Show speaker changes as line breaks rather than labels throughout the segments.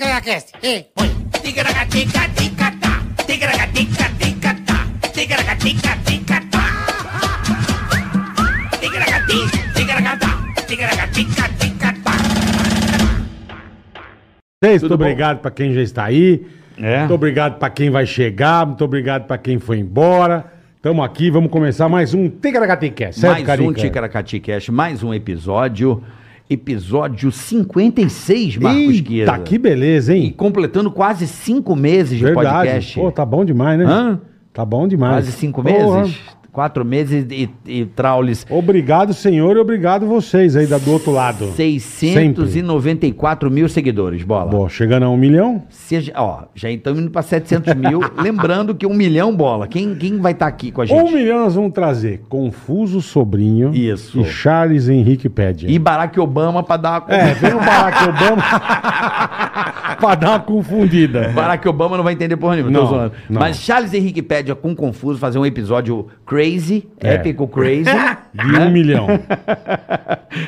Ticaracast, ei, põe. Ticaracatica, ticatá. Ticaracatica, ticatá. Ticaracatica, ticatá. Ticaracati, ticaracatá. Ticaracatica, ticatá.
Vocês, muito
Tudo bom?
obrigado pra quem já está aí.
É.
Muito obrigado pra quem vai chegar. Muito obrigado pra quem foi embora. Tamo aqui, vamos começar mais um Ticaracatiqué, certo,
mais um
Carica?
Ticaracati Cash, mais um episódio. Episódio 56, Marcos Guia.
Eita, que beleza, hein?
Completando quase cinco meses de
Verdade.
podcast.
Pô, tá bom demais, né?
Hã?
Tá bom demais.
Quase cinco
Porra.
meses? Quatro meses e, e traules.
Obrigado, senhor, e obrigado vocês aí da- do outro lado.
694 mil seguidores, bola.
Bom, chegando a um milhão.
Seja, ó, já estamos indo para 700 mil. Lembrando que um milhão, bola. Quem, quem vai estar aqui com a gente?
Um milhão nós vamos trazer Confuso Sobrinho
Isso.
e Charles Henrique Pédia.
E Barack Obama para dar uma...
É, vem o Barack Obama pra dar uma confundida.
É. Barack Obama não vai entender porra nenhuma,
Não,
tô zoando.
não.
Mas Charles Henrique pede com Confuso fazer um episódio crazy,
É.
épico crazy,
De um milhão.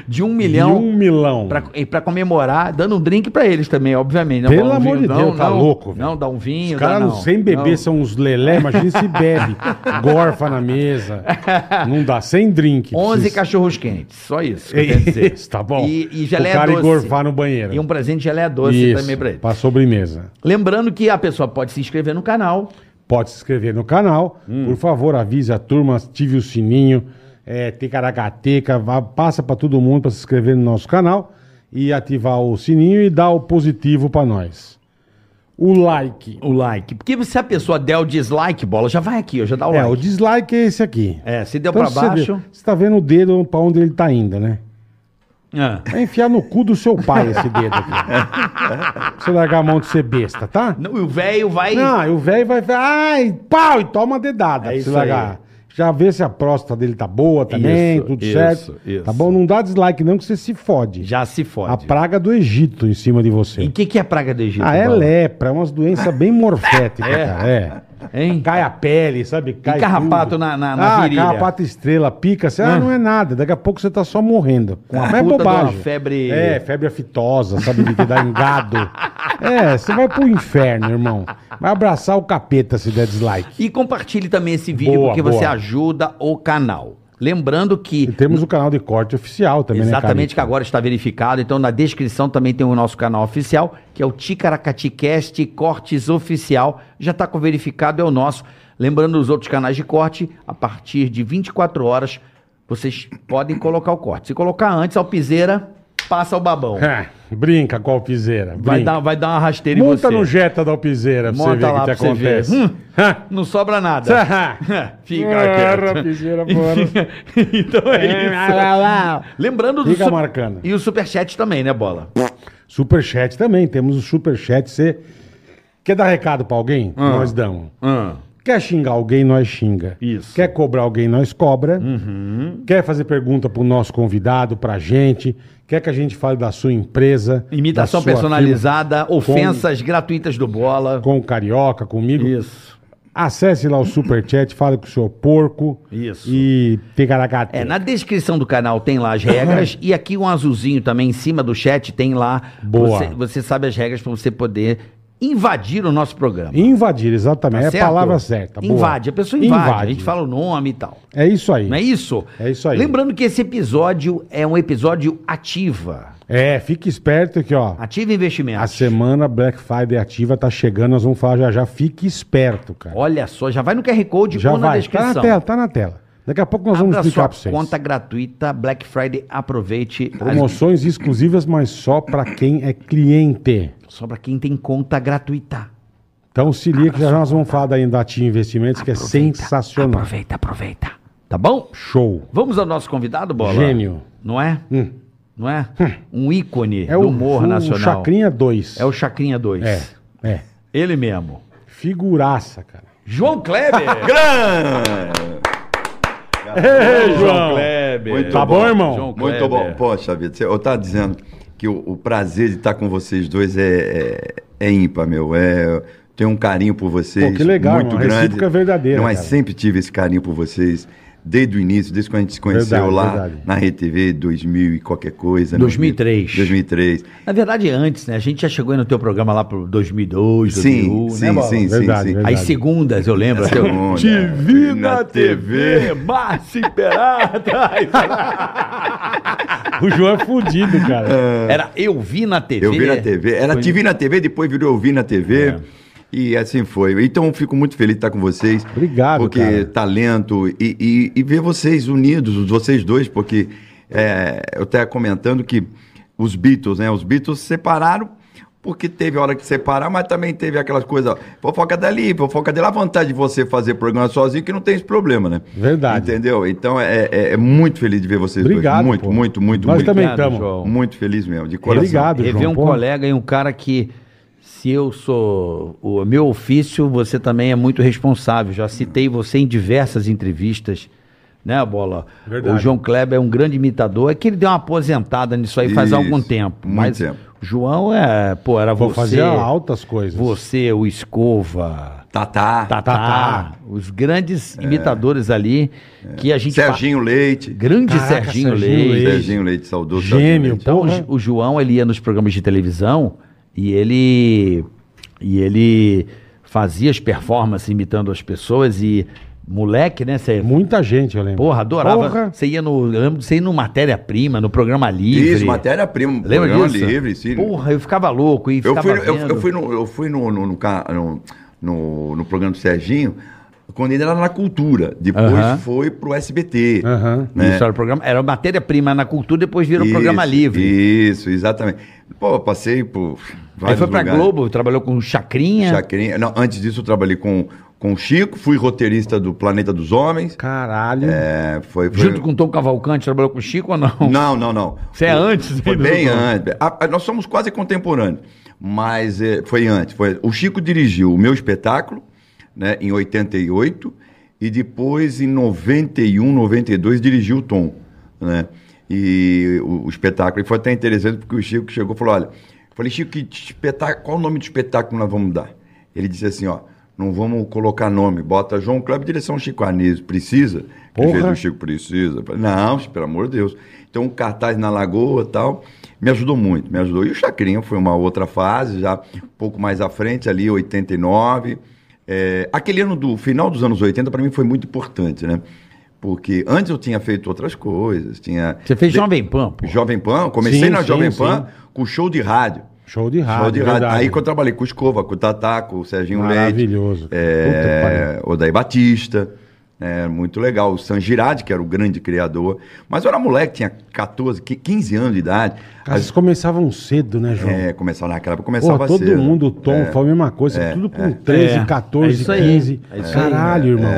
de um
De
Né? milhão,
um milhão.
pra, e pra comemorar, dando um drink pra eles também, obviamente. Não
Pelo
dá um
amor de
não,
Deus, tá
não,
louco, velho.
Não, dá um vinho,
Os
dá
caras
não.
sem beber
Não.
são uns lelé, imagina se bebe. Gorfa na mesa. Não dá, sem drink.
11
precisa-
cachorros quentes, só isso que eu quero dizer.
Isso, tá bom.
E, e
O
geleia
cara ir
doce.
gorfar no banheiro.
E um presente de geleia doce
Isso,
também pra ele.
pra sobremesa.
Lembrando que a pessoa pode se inscrever no canal.
Pode se inscrever no canal.
Hum.
Por favor, avise a turma, ative o sininho, é, ticaracateca, vá- passa pra todo mundo pra se inscrever no nosso canal e ativar o sininho e dar o positivo pra nós. O like.
O like. Porque se a pessoa der o dislike, bola, já vai aqui, ó, já dá o
É, o
like.
dislike é esse aqui.
É, se deu
Então,
pra
você
baixo.
vê- Você tá vendo o dedo pra onde ele tá indo, né?
Ah.
É enfiar no cu do seu pai esse dedo aqui. Pra você largar a mão de ser besta, tá?
Não, e o velho vai.
Não, e o velho vai falar, ai, pau, e toma dedada. pra
É isso
se largar.
aí.
Já vê se a próstata dele tá boa também,
Isso,
tudo
isso,
certo.
isso.
Tá bom? Não dá dislike não que você se fode.
Já se
A
fode.
praga do Egito em cima de você.
E o que, que é a praga do Egito?
Ah, é
Bola?
lepra, é umas doenças bem morféticas,
É?
cara. É.
Hein?
Cai a pele, sabe? Cai
carrapato
tudo.
na- na- na
ah,
virilha.
carrapato estrela, pica. Você, ah, não é nada. Daqui a pouco você tá só morrendo. Com é
uma puta de uma
bobagem.
febre-
É, febre aftosa, sabe? De que dá em gado. É, você vai pro inferno, irmão. Vai abraçar o capeta se der dislike.
E compartilhe também esse vídeo
Boa,
porque
boa.
você ajuda o canal. Lembrando que.
E temos o canal de corte oficial também,
Exatamente, que
né, Carica?
agora está verificado. Então, na descrição também tem o nosso canal oficial, que é o Ticaracatecast Cortes Oficial. Já está com verificado, é o nosso. Lembrando os outros canais de corte, a partir de 24 horas, vocês podem colocar o corte. Se colocar antes, a alpizeira passa o babão.
É, brinca com a alpizeira.
Vai
brinca.
dar, vai dar uma rasteira em
Monta
você.
no Jetta da alpizeira É pra
Monta
você ver o
lá
que te
pra você ver.
acontece. Tá
Hum. Não sobra
Ah,
nada. Fica
alpizeira, né?
quieto. então é isso.
fora.
Lembrando do
Fica
sup-
marcando.
E o superchat também, né, Bola?
Superchat também, temos o superchat. Você quer dar recado pra alguém?
Ah.
Nós damos. Quer xingar alguém? Nós xinga.
Isso. Uhum.
Quer cobrar alguém? Nós cobra. Quer fazer pergunta pro nosso convidado, pra gente. Quer que a gente fale da sua empresa.
Imitação
da sua
personalizada, ofensas gratuitas do Bola.
firma, com o Carioca, comigo.
Isso.
Acesse lá o superchat, fale com o seu porco.
Isso.
E ticaracate.
É, na descrição do canal tem lá as regras e aqui um azulzinho também em cima do chat tem lá.
Boa.
Você, você sabe as regras para você poder invadir o nosso programa.
Invadir, exatamente.
Tá
é
certo?
a palavra certa. boa.
Invade, a pessoa invade, A gente fala o nome e tal.
É isso aí.
Não é isso?
É isso aí.
Lembrando que esse episódio é um episódio ativa.
É, fique esperto que, ó.
Ativa investimento.
A semana Black Friday ativa tá chegando, nós vamos falar já já. Fique esperto, cara.
Olha só, já vai no QR Code
já
ou na
vai, tá
descrição.
na tela, tá na tela. Daqui a pouco nós vamos
Abra
explicar
sua
pra vocês.
conta gratuita, Black Friday, aproveite. as-
Promoções exclusivas, mas só pra quem é cliente.
Só pra quem tem conta gratuita.
Então se liga que já nós vamos falar da Indati Investimentos, que é sensacional.
Aproveita, aproveita. Tá bom?
Show.
Vamos ao nosso convidado, Bola?
Gênio. Hum.
Não é? Não é? Um ícone
É
do
o,
humor
o
nacional.
Chacrinha 2.
É o Chacrinha 2.
É, é.
Ele mesmo.
Figuraça, cara.
João Kleber.
Ei, João!
Kleber.
Muito
Tá bom, irmão?
João Kleber.
Muito bom. Poxa vida, você tá dizendo que o, o prazer de estar com vocês dois é, é, é ímpar, meu. É, eu tenho um carinho por vocês.
Pô, que legal,
muito
irmão. A
grande.
recíproca é verdadeira,
Não, mas
cara.
sempre tive esse carinho por vocês. desde o início, desde quando a gente se conheceu
Verdade,
lá
verdade.
na RTV 2000 e qualquer coisa. né?
2003.
2003.
Na verdade, antes, né? A gente já chegou aí no teu programa lá pro 2002,
Sim,
2001,
sim,
né, Bola?
Verdade,
sim, sim, sim.
verdade.
As segundas, eu lembro. até o-
Segunda,
Te vi na
na
TV,
TV,
Márcio Imperato.
O João é fudido, cara.
Era Eu Vi na TV.
É. Eu vi na TV. Era Te Vi na TV, depois virou Eu Vi na TV.
É.
E assim foi. Então eu fico muito feliz de estar com vocês.
Obrigado,
Porque
cara.
talento e, e- e ver vocês unidos, vocês dois, porque é, eu estava comentando que os Beatles, né? Os Beatles se separaram porque teve hora que separar, mas também teve aquelas coisas, ó, fofoca dali, fofoca dela, a vontade de você fazer programa sozinho que não tem esse problema, né?
Verdade.
Entendeu? Então é, é- é muito feliz de ver vocês
Obrigado,
dois. Muito,
pô.
muito, muito,
Nós
muito.
também
Obrigado,
estamos.
João.
Muito feliz mesmo, de coração.
Obrigado.
Rever
João,
um
pô.
colega e um cara que, se eu sou o meu ofício, você também é muito responsável. Já citei você em diversas entrevistas, né, Bola?
Verdade.
O João Kleber é um grande imitador. É que ele deu uma aposentada nisso aí faz
Isso,
algum tempo.
muito
mas
tempo.
o João é, pô, era
Vou
você.
fazer altas coisas.
Você, o Escova.
Tatá.
Tatá,
Tatá.
os grandes imitadores ali que a gente fa-
É. Serginho Leite.
grande
Caraca,
Serginho,
Serginho
Leite.
Leite.
Serginho Leite, saudoso. Serginho
Gênio,
Leite.
Então, o
porra.
Ju- o João, ele ia nos programas de televisão e ele e ele fazia as performances imitando as pessoas e moleque, né, você
Muita gente, eu lembro.
porra, adorava.
Porra.
Você ia no, eu lembro, você ia no matéria-prima, no programa livre.
Isso, matéria-prima.
Lembra
programa
disso?
livre, sim.
Porra, eu ficava louco e
eu
ficava
fui, eu,
vendo.
eu fui, no, eu fui no, no, no, ca- no- no- no programa do Serginho quando ele era na cultura. Depois
Aham.
foi pro SBT.
Aham.
né?
Isso era o programa, era matéria-prima na cultura, depois virou programa
Isso,
livre.
Isso, exatamente. Pô, eu passei por
Aí
vários
foi pra
lugares.
Globo, né? trabalhou com Chacrinha.
Chacrinha. Não, antes disso eu trabalhei com, com o Chico, fui roteirista do Planeta dos Homens.
Caralho.
É, foi, foi...
Junto com Tom Cavalcante, trabalhou com Chico ou não?
Não, não, não.
Você é
O-
antes
Foi
ainda do
bem
Tom.
antes. A- a- nós somos quase contemporâneos, mas eh, foi antes. Foi, o Chico dirigiu o meu espetáculo, né, em 88, e depois em 91, 92 dirigiu o Tom, né? E o, o espetáculo e foi até interessante porque o Chico chegou e falou: "Olha, eu falei, Chico, que espetáculo, qual o nome do espetáculo nós vamos dar?" Ele disse assim, ó, não vamos colocar nome, bota João Cláudio direção Chico Anísio, precisa? Que
Porra.
fez o Chico precisa. Eu falei, Não, pelo amor de Deus. Então, um cartaz na lagoa e tal, me ajudou muito, me ajudou. E o Chacrinha foi uma outra fase, já um pouco mais à frente, ali, 89. É, aquele ano do final dos anos 80, para mim, foi muito importante, né? Porque antes eu tinha feito outras coisas, tinha...
Você fez
De-
Jovem Pan, pô.
Jovem Pan, eu comecei
Sim,
na
sim,
Jovem
sim.
Pan com show de rádio.
Show de rádio.
show de rádio.
verdade.
Aí que eu trabalhei com o Escova, com o Tatá, com o Serginho Leite.
Maravilhoso.
É, Odair Batista, né, muito legal. O San Girardi, que era o grande criador. Mas eu era moleque, tinha 14, 15 anos de idade.
Cara, vocês começavam cedo, né, João?
É, começava naquela época, começava
Porra, todo
cedo. É.
mundo, o Tom, foi a mesma coisa. tudo com 13,
É.
14,
É isso aí.
15.
É isso aí.
Caralho, irmão.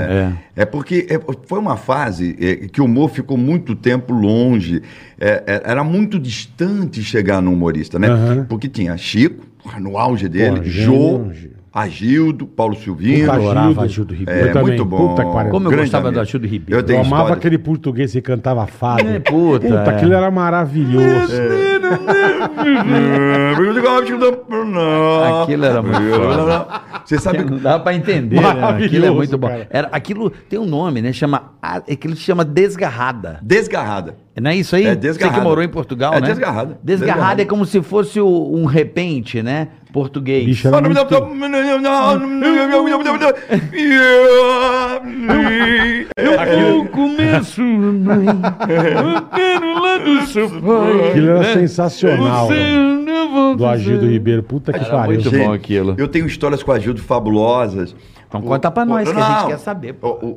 É porque é, foi uma fase é, que o humor ficou muito tempo longe. É, é, era muito distante chegar no humorista, né?
Aham.
Porque tinha Chico, porra, no auge dele,
Porra,
Jô,
gênio.
Agildo, Paulo Silvino.
Puta,
adorava Gildo Ribeiro.
Eu
É,
também.
muito bom.
Puta que pariu.
Como eu
Grande
gostava
amigo.
do Achildo Ribeiro.
Eu
Eu
tenho
amava
história.
aquele português que cantava fado.
É, puta,
Puta,
é.
aquilo era maravilhoso.
É. Aquilo
Aquilo era muito
Você sabe
Não dá pra entender, né?
Maravilhoso,
Aquilo é muito bom.
cara.
Era, aquilo tem um nome, né? Chama, a- aquilo se chama desgarrada.
desgarrada.
Não é isso aí?
É desgarrada.
Você que morou em Portugal,
É
né?
desgarrada.
Desgarrada, é como se fosse o- um repente, né? Português.
é-
Bicho, era muito...
Ah.
é-
Eu começo lá do né?
Aquilo era sensacional. velho. Do Agildo Ribeiro. Puta que
Era
pariu.
muito
Gente,
bom aquilo.
Eu tenho histórias com a Gildo fabulosas.
Então conta pra nós, que a gente quer saber, pô.
O- o-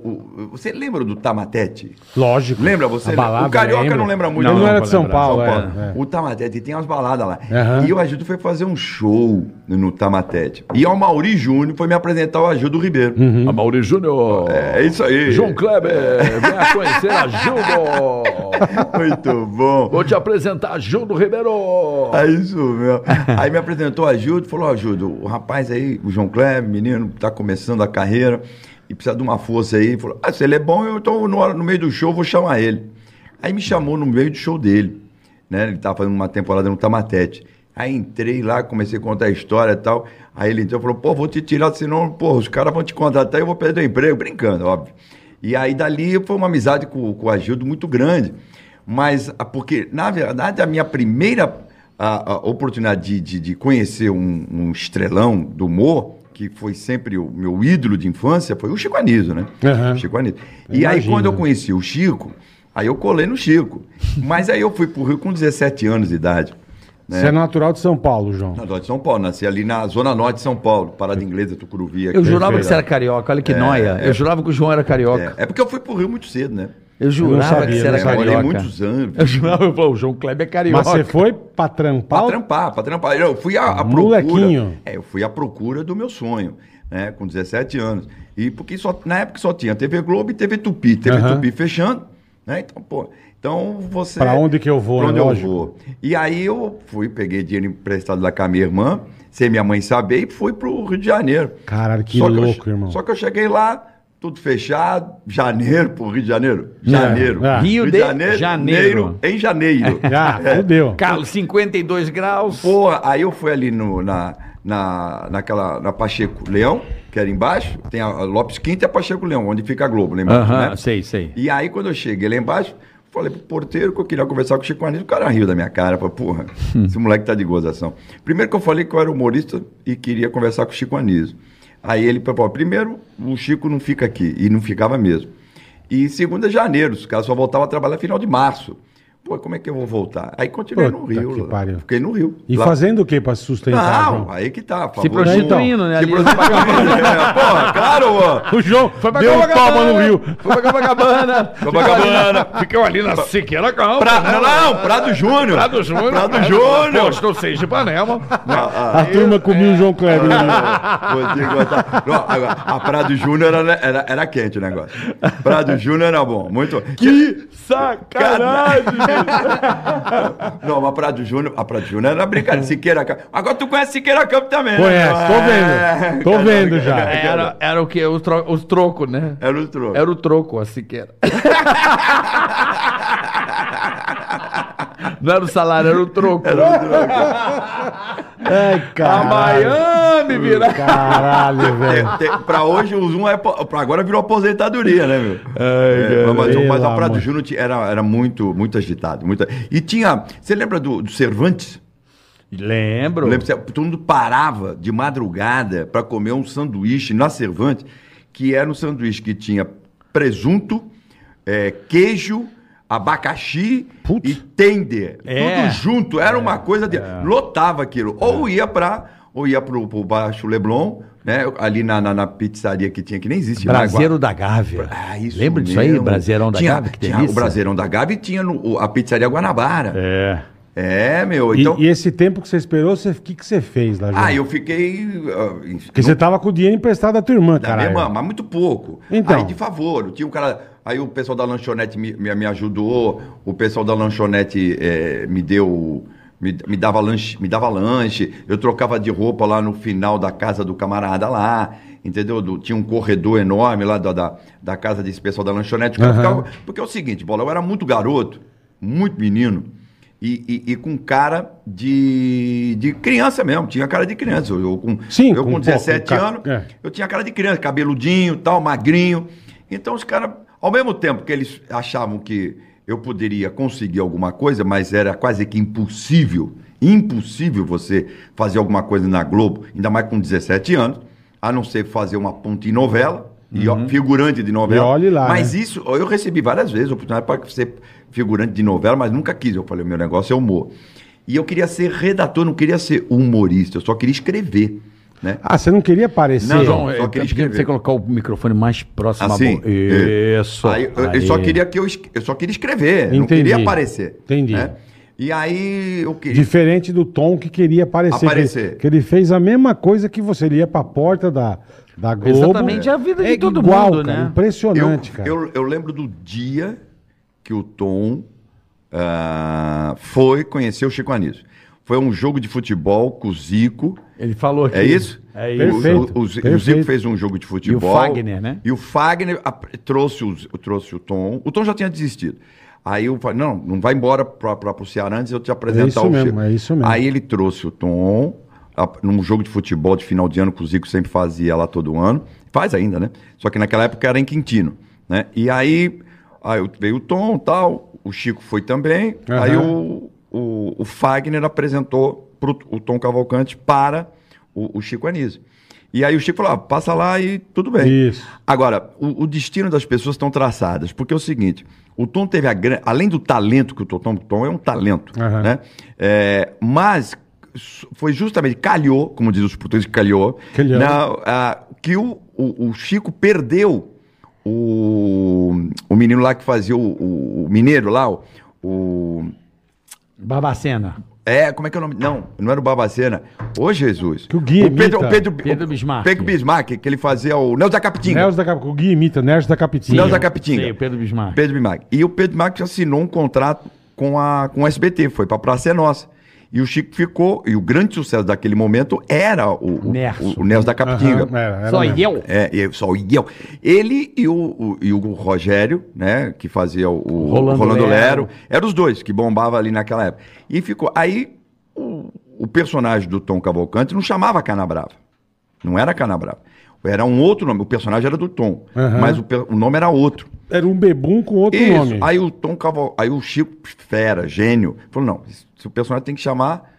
o- você lembra do Tamatete?
Lógico.
Lembra você?
A balada,
o carioca
lembro.
não lembra muito.
Ele não,
não,
era
vou
de São
lembrar.
Paulo.
São
é,
Paulo.
é.
O Tamatete tem umas baladas lá.
Aham.
E o Ajudo foi fazer um show no Tamatete. E o Mauri Júnior foi me apresentar o Ajudo Ribeiro.
Uhum.
A Mauri Júnior.
É isso aí.
João Kleber, venha conhecer a Gildo.
Muito bom.
Vou te apresentar Gildo Ribeiro.
É isso mesmo. Aí me apresentou a Gildo, falou, ó, Gildo, o rapaz aí, o João Kleber, menino, tá começando a carreira e precisa de uma força aí. Ele Falou, ah, se ele é bom, eu tô no, hora- no meio do show, vou chamar ele. Aí me chamou no meio do show dele, né? Ele tava fazendo uma temporada no Tamatete. Aí entrei lá, comecei a contar a história e tal. Aí ele entrou e falou, pô, vou te tirar, senão, pô, os caras vão te contratar e eu vou perder o emprego, brincando, óbvio. E aí dali foi uma amizade com, com o Agildo muito grande. Mas, ah, porque, na verdade, a minha primeira a, a oportunidade de, de, de conhecer um, um estrelão do humor, que foi sempre o meu ídolo de infância, foi o Chico Anísio, né?
Aham.
Chico Anísio.
Eu
E aí,
imagino.
quando eu conheci o Chico, aí eu colei no Chico. Mas aí eu fui pro Rio com 17 anos de idade. Né?
Você é natural de São Paulo, João.
Na Norte de São Paulo, nasci ali na zona norte de São Paulo, Parada Inglesa, Tucuruvi. aqui.
Eu jurava que
Perfeito.
você era carioca, olha que nóia. Eu jurava que o João era carioca.
É, é porque eu fui pro Rio muito cedo, né?
Eu jurava
sabia,
que você era
eu
É, eu morei
carioca.
muitos anos.
Eu jurava, eu falava, o João Kleber é carioca.
Mas você foi pra trampar?
Pra trampar, pra trampar. Eu fui à à
Molequinho.
procura. É, eu fui à procura do meu sonho, né? Com 17 anos. E porque só, na época só tinha TV Globo e TV Tupi. TV
Aham.
Tupi fechando, né? Então, pô. Então você.
Pra onde que eu vou,
Pra
né?
onde eu
Lógico.
vou. E aí eu fui, peguei dinheiro emprestado lá com a minha irmã, sem minha mãe saber, e fui pro Rio de Janeiro.
Caralho, que
eu
louco,
che-
irmão.
Só que eu cheguei lá, tudo fechado, janeiro, pô, Rio de Janeiro. Janeiro.
é.
Rio de Janeiro.
Janeiro. Em janeiro.
Ah, fudeu.
Carlos, 52 graus.
Porra, aí eu fui ali no, na, na, naquela, na Pacheco Leão, que era embaixo, tem a a Lopes Quinta e a Pacheco Leão, onde fica a Globo, lembra?
Aham,
né?
sei, sei.
E aí, quando eu cheguei lá embaixo, falei pro porteiro que eu queria conversar com o Chico Anísio. O cara riu da minha cara. Falei, porra,
Hum.
esse moleque tá de gozação. Primeiro que eu falei que eu era humorista e queria conversar com o Chico Anísio. Aí ele falou, primeiro, o Chico não fica aqui. E não ficava mesmo. E segundo é janeiro, os caras só voltavam a trabalhar final de março. Pô, como é que eu vou voltar? Aí continuei no
Puta que
Rio. lá.
pariu.
Fiquei no Rio.
E
Lá-
fazendo o que Então, pra se sustentar,
Não,
João?
aí que tá. a favor
Se
do-
prostituindo, né?
Se
ali.
prostituindo. é, Porra, claro, mano.
O João foi
pra
deu um
Copacabana.
palma
né?
no Rio.
Foi pra Copacabana.
Copacabana.
Ficam ali na Siqueira Campo.
Pra, não, não, Prado Júnior.
Prado Júnior.
Prado Júnior.
Posto seis de Ipanema.
Ah, ah.
A turma comia o João Kleber. né?
Vou te contar. Não, agora, a Prado Júnior era, era, era quente o negócio. Prado Júnior era bom, muito.
Que sacanagem!
Não, mas Prado Júnior, a Prado Júnior era brincadeira. Siqueira Campo. Agora tu conhece Siqueira Campo também, né?
Conhece, tô vendo.
É,
Tô
cara,
vendo
cara,
já.
cara,
Era, era o que? O, tro, o troco, né?
Era o troco.
Era o troco, a Siqueira. Não era o salário, era o troco.
Ai,
A
caralho.
Miami vira.
Caralho, velho.
Tem- tem- pra hoje o Zoom é. po- Pra agora virou aposentadoria, né, meu? É, mas,
pelo
mas a
amor.
Prado Júnior ti- era, era muito, muito agitado. Muito, e tinha. Você lembra do, do Cervantes?
Lembro.
Eu lembro que todo mundo parava de madrugada para comer um sanduíche na Cervantes, que era um sanduíche que tinha presunto, eh, queijo, abacaxi
Putz.
e tender.
É.
Tudo junto. Era uma coisa de. Lotava aquilo. Ou ia para. Ou ia pro, pro Baixo Leblon, né? Ali na, na, na pizzaria que tinha, que nem existe. mais agora.
Braseiro da Gávea.
Ah, isso
Lembra disso aí?
mesmo.
Braseirão da
Tinha-
Gávea, que
tinha
delícia.
O Braseirão da Gávea e tinha no- o- a pizzaria Guanabara.
É.
É, meu.
E-
Então,
E, esse tempo que você esperou, você- o que, que você fez lá, João?
ah, eu fiquei. ah, em-
Porque você tava com o dinheiro emprestado da tua irmã,
Da minha
caralho.
irmã, mas muito pouco.
Então.
Aí de favor, tinha um cara. Aí o pessoal da lanchonete me, me, me ajudou, o pessoal da lanchonete eh, me deu. Me, me dava lanche, me dava lanche, eu trocava de roupa lá no final da casa do camarada lá, entendeu? Do- tinha um corredor enorme lá da, da, da casa desse pessoal da lanchonete. o cara
Aham.
ficava- porque é o seguinte, bola, eu era muito garoto, muito menino, e, e- e com cara de, de criança mesmo, tinha cara de criança. Eu, eu com,
Sim, com
eu com,
um pouco,
17
com ca-
anos,
é.
eu tinha cara de criança, cabeludinho, tal, magrinho. Então os caras, ao mesmo tempo que eles achavam que eu poderia conseguir alguma coisa, mas era quase que impossível, impossível você fazer alguma coisa na Globo, ainda mais com 17 anos, a não ser fazer uma ponta em novela, e ó, figurante de novela.
Uhum. E olhe lá,
mas
né?
isso, eu recebi várias vezes a oportunidade para ser figurante de novela, mas nunca quis. Eu falei, meu negócio é humor. E eu queria ser redator, não queria ser humorista, eu só queria escrever, né?
Ah, você não queria aparecer?
Não,
Então,
João,
é,
Só
eu eu
queria
queria
escrever.
você colocar o microfone mais próximo
Assim?
boca. Isso.
Aí, eu, eu só
Aí.
queria que eu, es- eu só queria escrever, não
Entendi.
queria aparecer.
Entendi.
né? E aí eu queria.
Diferente do Tom que queria aparecer.
Aparecer.
Que, que ele fez a mesma coisa que você. Ele ia pra porta da, da Globo.
Exatamente, é a vida de todo mundo,
cara,
né?
Impressionante,
eu,
cara.
Eu, eu lembro do dia que o Tom ah, foi conhecer o Chico Anísio. Foi um jogo de futebol com o Zico.
Ele falou aqui.
É isso?
É
O-
isso.
Perfeito,
O, o Zi- o
perfeito.
Zico fez um jogo de futebol.
Fagner, né?
E o Fagner ap- trouxe, os, trouxe o Tom. O Tom já tinha desistido. Aí eu falei, não, não vai embora para o Ceará antes de eu te apresentar
isso
o
mesmo,
Chico.
é isso mesmo.
Aí ele trouxe o Tom a- num jogo de futebol de final de ano que o Zico sempre fazia lá todo ano. Faz ainda, né? Só que naquela época era em Quintino. né? E aí, aí eu- veio o Tom tal, o Chico foi também,
Aham.
aí o, o, o Fagner apresentou pro, o Tom Cavalcante para o, o Chico Anísio. E aí o Chico falou, ah, passa lá e tudo bem.
Isso.
Agora, o, o destino das pessoas estão traçadas, porque é o seguinte, o Tom teve a grande, além do talento que o Tom, o Tom é um talento,
Aham.
né? É, mas su- foi justamente, calhou, como diz os portugueses, calhou,
Calhou.
na- a- que o, o- o Chico perdeu o, o menino lá que fazia o, o- o mineiro lá, o, o-
Babacena.
É, como é que é o nome? Não, não era o Babacena. Ô, Jesus.
Que o Gui
Pedro,
imita.
o Pedro,
Pedro Bismarck.
Pedro Bismarck, que ele fazia o Nelson da Capitinga.
Nelson da Cap... O Gui imita, Nelson da Capitinha.
Nelson da Capitinga.
Sei, o Pedro Bismarck.
Pedro Bismarck. E o Pedro Bismarck assinou um contrato com a com o SBT, foi pra Praça é Nossa. E o Chico ficou, e o grande sucesso daquele momento era o, o,
Nerson.
o, o Nelson da Capitinga.
Aham, era, era
Só
mesmo.
eu?
É, e eu- só o Iguel. Ele e o, o- e o Rogério, né? Que fazia o, o
Rolando
Rolando,
Lero.
Lero. Eram os dois que bombava ali naquela época. E ficou. Aí o, o personagem do Tom Cavalcante não chamava Canabrava. Não era Canabrava. Era um outro nome. O personagem era do Tom.
Aham.
Mas o, pe- o nome era outro.
Era um bebum com outro
Isso.
nome.
Aí o Tom Caval... Aí o Chico, fera, gênio, falou: não, se o personagem tem que chamar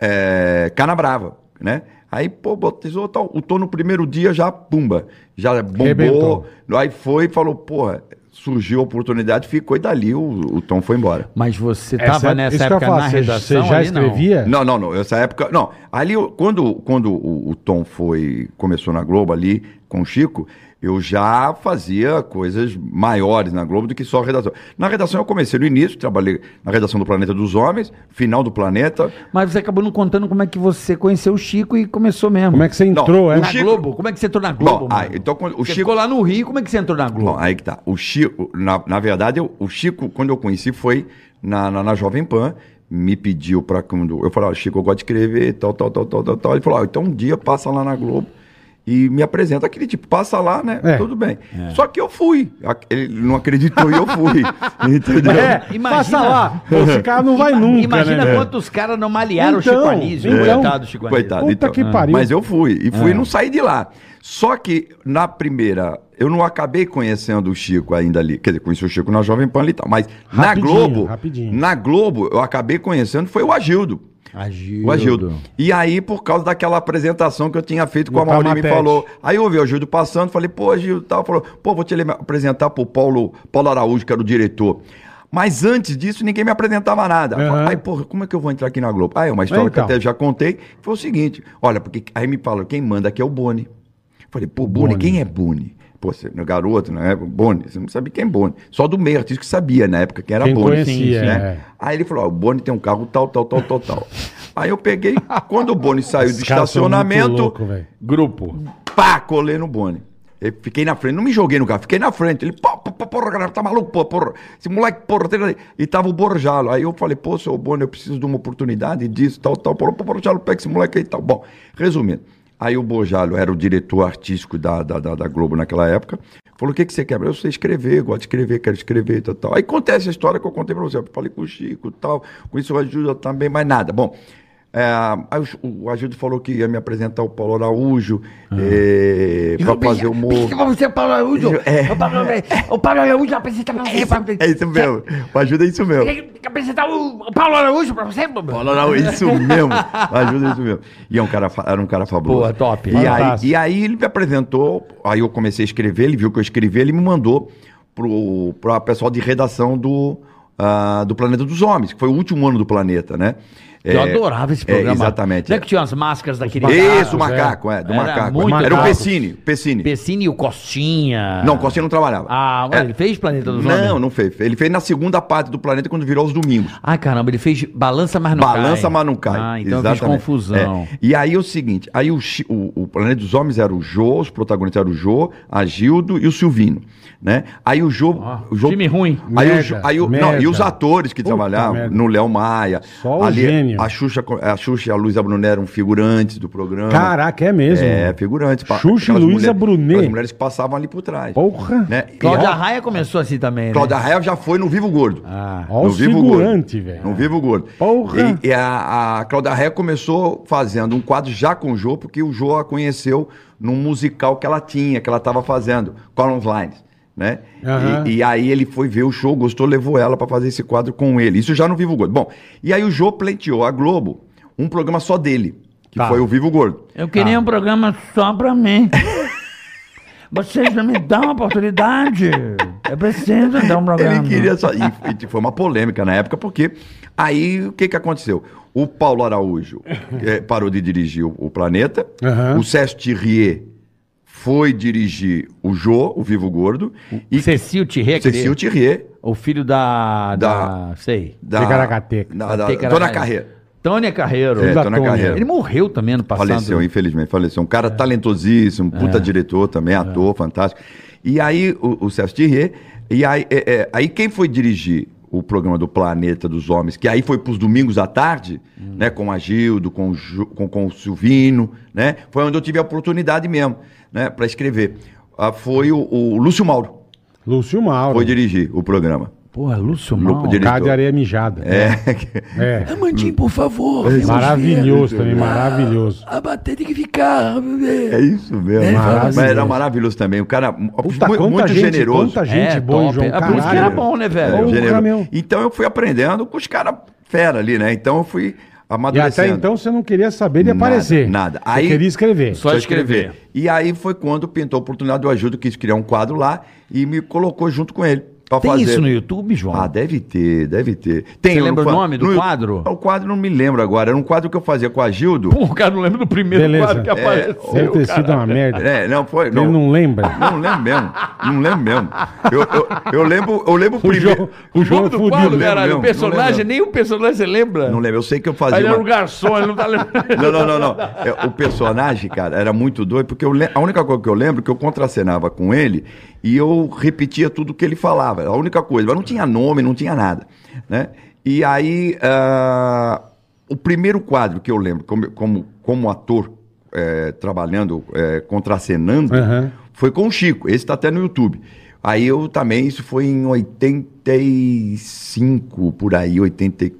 é, Canabrava, né? Aí, pô, botizou tal. O Tom no primeiro dia já, pumba, já bombou.
Arrebentou.
Aí foi e falou, porra, surgiu a oportunidade, ficou e dali o, o Tom foi embora.
Mas você
Essa- é-
tava nessa
isso que eu ia
época
falar,
na
você-
redação
Você já
ali, não?
escrevia?
Não, não, não. Essa época. Não. Ali, eu- quando, quando o, o Tom foi. começou na Globo ali com o Chico, eu já fazia coisas maiores na Globo do que só a redação. Na redação eu comecei no início, trabalhei na redação do Planeta dos Homens, final do Planeta.
Mas você acabou não contando como é que você conheceu o Chico e começou mesmo.
Como é que você entrou,
Não,
é?
o
Na
Chico-
Globo? Como é que você entrou na Globo,
Bom,
mano?
aí, então quando o
você
Chico.
ficou lá no Rio, como é que você entrou na Globo?
Bom, aí que tá. O Chico, na, na verdade, eu- o Chico, quando eu conheci, foi na, na, na Jovem Pan, me pediu pra quando. Eu falei, ó, Chico, eu gosto de escrever, tal, tal, tal, tal, tal, tal. Ele falou, ó, então um dia passa lá na Globo e me apresenta. Aquele tipo, passa lá, né?
É.
Tudo bem. Só que eu fui. A- Ele não acreditou e eu fui. Entendeu?
É,
Imagina-
passa lá. Pô, Esse cara não vai nunca,
Imagina
né?
quantos caras não malearam o Chico
Então,
Anísio.
então.
coitado do Chico Anísio. É.
Coitado,
Puta
então.
que pariu.
Mas eu fui. E fui e não saí de lá. Só que na primeira, eu não acabei conhecendo o Chico ainda ali. Quer dizer, conheci o Chico na Jovem Pan ali e tal. Mas na
Rapidinho,
Globo.
rapidinho.
Na Globo, eu acabei conhecendo, foi o Agildo.
Agildo.
O Agildo. E aí, por causa daquela apresentação que eu tinha feito com
No
a Mauri, me
Tamatete.
falou. Aí eu vi o Agildo passando, falei, pô, Agildo, tal. Falou, pô, vou te ele- apresentar pro Paulo, Paulo Araújo, que era o diretor. Mas antes disso, ninguém me apresentava nada.
Aham.
Aí, porra, como é que eu vou entrar aqui na Globo? Ah, é uma história
Então.
que até já contei. Foi o seguinte: olha, porque aí me falaram, quem manda aqui é o Boni. Falei, pô, Boni, quem é Boni? Pô, você, não é garoto, não é? Boni, você não sabia quem é Boni. Só do meio artístico que sabia na época quem era
Quem
Boni.
conhecia,
né?
é.
Aí ele falou: ó, o Boni tem um carro tal, tal, tal, tal, tal. Aí eu peguei, quando o Boni saiu do
Esses caras são muito
estacionamento,
louco, velho.
Grupo.
pá, colei no Boni. Eu fiquei na frente, não me joguei no carro, fiquei na frente. Ele, pô, pô, pô, porra, cara, tá maluco, pô, porra. Esse moleque, porra, tem... e tava o Borjalo. Aí eu falei, pô, seu Boni, eu preciso de uma oportunidade disso, tal, tal, porra, pô, Borjalo, pega esse moleque aí e tal. Bom, resumindo, aí o Borjalo era o diretor artístico da, da, da, da Globo naquela época. Falou, o que, que você quer? Eu sei escrever, gosto de escrever, quero escrever, tal, tal. Aí acontece a história que eu contei pra você. Eu falei com o Chico, tal, com isso ajuda também, mas nada. Bom, é, aí o, o Agildo falou que ia me apresentar o Paulo Araújo é, pra fazer o humor.
Você é o Paulo Araújo.
É.
O Paulo Araújo- O Paulo Araújo apresenta pra você. pra-
É isso mesmo. O Ajuda é isso mesmo.
Tem que apresentar o o Paulo Araújo pra você, Bobo?
Paulo Araújo, é isso mesmo. O Ajuda é isso mesmo. E é um cara, fa- era um cara fabuloso.
Boa, top.
E aí,
Fantástico.
e aí ele me apresentou, aí eu comecei a escrever, ele viu que eu escrevi, ele me mandou pro, pra pessoal de redação do, ah, do Planeta dos Homens, que foi o último ano do Planeta, né?
Eu
É,
adorava esse
é,
programa.
exatamente.
Não é que tinha as máscaras daquele
Isso, o
macaco? né?
macaco, é, do
Era
macaco.
muito
Era o
macaco.
Pessini, Pessini.
Pessini e o Costinha.
Não, Costinha não trabalhava.
Ah,
É.
ele fez Planeta dos Homens?
Não, não fez. Ele fez na segunda parte do planeta quando virou os domingos.
Ah, caramba, ele fez Balança Mas Não
Balança,
Cai.
mas não cai.
Ah, então eu fiz
Exatamente.
confusão.
É. E aí é o seguinte: aí o, Chi- o- o Planeta dos Homens era o Jô, os protagonistas eram o Jô, a Gildo e o Silvino. Né? Aí o Jô. o Jô-
time ruim.
Aí
Merda,
o Jô- aí o- não, e
merda.
os atores que
Puta
trabalhavam
merda.
no Léo Maia.
Só o gênio.
A Xuxa, co- a Xuxa e a Luísa Brunet eram figurantes do programa.
Caraca, é mesmo.
É, figurantes. pa-
Xuxa e
aquelas
Luísa
mulheres-
Brunet.
aquelas mulheres que passavam ali por trás.
Porra.
Né?
Cláudia
E-
Raia começou assim
É
também, né?
Cláudia Raia já foi no Vivo Gordo.
Ah.
Olha o
no Vivo
figurante,
Gordo.
velho.
No Vivo Gordo.
Porra.
E, e a, a Cláudia Raia começou fazendo um quadro já com o Jô, porque o Jô a conheceu num musical que ela tinha, que ela estava fazendo, Collins Lines. né?
Aham.
E, e aí ele foi ver o show, gostou, levou ela pra fazer esse quadro com ele. Isso já no Vivo Gordo. Bom, e aí o Jô pleiteou a Globo um programa só dele, que
Tá.
foi o Vivo Gordo.
Eu
Ah.
queria um programa só pra mim. Vocês não me dão uma oportunidade. Eu preciso dar um programa.
Ele queria só. E, e foi uma polêmica na época, porque aí o que, que aconteceu? O Paulo Araújo eh, parou de dirigir o, o Planeta,
Aham.
o Sérgio Thierrier foi dirigir o Jô, o Vivo Gordo, e
Cecil Thierry, aquele-
Cecil Thierrier,
o filho da, da... Sei.
da,
Ticaracateca.
da, da,
Teca-
Dona Carreira.
Tônia Carreiro.
É,
da
Dona
Tônia.
Carreira.
Ele morreu também ano passado.
Faleceu, infelizmente, faleceu. Um
É.
cara talentosíssimo, puta diretor também, ator, fantástico. E aí, o, o Celso Thierry, e aí, é, é, aí quem foi dirigir o programa do Planeta dos Homens, que aí foi pros domingos à tarde,
Hum.
né, com a Gildo, com, o Ju- com, com o Silvino, né, foi onde eu tive a oportunidade mesmo, né, pra escrever. Ah, foi o, o Lúcio Mauro,
Lúcio Mauro.
foi dirigir o programa.
Porra, Lúcio
Lu-
Mauro.
diretor.
Cá de areia mijada. É. É.
Mandinho, por
é
favor. vamos
Maravilhoso
ver.
também, maravilhoso.
ver. A bater tem que ficar.
É isso mesmo.
Maravilhoso.
Mas era maravilhoso também. O cara mu-
Puta,
muito,
quanta gente,
generoso.
quanta gente boa, hein,
top.
João.
É, por isso que era
Caralho.
bom, né,
É,
velho?
Porra,
gênero.
meu.
Então eu fui aprendendo com os caras fera ali, né? Então eu fui
E até
amadurecendo.
então você não queria saber de
Nada,
aparecer.
nada.
Você
Aí-
queria escrever.
Só escrever.
E aí foi quando pintou a oportunidade do Ajudo, quis criar um quadro lá e me colocou junto com ele. Pra
Tem
fazer.
isso no YouTube, João?
Ah, deve ter, deve ter. Tem,
Você
eu
lembra
não
o
fa-
nome do quadro?
O quadro não me lembro agora. Era um quadro que eu fazia com a Gildo.
Pô, o cara não lembra do primeiro
Beleza.
quadro que
É, Deve
apareceu.
ter
cara.
sido uma merda.
É, não, foi.
Ele não lembra.
Não lembro mesmo. Não lembro mesmo. Eu, eu, eu lembro, eu lembro o
O
primeiro.
João, o
O
João
nome
é
do
fudido.
quadro,
né? Lembro
caralho.
mesmo,
O personagem, nem o personagem você lembra?
Não lembro. Eu sei que eu
Aí
fazia.
Ele era
uma-
um garçom, ele não tá lembrando.
Não, não, não, não. É, o personagem, cara, era muito doido, porque eu le- a única coisa que eu lembro é que eu contracenava com ele e eu repetia tudo que ele falava. A única coisa, mas não tinha nome, não tinha nada. Né? E aí, ah, o primeiro quadro que eu lembro, como, como, como ator, eh, trabalhando, eh, contracenando,
Aham.
foi com o Chico. Esse tá até no YouTube. Aí eu também, isso foi em 85, por aí, 80,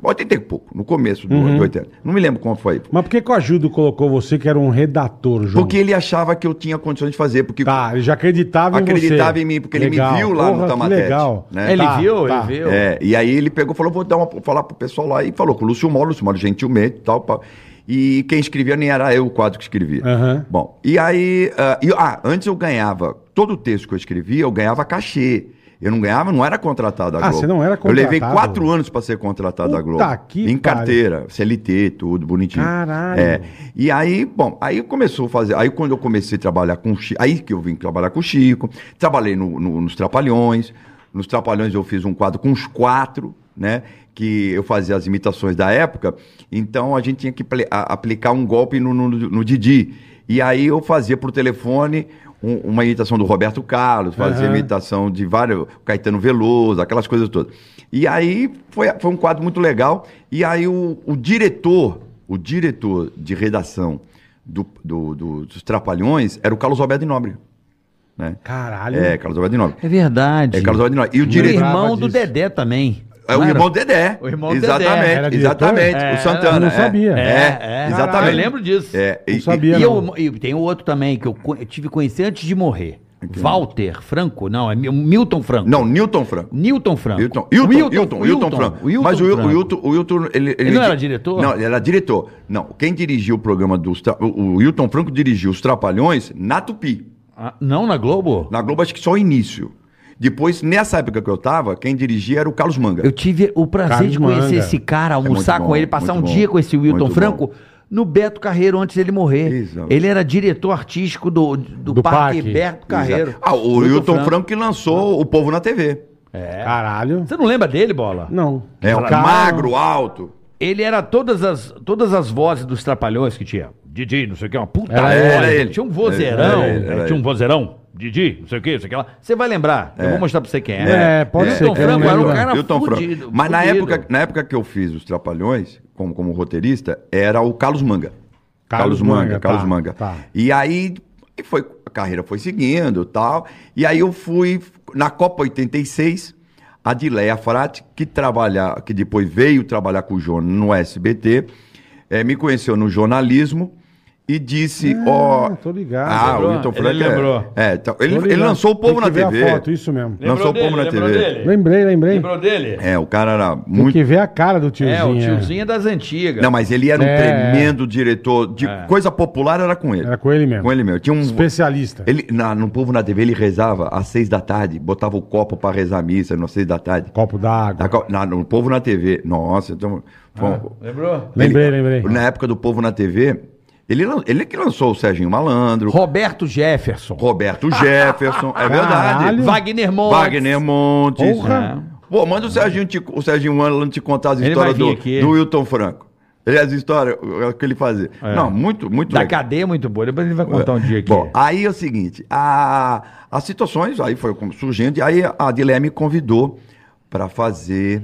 80 e pouco, no começo do, do 80. Não me lembro quando foi.
Mas por que, que o Ajudo colocou você que era um redator, João?
Porque ele achava que eu tinha condições de fazer, porque
Tá, ele já acreditava em você.
Tipo, Acreditava em mim, porque ele me viu lá no
Porra, que
Tamatete,
legal.
né?
Ele
Tá,
viu,
tá.
ele viu.
É, e aí ele pegou e falou, vou dar uma, falar pro pessoal lá. E falou com o Lúcio Mauro, Lúcio Mauro gentilmente e tal. pá. E quem escrevia nem era eu o quadro que escrevia.
Aham.
Bom, e aí... ah, e- ah, antes eu ganhava... Todo o texto que eu escrevia, eu ganhava cachê. Eu não ganhava, não era contratado da
Ah,
Globo.
você não era
Eu levei
contratado?
quatro anos pra ser contratado da
Puta
Globo.
que
em
pariu.
carteira, CLT, tudo bonitinho.
Caralho.
É. E aí, bom, aí começou a fazer. Aí quando eu comecei a trabalhar com o Chico, aí que eu vim trabalhar com o Chico, trabalhei no- no- nos Trapalhões. Nos Trapalhões eu fiz um quadro com os quatro, né? Que eu fazia as imitações da época. Então a gente tinha que ple- a- aplicar um golpe no, no- no Didi. E aí eu fazia por telefone um- uma imitação do Roberto Carlos, fazia
Aham.
imitação de vários. Caetano Veloso, aquelas coisas todas. E aí foi, foi um quadro muito legal. E aí o, o diretor, o diretor de redação do, do- do- dos Trapalhões era o Carlos Alberto de Nóbrega. Né?
Caralho.
É, Carlos Alberto de Nóbrega.
É verdade.
É, Carlos Alberto de Nóbrega. E o
O
diretor.
lembrava
irmão do
disso.
Dedé também.
É o
Não era?
irmão Dedé.
O irmão Dedé.
exatamente,
Era diretor?
Exatamente.
É,
o Santana.
eu não
é.
sabia.
É,
É, é.
exatamente.
Eu lembro disso.
É,
Não
e-
sabia.
E
não.
eu, e tem o outro também que eu, co- eu tive que conhecer antes de morrer. Walter Franco, não, é Mil- Milton Franco.
e- não, Newton Franco.
Newton Franco.
Hilton, Hilton, Hilton, Hilton, Franco.
Franco. Hilton
Mas o, Hil-
Franco.
o Hilton, o Hilton ele,
Ele não era diretor?
Não, ele era diretor. Não, quem dirigiu o programa dos... Tra- O, o Hilton Franco dirigiu os Trapalhões na Tupi.
Ah, não, na Globo?
Na Globo, acho que só o início. Depois, nessa época que eu tava, quem dirigia era o Carlos Manga.
Eu tive o prazer
Carlos
de conhecer
Manga.
esse cara, almoçar
É muito
com
bom,
ele, passar um
muito bom,
dia com esse Wilton
muito bom.
Franco no Beto Carreiro antes dele morrer.
Isso.
Ele era diretor artístico do, do,
Do
Parque,
Parque.
Beto Carreiro.
Ah, o Hilton, Franco. que lançou
Ah.
o Povo na TV.
Caralho.
Você não lembra dele, Bola?
Não.
É, um
Cara-
magro, alto.
Ele era todas as, todas as vozes dos Trapalhões que tinha. Didi, não sei o que, uma puta
Era
voz.
ele,
era ele.
Tinha um vozeirão.
Era ele, era
é, tinha um
ele.
vozeirão. Didi, não sei o que, não sei o que lá. Você vai lembrar. Eu vou mostrar pra você quem é.
É, pode
Hilton
ser. que eu
Franco
não
era o
lembro.
cara-
um Hilton
fudido,
Franco. Mas na
fudido.
época, na época que eu fiz os Trapalhões, como, como roteirista, era o Carlos Manga.
Carlos
Carlos, Manga,
Manga,
Carlos
tá,
Manga.
tá.
E aí e foi, a carreira foi seguindo tal. E aí eu fui na Copa 86, a Adileia Frati, que trabalha, que depois veio trabalhar com o João no SBT, eh, me conheceu no jornalismo. E e disse, ó...
Ah, tô ligado.
Ah,
Lembrou?
o Hilton
Ele
Frank é-
lembrou.
É, então, ele,
Tô
ele
ligado.
lançou o povo
Tem
na
que ver
TV.
a foto, isso mesmo.
Não, sou pomo na
lembrou
TV.
dele?
Lembrei, lembrei.
Lembrou dele?
É, o cara era
Tem
muito...
que ver a cara do tiozinho.
É, o tiozinho é das antigas.
Não, mas ele era um
É.
tremendo diretor. De
É.
coisa popular era com ele.
Era com ele mesmo.
Com ele mesmo. Tinha um...
Especialista.
Ele, na- no povo na TV, ele rezava às seis da tarde, botava o copo pra rezar a missa, às seis da tarde.
Copo
Na
d'água.
co- na- no povo na TV. Nossa, então. foi um-
Lembrou?
ele-
Ah.
Né?
Lembrei, lembrei.
Na época do povo na TV, ele, lan- ele que lançou o Serginho Malandro,
Roberto Jefferson.
Roberto Jefferson. É
Caralho.
verdade.
Wagner Montes.
Wagner Montes.
Porra.
É. Pô, manda o Serginho, te, o Serginho Malandro te contar as
Ele
histórias
vai vir
do,
aqui.
do Wilton Franco. Ele, as histórias, o o que ele fazia.
É.
Não, muito, muito
Da cadeia é muito boa. Depois ele vai contar um dia aqui.
Bom, aí é o seguinte, a, as situações aí foi como surgindo, e aí a Dilé me convidou para fazer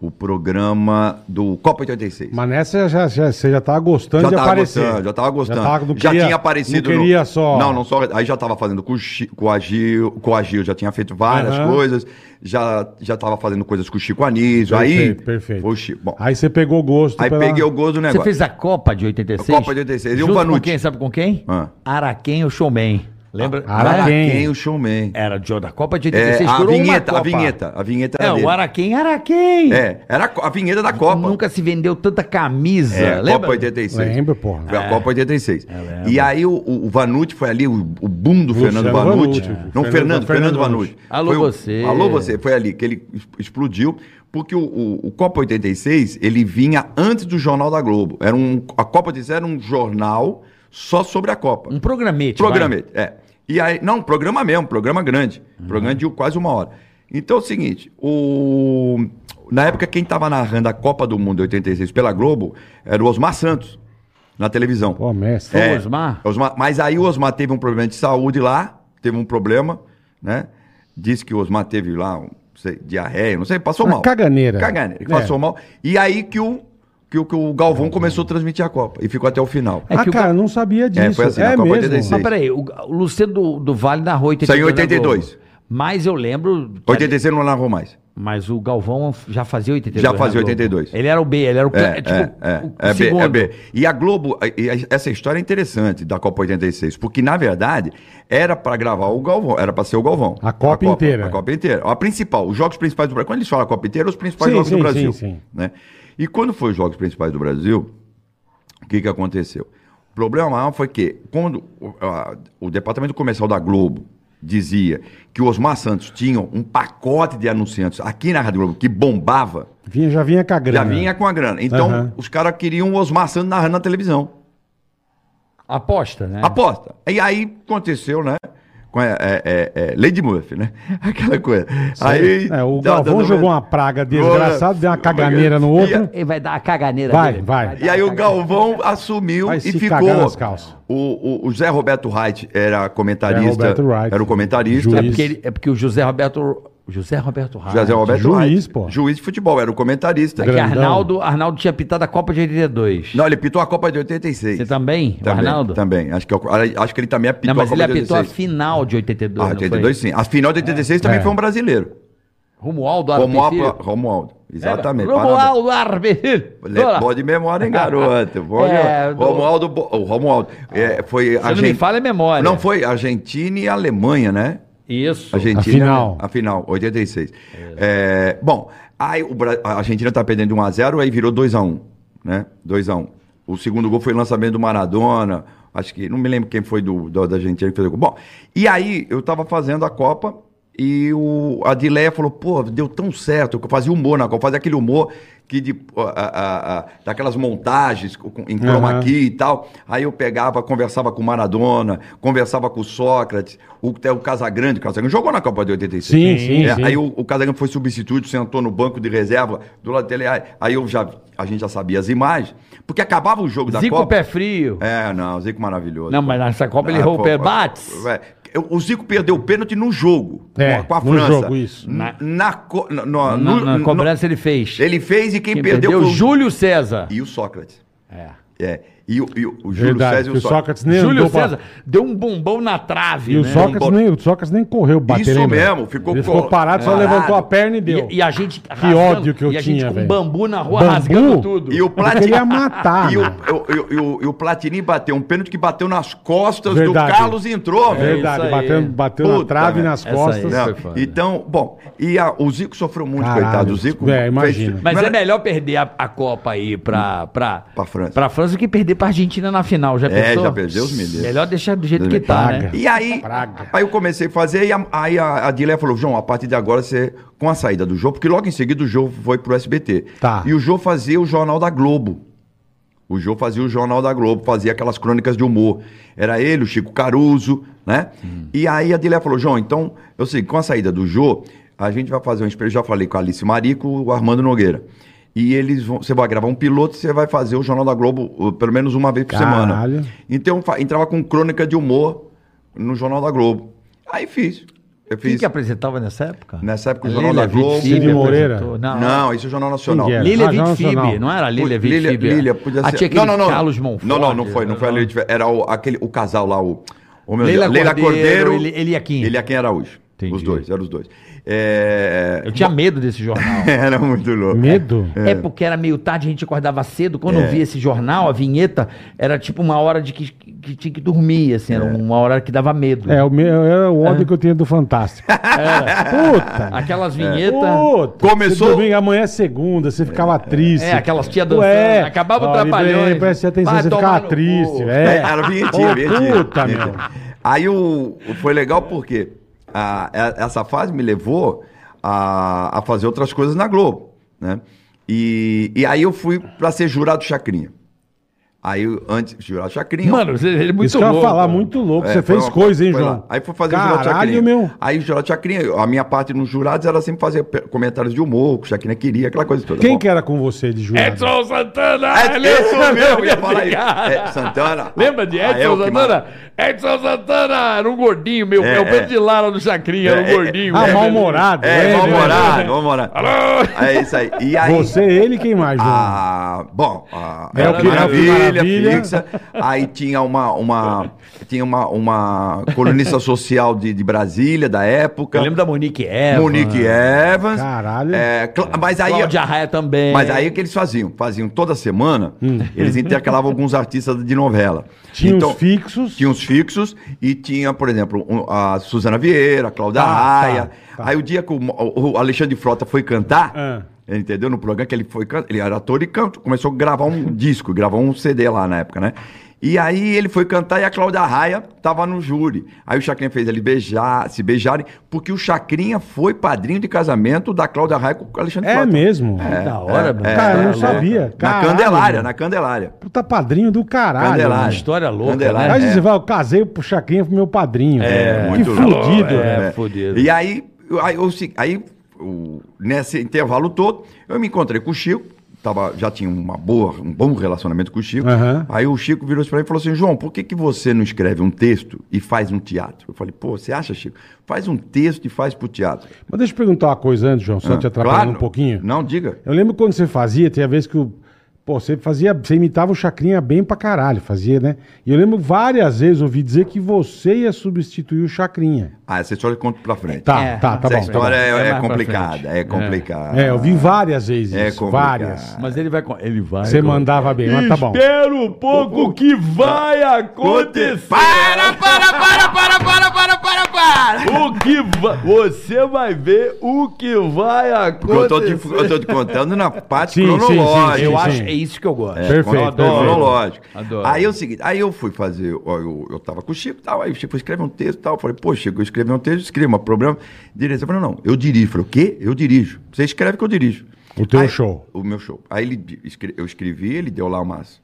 o programa do Copa 86.
Mas nessa já, já, você já tava gostando
já
de
tava
aparecer.
gostando, já tava gostando.
Já,
Já,
tava- não queria-
tinha aparecido.
Não
no-
queria só.
Não, não só. Aí já tava fazendo com o, Chi- com a Gil, com a Gil já tinha feito várias
Aham.
coisas. Já, já tava fazendo coisas com o Chico Anísio. aí.
Perfeito, perfeito.
Foi o Chico. Bom, aí
Aí você pegou o gosto. pela-
peguei o gosto do
Você
negócio.
fez a Copa de 86?
A Copa de 86. E o
Junto com
Vanucci?
quem? Sabe com quem?
Ah.
Araquém, o showman. Lembra?
Araquém.
Araquém, o showman.
É,
Era de- da Copa de
É,
86.
a
durou uma
vinheta, a
Copa.
vinheta, a vinheta
É,
era dele.
o Araquém, Araquém.
É, era a co- a vinheta da Copa.
Nunca se vendeu tanta camisa.
É,
lembra?
Copa 86.
Lembro, porra.
Foi a Copa 86. E aí o, o Vanucci foi ali, o, o boom do
Luciano
Fernando Vanucci.
Vanucci, é.
Não,
Fernando-
Fernando, Fernando,
Fernando
Vanucci.
Vanucci.
Alô,
Foi o-
você.
Alô você, foi ali que ele es- explodiu, porque o, o- o Copa 86, ele vinha antes do Jornal da Globo. Era um, a Copa 86 era um jornal só sobre a Copa.
Um programete. vai.
Programa, é. E aí, não, programa mesmo, programa grande.
Uhum.
Programa de quase uma hora. Então é o seguinte, o... na época quem estava narrando a Copa do Mundo 86 pela Globo era o Osmar Santos, na televisão.
Pô, mestre.
É,
Osmar?
Osmar- Mas aí o Osmar teve um problema de saúde lá, teve um problema, né? Disse que o Osmar teve lá, um, não sei, diarreia, não sei, passou
Uma
mal.
caganeira.
Caganeira, que
É.
passou mal. E aí que o, que, o- que o Galvão começou a transmitir a Copa e ficou até o final.
É
ah,
que o
cara,
cara-
eu não sabia disso. É,
foi assim, na Copa
mesmo.
86.
Mas peraí, o, o Luciano do, do Vale narrou 82.
Saiu em
na né, Globo.
82.
Mas eu lembro. que-
86 não narrou mais.
Mas o Galvão já fazia 82.
Já
na
fazia
Globo.
82.
né, Ele era o B, ele era o.
É,
tipo,
é, é,
o
é, B,
segundo.
é B. E a Globo, e a- essa história é interessante da Copa 86, porque na verdade era pra gravar o Galvão, era pra ser o Galvão.
A Copa inteira.
A Copa inteira. A principal, os jogos principais do Brasil. Quando eles falam Copa inteira, os principais
Sim,
jogos
sim,
do Brasil.
sim, sim.
Né? E quando foi os jogos principais do Brasil, o que, que aconteceu? O problema maior foi que, quando o, a- o departamento comercial da Globo dizia que o Osmar Santos tinha um pacote de anunciantes aqui na Rádio Globo que bombava,
Vinha, já vinha cagando.
já vinha com a grana. Então,
Aham.
os caras queriam o Osmar Santos narrando na televisão.
Aposta,
É.
né?
Aposta. E aí aconteceu, né? Com a, é, é, é, Lady Murphy, né? Aquela coisa. Aí,
É, o
tá
Galvão
dando-
jogou uma praga desgraçada, deu uma caganeira no outro.
Ele vai dar a caganeira
Vai,
dele.
vai.
dar
E
a
aí o
caganeira.
Galvão assumiu
Vai
e
se cagar
ficou.
nas calças.
O, o, o Zé Roberto Wright era
Zé
comentarista.
Roberto Wright.
Era o comentarista.
Juiz.
Juiz.
É porque, ele- é porque o José Roberto. José Roberto Ramos.
José Roberto
Ah, Juiz,
Wright.
pô.
Juiz de futebol, era o comentarista.
É que
Grandão.
Arnaldo, Arnaldo tinha pitado a Copa de 82.
Não, ele pitou a Copa de 86.
Você também? O
Também,
Arnaldo?
Também. Acho que, eu- acho que ele também apitou
Não, mas
a
ele
Copa de
apitou a
86.
final de 82.
Ah,
não foi?
82 sim. A final de 86 também
É.
foi um brasileiro.
Romualdo
Romualdo,
Arbefilho.
Romualdo. Exatamente. Parabéns.
É, Romualdo Arbefilho.
Le- Boa de memória, hein, garoto? Boa de-
É, do-
Romualdo. Bo- O Romualdo. é, foi
não me fala, é memória.
Não foi Argentina e Alemanha, né?
Isso.
Argentina.
A final.
A final, 86. É, bom, aí o Bra- a Argentina tá perdendo 1x0, aí virou 2x1, né? 2x1. O segundo gol foi lançamento do Maradona. Acho que. Não me lembro quem foi do, do- da Argentina que fez o gol. Bom, e aí eu tava fazendo a Copa. E o, a Dileia falou, pô, deu tão certo, que eu fazia humor na Copa, fazia aquele humor que de, a- a- a- daquelas montagens com- com- em chroma
Aham.
key e tal. Aí eu pegava, conversava com o Maradona, conversava com o Sócrates, o, até o Casagrande, o Casagrande jogou na Copa de 86.
Sim, sim,
É,
sim.
Aí o, o Casagrande foi substituto, sentou no banco de reserva do lado dele. Aí aí eu já, a gente já sabia as imagens, porque acabava o jogo da
Zico
Copa.
Pé Frio.
É, não, Zico maravilhoso.
Não, mas nessa Copa ele
Ah,
errou o
pô,
pé.
pô,
Bates.
é, eu- O Zico perdeu o pênalti no jogo.
É,
com a
no
França.
jogo, isso.
Na, na co- na-
Na,
no- no-
na
no-
cobrança ele fez.
Ele fez e quem,
Quem
perdeu, foi o
Júlio César.
E o Sócrates.
É.
É. E, o- e o Júlio
Verdade,
César e
que
o
o Sócrates nem
Júlio
andou pra-
César deu um bombão na trave,
E o
né?
Sócrates nem, o Sócrates nem correu bater.
Isso
lembra?
mesmo, ficou
Ele
co- Ah.
ficou parado, só
Parado.
levantou a perna e deu.
E, e a gente que
ódio que eu
e a gente
tinha,
com
velho.
bambu na rua
Bambu?
rasgando tudo.
E o
Porque ele
Platini.
ia matar.
E o,
né?
o- e o- e o- e o Platini bateu um pênalti que bateu nas costas
Verdade.
do Carlos e entrou, velho.
Verdade,
é aí.
bateu, bateu na
Puta,
trave e
né?
nas
Essa aí.
costas.
Não,
foi foda.
então, bom, e a- o Zico sofreu muito,
Caralho.
coitado. O Zico.
É, imagina.
fez-
Mas
não
é
era-
melhor perder a, a Copa aí pra, pra,
Pra França.
pra França do que perder pra Argentina na final. Já
É,
pensou?
já perdeu, Deus me livre.
Melhor deixar do jeito
Deus
que
me
tá,
paga.
né?
E aí,
Praga.
aí eu comecei a fazer, e a, aí a, a Dilé falou: João, a partir de agora você, com a saída do Jô, porque logo em seguida o Jô foi pro SBT.
Tá.
E o Jô fazia o Jornal da Globo. O Jô fazia o Jornal da Globo, fazia aquelas crônicas de humor. Era ele, o Chico Caruso, né?
Hum.
E aí a Dilé falou: João, então, eu sei, com a saída do Jô, a gente vai fazer um espelho. Já falei com a Alice Marico, o Armando Nogueira. E eles vão, você vai gravar um piloto e você vai fazer o Jornal da Globo uh, pelo menos uma vez por
Caralho.
semana. Então fa- entrava com crônica de humor no Jornal da Globo. Aí fiz. Eu
Quem
fiz.
que
é?
apresentava nessa época?
Nessa época o Jornal da Globo.
Cid Moreira.
Não,
Não, isso é o Jornal Nacional.
Quem que era?
Lilia
Ah, Jornal
Vitfib,
Nacional.
não era a Lilia Vitfib?
Lília, Lília, podia
A
ser.
tia que Ah, Carlos Monfort. né?
Não, não, não foi, não foi a Lília. de Fe- Era o, aquele, o casal lá, o. o meu
Leila
Deus, Leila
Cordeiro, é
Cordeiro. é
Eli- Eliakim.
Eliakim Araújo.
Entendi.
Os dois, eram os dois. É,
Eu tinha medo desse jornal.
Era muito louco.
Medo?
É. porque era meio tarde, a gente acordava cedo. Quando
É.
eu via esse jornal, a vinheta, era tipo uma hora de que, que tinha que dormir, assim,
É.
era uma hora que dava medo.
É, o meu, era o ódio que eu tinha do Fantástico.
É.
Puta!
Aquelas vinhetas.
Puta!
Começou-
Você Domingo, amanhã é segunda, você ficava triste.
É, aquelas tia dançando.
Ué,
Acabava
olha,
atrapalhando.
bem, Preste atenção,
Vai
você
tomar
ficava
no
triste.
cu.
É.
Né? Era vinhetinha,
Ô,
vinhetinha.
Puta, meu.
vinhetinha. Aí o, o- foi legal porque a- a- essa fase me levou a, a fazer outras coisas na Globo, né? E, e aí eu fui pra ser jurado chacrinha. Aí eu- antes, jurado chacrinha...
Mano, você- ele é muito
Isso que eu
louco.
ia falar, muito louco.
É,
você
foi
fez
uma-
coisa, hein,
foi
João?
lá. Aí foi fazer o Jurado
Caralho,
Chacrinha.
meu.
Aí o Jurado Chacrinha, a minha parte nos jurados era sempre fazer pe- comentários de humor, que o Chacrinha queria, aquela coisa toda.
Quem
Bom,
que é? era com você de Ah, João?
Edson Santana!
É,
ele
isso mesmo, eu ia
meu
falar isso.
cara.
É, Santana.
Lembra de
Ah, é
Edson
o que
Santana? Edson Santana era um gordinho, meu.
É,
É, o
é.
pé de Lara do Chacrinha, era um
É, é,
gordinho.
Ah,
velho.
mal-humorado.
É, vamos morar,
verdade.
vamos morar.
Alô?
É isso aí. E aí
Você, ele e quem mais, João?
Ah, bom, a
É o
Era
que-
Maravilha,
Maravilha.
fixa. Aí tinha uma, uma, tinha uma, uma colunista social de, de Brasília da época.
Eu lembro da Monique Eva.
Monique Evans.
Caralho.
É, cla- mas aí.
Cláudia Raia também.
Mas aí o que eles faziam? Faziam toda semana, eles intercalavam alguns artistas de novela.
Hum. Tinha uns fixos.
então, Tinha um uns fixos e tinha, por exemplo, um- a Suzana Vieira, a Cláudia
Tá,
Raia.
tá, tá.
Aí o dia que o, Mo- o Alexandre Frota foi cantar,
Ah.
ele entendeu? No programa que ele foi can- ele era ator e canto, começou a gravar um disco, gravar um CD lá na época, né? E aí ele foi cantar e a Cláudia Raia tava no júri. Aí o Chacrinha fez eles beijar, se beijarem, porque o Chacrinha foi padrinho de casamento da Cláudia Raia com o Alexandre
É
Frota.
mesmo?
Que da hora, mano.
Cara, eu não
é,
sabia.
Na
Caralho,
Candelária,
mano.
na Candelária.
Puta padrinho do caralho.
Candelário.
mano.
História louca, né?
Candelário,
Aí
é.
você fala, eu casei pro Chacrinha pro meu padrinho. velho. que
muito louco.
fudido,
É,
velho.
É.
fudido.
E aí, eu- aí, eu se- aí, o- nesse intervalo todo, eu me encontrei com o Chico. Tava, já tinha uma boa, um bom relacionamento com o Chico.
Aham.
Aí o Chico virou para mim e falou assim: João, por que, que você não escreve um texto e faz um teatro? Eu falei: pô, você acha, Chico? Faz um texto e faz pro teatro.
Mas deixa eu perguntar uma coisa antes, João, só te atrapalhando um pouquinho.
Ah, Não, diga.
Eu lembro quando você fazia, tinha vez que o. Pô, você fazia. Você imitava o Chacrinha bem pra caralho, fazia, né? E eu lembro várias vezes ouvi dizer que você ia substituir o Chacrinha.
Ah, essa história eu conto pra frente.
Tá,
É,
tá, tá bom.
essa
tá
história
É
é, é
mais pra
complicada, é
bom.
complicada.
É, eu vi várias vezes
É
isso.
complicado. É
Várias.
Mas ele vai. com- Ele vai.
Você
com-
mandava bem, mas tá bom.
Espera um pouco que vai acontecer.
Para, para, para, para, para, para, para, para!
O que vai. Você vai ver o que vai
Porque eu tô, te,
acontecer.
eu tô te contando na parte
Sim, sim, sim,
cronológica.
sim,
Eu
sim.
acho é isso que eu gosto.
É,
Perfeito,
cron-
adoro.
Cronológico.
Adoro.
Aí é o seguinte, aí eu fui fazer, ó, eu, eu tava com o Chico e tal, aí o Chico escreve um texto e tal. Eu falei, pô, Chico, eu escrevi um texto, escrevi um programa. Direção, eu falei, não, eu dirijo. Eu Falei, o quê? Eu dirijo. Você escreve que eu dirijo.
O teu
Aí-
show.
O meu show. Aí ele, di- escre- eu escrevi, ele deu lá umas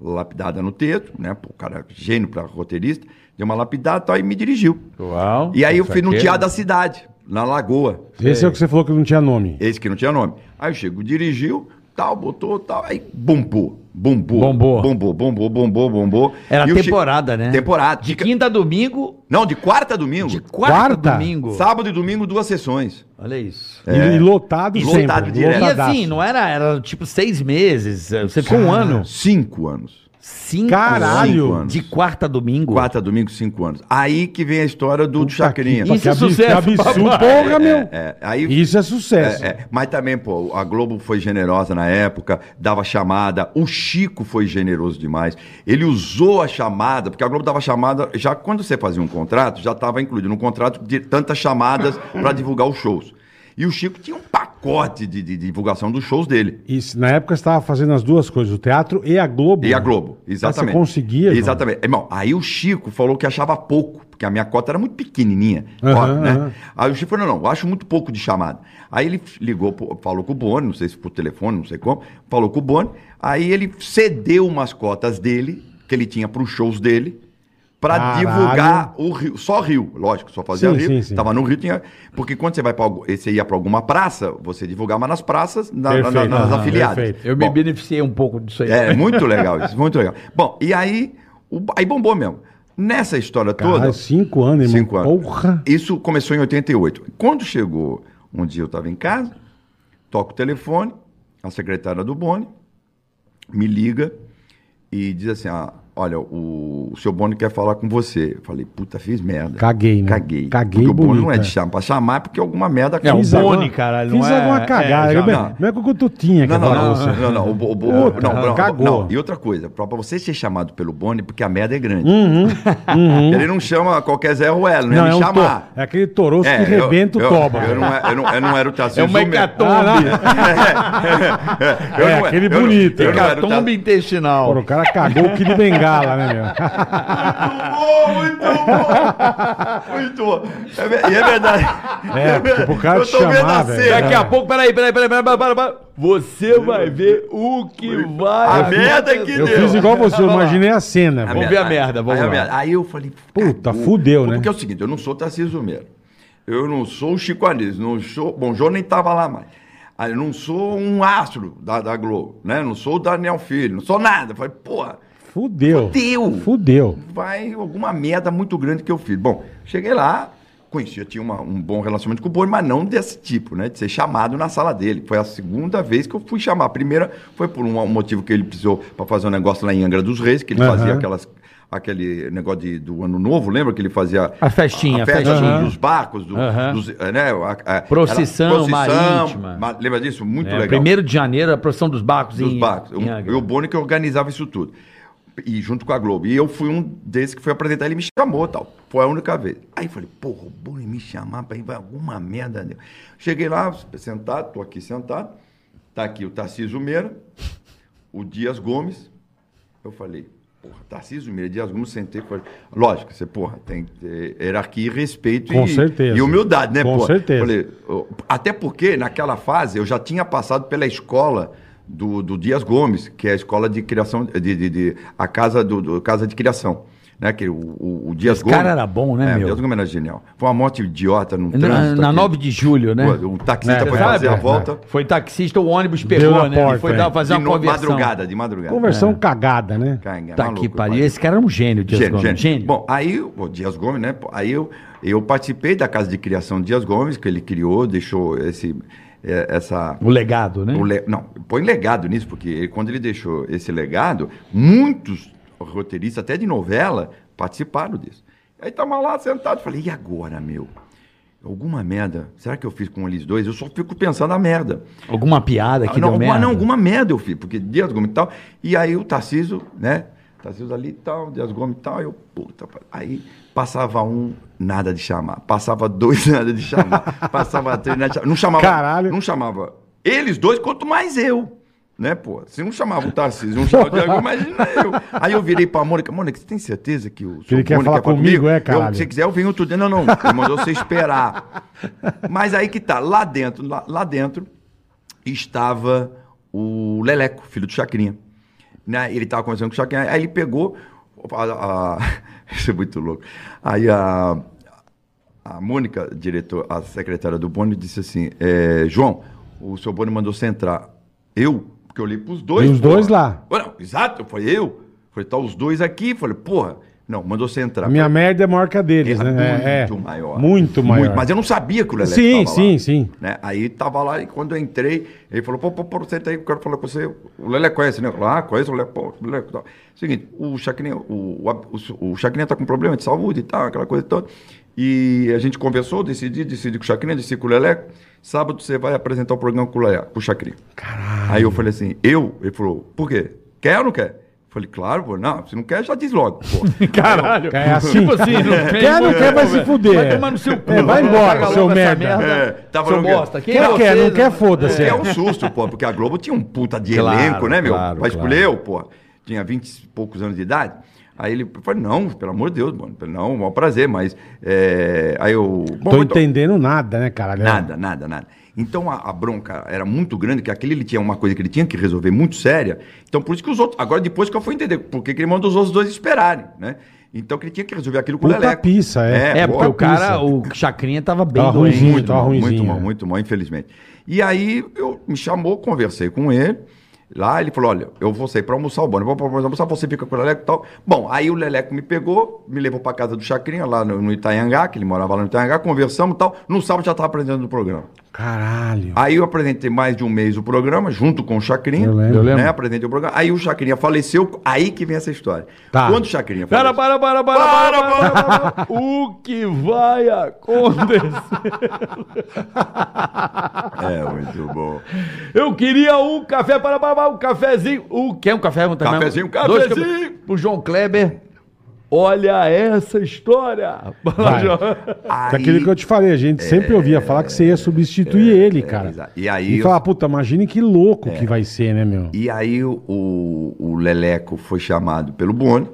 lapidadas no texto, né? Pô, o cara é gênio pra roteirista, deu uma lapidada e tal, e me dirigiu.
Uau,
E aí eu
é
fui no
saquei.
Teatro da Cidade, na Lagoa.
Esse é o que você falou que não tinha nome.
Esse que não tinha nome. Aí o Chico dirigiu, tal, botou, tal, aí bombou. Bombou.
Bombou.
Bombou, bombou, bombou, bombou.
Era
E o Chico-
temporada, né?
Temporada.
De quinta a domingo,
Não, de quarta a domingo.
de quarta,
Quarta?
a domingo.
Sábado e domingo, duas sessões.
Olha isso.
É.
E, e lotado
Lotado
sempre.
direto.
E é
lotadaço.
assim, não era, era tipo seis meses. Você ficou um ano.
Cinco anos.
Cinco
Caralho!
anos. De quarta a domingo?
Quarta, domingo, cinco anos. Aí que vem a história do, do
Tá
Chacrinha.
Isso que é sucesso. absurdo, porra, meu.
É, aí-
Isso é sucesso.
É, é. Mas também, pô, a Globo foi generosa na época, dava chamada. O Chico foi generoso demais. Ele usou a chamada, porque a Globo dava chamada. Já quando você fazia um contrato, já estava incluído no contrato de tantas chamadas para divulgar os shows. E o Chico tinha um pacote de, de divulgação dos shows dele.
E se- na época você estava fazendo as duas coisas, o teatro e a Globo.
E a Globo,
Mas
exatamente.
Você conseguia? João?
Exatamente. Irmão, aí o Chico falou que achava pouco, porque a minha cota era muito pequenininha.
Aham,
cota, né?
aham.
Aí o Chico falou, não, não, eu acho muito pouco de chamada. Aí ele ligou, pro- falou com o Boni, não sei se por telefone, não sei como, falou com o Boni, aí ele cedeu umas cotas dele, que ele tinha para os shows dele, para
Caralho.
divulgar o Rio, só Rio, lógico, só fazia
Sim,
Rio,
sim, sim.
tava no Rio, tinha, porque quando você vai para você ia para alguma praça, você divulgava nas praças, na- na-
Perfeito,
nas
aham,
afiliadas.
perfeito.
Eu me
Bom,
beneficiei um pouco disso aí.
é, muito legal isso, muito legal. Bom, e aí, o- aí bombou mesmo. Nessa história
Caralho,
toda,
cinco anos, irmão.
cinco anos.
Porra.
Isso começou em 88. Quando chegou, um dia eu estava em casa, toco o telefone, a secretária do Boni me liga e diz assim: ah, olha, o, o seu Boni quer falar com você. Eu falei, puta, fiz merda.
Caguei, né?
Caguei.
Caguei
Porque o Boni
bonito,
não é de
é.
chamar, pra chamar, porque alguma merda
É, o
aconteceu.
Boni,
alguma-
caralho, não
Fiz
é-
alguma
é,
cagada.
já-
não,
não.
não é que o Cotutinha que
Não, não,
falou
não,
você.
não, não, o bo- o bo-
Puta,
não, não,
cagou.
não, E outra coisa, pra pra você ser chamado pelo Boni, porque a merda é grande. Ele não chama qualquer Zé Ruelo,
Uhum,
né?
Não,
Me
é, um
chamar.
to- é aquele toroço
É,
que
eu-
rebenta
eu-
o toba. Ah,
Eu, não, é- eu, não, eu não era o Tarcísio
É
um
uma
Meira.
hecatombe.
É,
É, aquele bonito,
Eu não era o
Hecatombe
Tarcísio.
intestinal.
Porra, o cara cagou o que de bengala, né, meu?
Bom, Muito bom! Muito bom! É ve- E é verdade.
É, tipo, o cara
eu
te
tô vendo
chamar,
a
velho.
cena.
Daqui a pouco, peraí, peraí, peraí, peraí, peraí, peraí, peraí. Você vai ver o que vai
A merda é que
Eu
deu.
fiz igual você, eu imaginei a cena.
A
velho.
né? Vamos ver a merda, vamos
aí, a
lá.
merda. Aí eu falei,
Puta,
cagou.
fudeu, né?
Porque é o seguinte, eu não sou Tarcísio Meira. Eu não sou o Chico Anísio, não sou, bom, João nem tava lá mais. Aí eu não sou um astro da, da Globo, né? Não sou o Daniel Filho, não sou nada. Eu falei, porra,
Fudeu.
Fudeu.
Fudeu.
vai alguma merda muito grande que eu fiz. Bom, cheguei lá, conhecia, tinha uma- um bom relacionamento com o Boni, mas não desse tipo, né? De ser chamado na sala dele. Foi a segunda vez que eu fui chamar. A primeira foi por um, um motivo que ele precisou para fazer um negócio lá em Angra dos Reis, que ele
Aham.
fazia aquelas. Aquele negócio de- do ano novo, lembra que ele fazia
A festinha,
a, a festa
a festinha.
dos- dos barcos, do,
Aham.
dos, eh, né, a- a-
Procissão marítima.
ma- Lembra disso? Muito
É,
legal
primeiro de janeiro, a procissão dos barcos
dos
em,
barcos.
em
Um-
Angra.
e o Boni que organizava isso tudo. E junto com a Globo. E eu fui um desses que foi apresentar, ele me chamou tal. Foi a única vez. Aí eu falei, porra, o Boni me chamar pra ir, vai alguma merda. né? Cheguei lá, sentado, tô aqui sentado. Tá aqui o Tarcísio Meira, o Dias Gomes. Eu falei, porra, Tarcísio Meira, Dias Gomes, sentei. Falei, lógico, você, porra, tem que ter hierarquia e respeito
Com
e,
certeza.
e humildade, né,
Com
porra?
certeza.
Falei, eu- Até porque, naquela fase, eu já tinha passado pela escola do, do Dias Gomes, que é a escola de criação, de, de- de- a casa, do, do- casa de criação. Né? Que o, o, o Dias Gomes.
cara era bom, né,
é,
meu?
O Dias Gomes era genial. Foi uma morte idiota num
Na,
trânsito.
na
aqui.
9 de julho, né?
Pô, O taxista
É,
foi
sabe?
fazer a
É,
volta.
Foi taxista, o ônibus
Deu
pegou,
na
né? Ele
porta,
foi
é.
dar, fazer
de
uma
no-
conversão.
madrugada, de madrugada.
Conversão cagada, né?
É. Cagada,
Tá
maluco,
que
pai.
pariu. Esse cara era um gênio, Dias
Gênio,
Gomes.
gênio.
Gênio.
Bom, aí o Dias Gomes, né? pô, Aí eu, eu participei da casa de criação de Dias Gomes, que ele criou, deixou esse, eh, essa.
o legado, né?
o le- não, põe legado nisso, porque ele- quando ele deixou esse legado, muitos roteiristas, até de novela, participaram disso. Aí tava lá sentado, falei, e agora, meu? Alguma merda? Será que eu fiz com eles dois? Eu só fico pensando a merda.
Alguma piada que
Ah,
deu
não, alguma,
merda.
não, alguma merda eu fiz, porque Dias Gomes e tal. E aí o Tarciso, né? Tarciso ali e tal, Dias Gomes e tal. Eu, puta, pa- aí passava um, nada de chamar. Passava dois, nada de chamar. passava três, nada de chamar. Não chamava.
Caralho.
Não chamava eles dois, quanto mais eu. Né, pô? Se não chamava o Tarcísio, não chamava o Dias Gomes, imagina eu. Aí eu virei pra Mônica, Mônica, você tem certeza que o
ele quer
Mônica
falar comigo, é,
Eu,
caralho?
se quiser, eu venho outro dia. Não, não, ele mandou você esperar. Mas aí que tá, lá dentro, lá- lá dentro, estava o Leleco, filho do Chacrinha. Né? Ele estava conversando com o Chacrinha, aí ele pegou. a- a- isso é muito louco. Aí a, a Mônica, diretor, a secretária do Boni, disse assim: é, João, o seu Boni mandou você entrar. Eu? Porque eu olhei pros dois.
E os dois lá.
Ué, não, exato, foi eu. Falei, tá os dois aqui. Falei, porra, Não, mandou você entrar.
A minha média é maior que a deles,
Era
né? É, é.
muito maior.
Muito maior.
mas eu não sabia que o Lelé
Sim,
tava
sim,
lá,
sim.
Né? Aí tava lá e quando eu entrei, ele falou, pô, pô, pô, senta aí, eu quero falar com você. O Lelé conhece, né? Eu falei, ah, conheço o Lelé, pô, o Lelé, tal. Seguinte, o Chacrinha, o, o, Ab- o, o Chacrinha tá com problema de saúde e tal, aquela coisa toda. E a gente conversou, decidi, decidi com o Chacrinha, decidi com o Lelé. Sábado você vai apresentar o programa com o Lelé, com o Chacrinha. Caralho. Aí eu falei assim, eu? Ele falou, por quê? Quer ou não quer? Eu Falei, claro, pô, não, se não quer, já diz logo, pô.
Caralho.
É assim.
Tipo assim, não tem-
Quer, não quer, vai
né?
se fuder.
Vai tomar no seu cu.
É, vai embora,
Paga
seu
logo essa
merda.
É, tava
seu
no lugar.
bosta. Quem
Quer,
é você,
quer, não
né?
quer, foda-se.
É
é.
um susto, pô, porque a Globo tinha um puta de
Claro,
elenco, né, meu?
claro,
Mas
claro.
escolher eu, pô. Tinha 20 e poucos anos de idade. Aí ele falou, não, pelo amor de Deus, mano. Não, é um prazer, mas... é, Aí eu... Bom,
Tô
então-
entendendo nada, né, caralho?
Nada, nada, nada. Então a, a bronca era muito grande, que aquele ele tinha uma coisa que ele tinha que resolver muito séria. Então por isso que os outros. Agora depois que eu fui entender por que que ele mandou os outros dois esperarem, né? Então que ele tinha que resolver aquilo com o
Puta
Leleco.
pizza, é.
É,
pô,
porque o
pizza.
cara, o Chacrinha tava bem
Tava
doente.
ruimzinho,
muito
tava
mal,
ruimzinho,
muito mal,
é.
muito mal, infelizmente. E aí eu me chamou, conversei com ele. Lá ele falou: olha, eu vou sair para almoçar o Boni, vou pra almoçar, você fica com o Leleco e tal. Bom, aí o Leleco me pegou, me levou para casa do Chacrinha, lá no, no Itanhangá, que ele morava lá no Itanhangá, conversamos e tal. No sábado já estava apresentando o programa.
Caralho.
Aí eu apresentei mais de um mês o programa, junto com o Chacrinha.
Eu lembro. Eu
Né?
lembro.
Apresentei o programa. Aí o Chacrinha faleceu, aí que vem essa história.
Tá.
Quando o Chacrinha
Para,
faleceu-
para, para, para, para, para, para, para. O que vai acontecer?
É, muito bom.
Eu queria um café, para, para, para, um cafezinho. O que é um café? Um
Cafezinho,
Dois
cafezinho.
café- Pro João Kleber. Olha essa história.
Vai.
Aí- É,
Daquilo Tá que eu te falei, a gente sempre ouvia falar que você ia substituir ele, cara.
exato. E aí
E
eu- É.
falar, puta, imagine que louco que vai ser, né, meu?
E aí o, o Leleco foi chamado pelo Boni,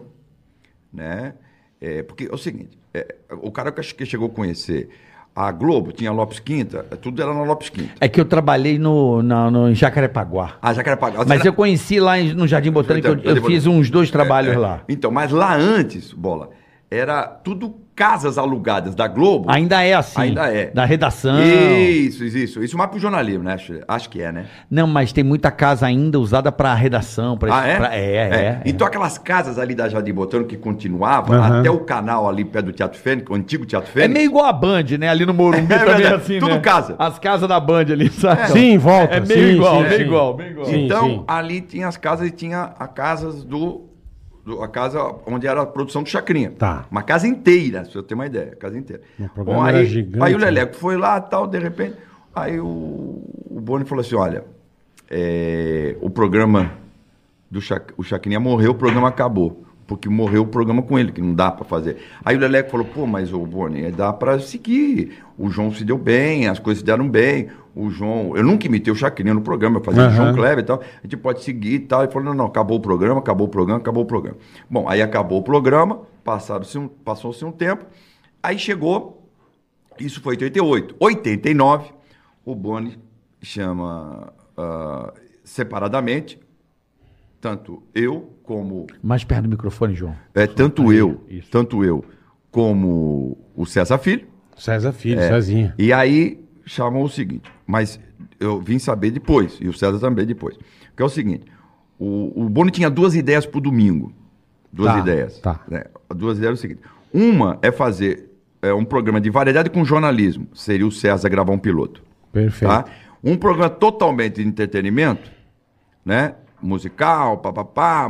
né? É, porque é o seguinte, é, o cara que acho que chegou a conhecer a Globo, tinha Lopes Quinta, tudo era na Lopes Quinta.
É que eu trabalhei no, na- no, em Jacarepaguá.
Ah, Jacarepaguá.
Mas eu conheci lá em- no Jardim Botânico, eu, eu fiz uns dois trabalhos lá.
Então, mas lá antes, bola, era tudo casas alugadas da Globo.
Ainda é assim.
Ainda é.
Da redação.
Isso, isso, isso. Isso mais pro jornalismo, né? Acho, acho que é, né?
Não, mas tem muita casa ainda usada pra redação. Pra,
Ah, é?
pra- é, é, é.
Então aquelas casas ali da Jardim Botânico que continuavam
Aham.
até o canal ali perto do Teatro Fênix, o antigo Teatro
É
Fênix.
meio igual a Band, né? Ali no Morumbi
É
também
verdade,
assim,
tudo
né?
casa.
As casas da Band ali, sabe?
Sim, volta.
É meio
sim,
igual,
sim,
meio
sim.
igual, meio igual.
Sim,
Então,
sim.
ali tinha as casas e tinha a casas do, do- A casa onde era a produção do Chacrinha.
Tá.
Uma casa inteira, se eu ter uma ideia, a casa inteira.
O programa era
aí,
gigante,
aí o
né?
Leleco foi lá tal, de repente. Aí o, o Boni falou assim: olha, é, o programa do Chac, o Chacrinha morreu, o programa acabou. Porque morreu o programa com ele, que não dá pra fazer. Aí o Leleco falou, pô, mas o Boni, é, dá pra seguir. O João se deu bem, as coisas se deram bem. O João. Eu nunca imitei o Chacrinha no programa, eu fazia o
Aham.
João Kleber e tal. A gente pode seguir e tal. Ele falou, não, não, acabou o programa, acabou o programa, acabou o programa. Bom, aí acabou o programa, passaram-se um- passou-se um tempo. Aí chegou isso foi 88. 89, o Boni chama ah, separadamente, tanto eu como.
Mais perto do microfone, João.
É, tanto eu, tanto eu como o César Filho.
César Filho,
É.
Cezinha.
E aí chamou o seguinte, mas eu vim saber depois, e o César também depois. Que é o seguinte: o, o Boni tinha duas ideias pro domingo. Duas
Tá,
ideias.
tá.
né? Duas ideias é o seguinte: uma é fazer é, um programa de variedade com jornalismo. Seria o César gravar um piloto.
Perfeito.
Tá? Um programa totalmente de entretenimento, né? Musical, papapá,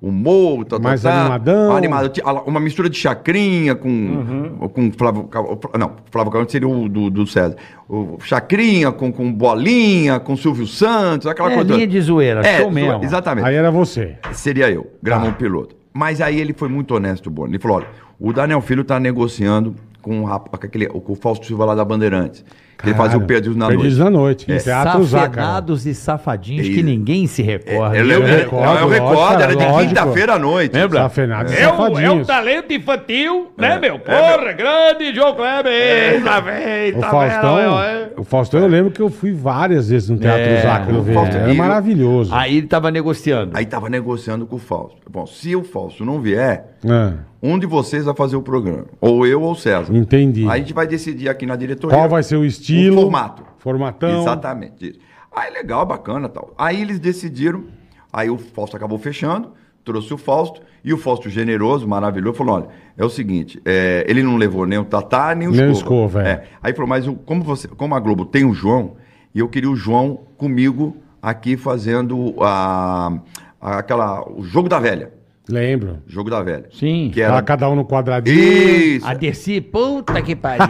humor, tá, tá,
Mais
tá.
animadão. Uhum.
Animado. Ti- ala- Uma mistura de chacrinha com, com Flávio Cal- Não, Flávio Calvão seria o do, do César. O chacrinha com, com bolinha, com Silvio Santos, aquela
É,
coisa.
linha de zoeira,
É,
show mesmo.
Exatamente
Aí Ah. era você.
seria eu, gravar um piloto. Mas aí ele foi muito honesto, o Boni. Ele falou: olha, o Daniel Filho tá negociando com o, rapa- com aquele, com o Fausto Silva lá da Bandeirantes. que ele fazia o Perdidos na
Perdidos
Noite. É.
na noite. Em Teatro Zaca.
Safenados e safadinhos
E-
que ninguém se recorda. né?
É, Eu lembro-
Eu
eu-
recordo,
eu recordo,
lógico,
é era de
É lógico.
quinta-feira à noite.
Safenados e
É o, é o
Safadinhos.
talento infantil,
É,
né, meu? Porra, grande João Kleber! Eita, véi,
O
tá
Faustão, o Faustão, eu lembro que eu fui várias vezes no Teatro
É,
Zaca no
o
verão.
Faustão-
Era
e-
Uhum.
maravilhoso.
Aí ele tava negociando.
Aí tava negociando com o Fausto. Bom, se o Fausto não vier,
Ah,
um de vocês vai fazer o programa. Ou eu ou o César.
entendi.
Aí a gente vai decidir aqui na diretoria.
Qual vai ser o estilo?
O formato.
Formatão.
Exatamente. Isso. Aí legal, bacana tal. Aí eles decidiram, aí o Fausto acabou fechando, trouxe o Fausto, e o Fausto generoso, maravilhoso, falou, olha, é o seguinte, é, ele não levou nem o Tatá, nem o
Nem o
Escova.
Escova, é.
Aí falou, mas o- como, você, como a Globo tem o João, e eu queria o João comigo aqui fazendo a, a- aquela, o Jogo da Velha.
Lembro.
Jogo da Velha.
Sim.
Que era...
Tá cada um no quadradinho.
Isso!
A Dercy, puta que pariu.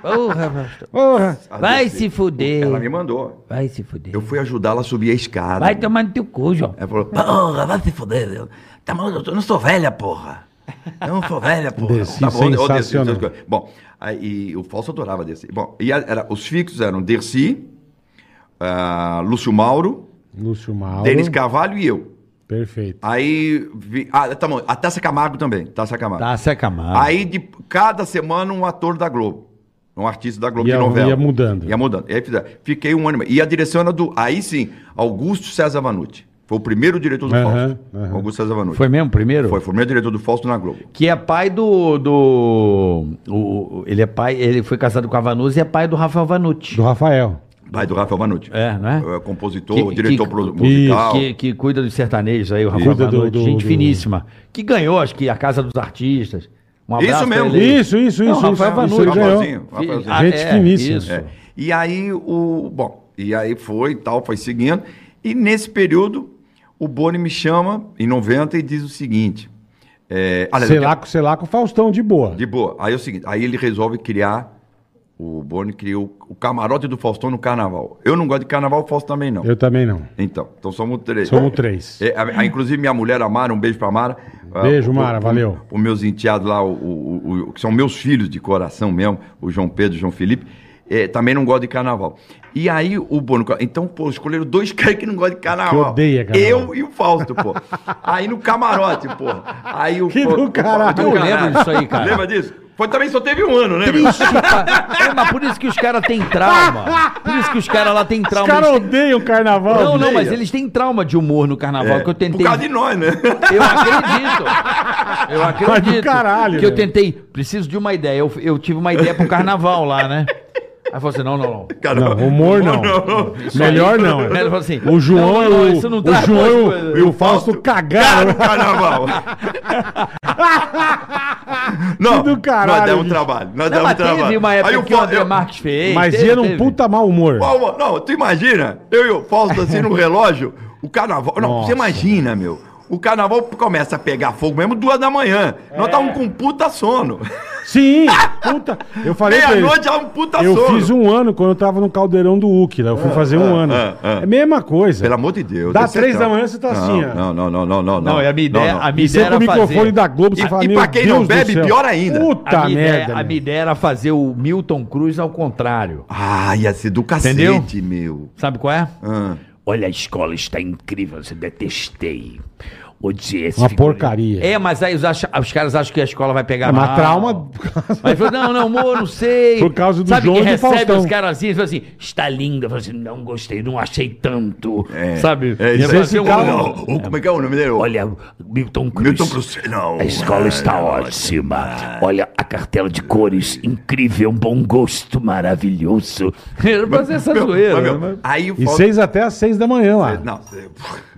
Porra, pastor.
Porra.
A
Vai
Dercy.
se fuder.
Ela me mandou.
Vai se fuder.
Eu fui ajudá-la a subir a escada.
Vai tomar no teu cu, João.
Ela falou,
Porra, vai se foder. Eu- Tá maluco? Eu não sou velha, porra. Eu não sou velha, porra.
Desci
Tá bom, ô, Dercy,
sensacional.
essas coisas. Bom, aí e o Falso adorava Dercy. Bom, e a- era- os fixos eram Dercy, ah, Lúcio Mauro,
Lúcio Mauro.
Denis Carvalho e eu.
Perfeito.
Aí, vi- ah, tá bom, a Tássia Camargo também, Tássia Camargo.
Tá, se acamar.
Aí, de cada semana, um ator da Globo. Um artista da Globo
Ia-
de novela.
ia mudando.
Ia mudando. E aí fizeram. Fiquei um ano. e meio. E a direção era do. Aí sim, Augusto César Vanucci. Foi o primeiro diretor do
Aham,
Fausto.
aham.
Augusto César Vanucci.
Foi mesmo primeiro?
Foi, foi o primeiro diretor do Fausto na Globo.
Que é pai do. do o- o- ele é pai. Ele foi casado com a Vanucci e é pai do Rafael Vanucci.
Do Rafael.
Pai do Rafael Vanucci.
É, não é?
É, Compositor,
Que-
diretor
que-
pro- musical.
Que, que cuida dos sertanejos aí, o Rafael
Cuida do-
Vanucci.
do-
gente
do-
finíssima. Que ganhou, acho que, a Casa dos Artistas. Um abraço
Isso
pra
mesmo.
ele.
Isso, isso,
Não,
isso. isso,
Rafael
isso
Vanucci.
ele ganhou.
Rafaelzinho, Rafaelzinho.
Ah,
Gente
é,
finíssima.
isso.
É. E aí o. Bom, e aí foi e tal, foi seguindo. E nesse período, o Boni me chama em 90 e diz o seguinte. É, aliás, eu
Selaco, Selaco, Faustão, de boa.
tenho- de boa. Aí é o seguinte, aí ele resolve criar. O Boni criou o camarote do Faustão no carnaval. Eu não gosto de carnaval, o Fausto também não.
Eu também não.
Então, então somos três.
Somos três.
É, a- a- inclusive, minha mulher, a Mara, um beijo pra Mara. Ah,
Beijo,
o-
Mara,
o-
valeu.
Os meus enteados lá, o, o- o- o- que são meus filhos de coração mesmo, o João Pedro e o João Felipe, eh, também não gostam de carnaval. E aí, o Bono. Então, pô, escolheram dois caras que não gostam de carnaval.
Que odeia carnaval.
Eu e o Fausto, pô. aí no camarote, pô. Aí o.
Que
pô,
do
o-
caralho.
do
Eu
caralho.
lembro disso aí, cara.
Lembra disso? Foi também só teve um ano, né, meu?
Triste, pá. É, mas por isso que os caras têm trauma. Por isso que os caras lá têm
Os
trauma.
caras
Eles têm-
odeiam o carnaval.
Não, não,
odeiam.
mas eles têm trauma de humor no carnaval, que eu
É. Por
tentei
causa de nós, né?
Eu acredito. Eu acredito.
Mas do caralho, né?
que eu
meu.
tentei, preciso de uma ideia. Eu, eu tive uma ideia pro carnaval lá, né? Aí falou assim: não, não, não.
Não, humor não. Melhor não.
Ele falou assim,
O João
não,
é
não,
o.
isso não
O
traz
João
boas
e o-
coisas.
e o Fausto
Cara,
cagaram.
o carnaval. não,
Que do caralho,
nós demos
gente.
trabalho. Nós
Não,
demos
mas
trabalho.
teve uma
Aí
época
o
que o
Fausto,
André
eu,
Marques fez.
Mas
teve,
ia num
teve.
puta mau humor.
Pô, não, tu imagina, eu e o Fausto assim no relógio, o carnaval. Não,
Nossa.
você imagina, meu. O carnaval começa a pegar fogo mesmo duas da manhã. Nós estávamos com um puta sono.
Sim, puta. Eu falei pra ele.
Meia-noite já um puta
Eu
sono.
fiz um ano quando eu tava no caldeirão do Uki, lá. Eu fui fazer um ano.
ah, ah.
É a mesma coisa.
Pelo amor de Deus.
Dá
deve ser
três
calma.
da manhã você tá
Não,
assim, ó.
Não, não, não, não, não.
Não, e a minha
Não,
ideia,
não.
A minha
E
ideia
você com
era
o microfone
fazer.
da Globo, você
E-
fala,
e
meu
pra quem não
Deus do
bebe,
céu.
pior ainda.
Puta
A minha,
merda.
ideia, a
meu.
minha ideia era fazer o Milton Cruz ao contrário.
Ah, ia ser do cacete,
Entendeu?
meu.
Sabe qual é?
Ah.
Olha, a escola está incrível, eu detestei. Odiei esse
Uma
figurino.
porcaria.
É, mas aí os, acha- os caras acham que a escola vai pegar
É, Mas
mal.
trauma-
Aí falou, não, não, amor, não sei.
Por causa do
Sabe
João
que
e do
recebe
Faustão.
os caras assim, eles falam assim,
Está linda, eu falei assim, não gostei, não achei tanto.
É.
sabe?
É,
Ia
isso
fazer
aí.
um-
Não, o- Como é que é o nome dele?
Olha, Milton Cruz.
Milton Cruz. Não. é.
A escola está ótima. Olha a cartela de cores,
É.
incrível, um bom gosto, maravilhoso.
Era pra ser essa
Meu,
zoeira.
mas, meu,
né?
Aí o
E
Fausto-
seis até às seis da manhã lá.
Não, eu- eu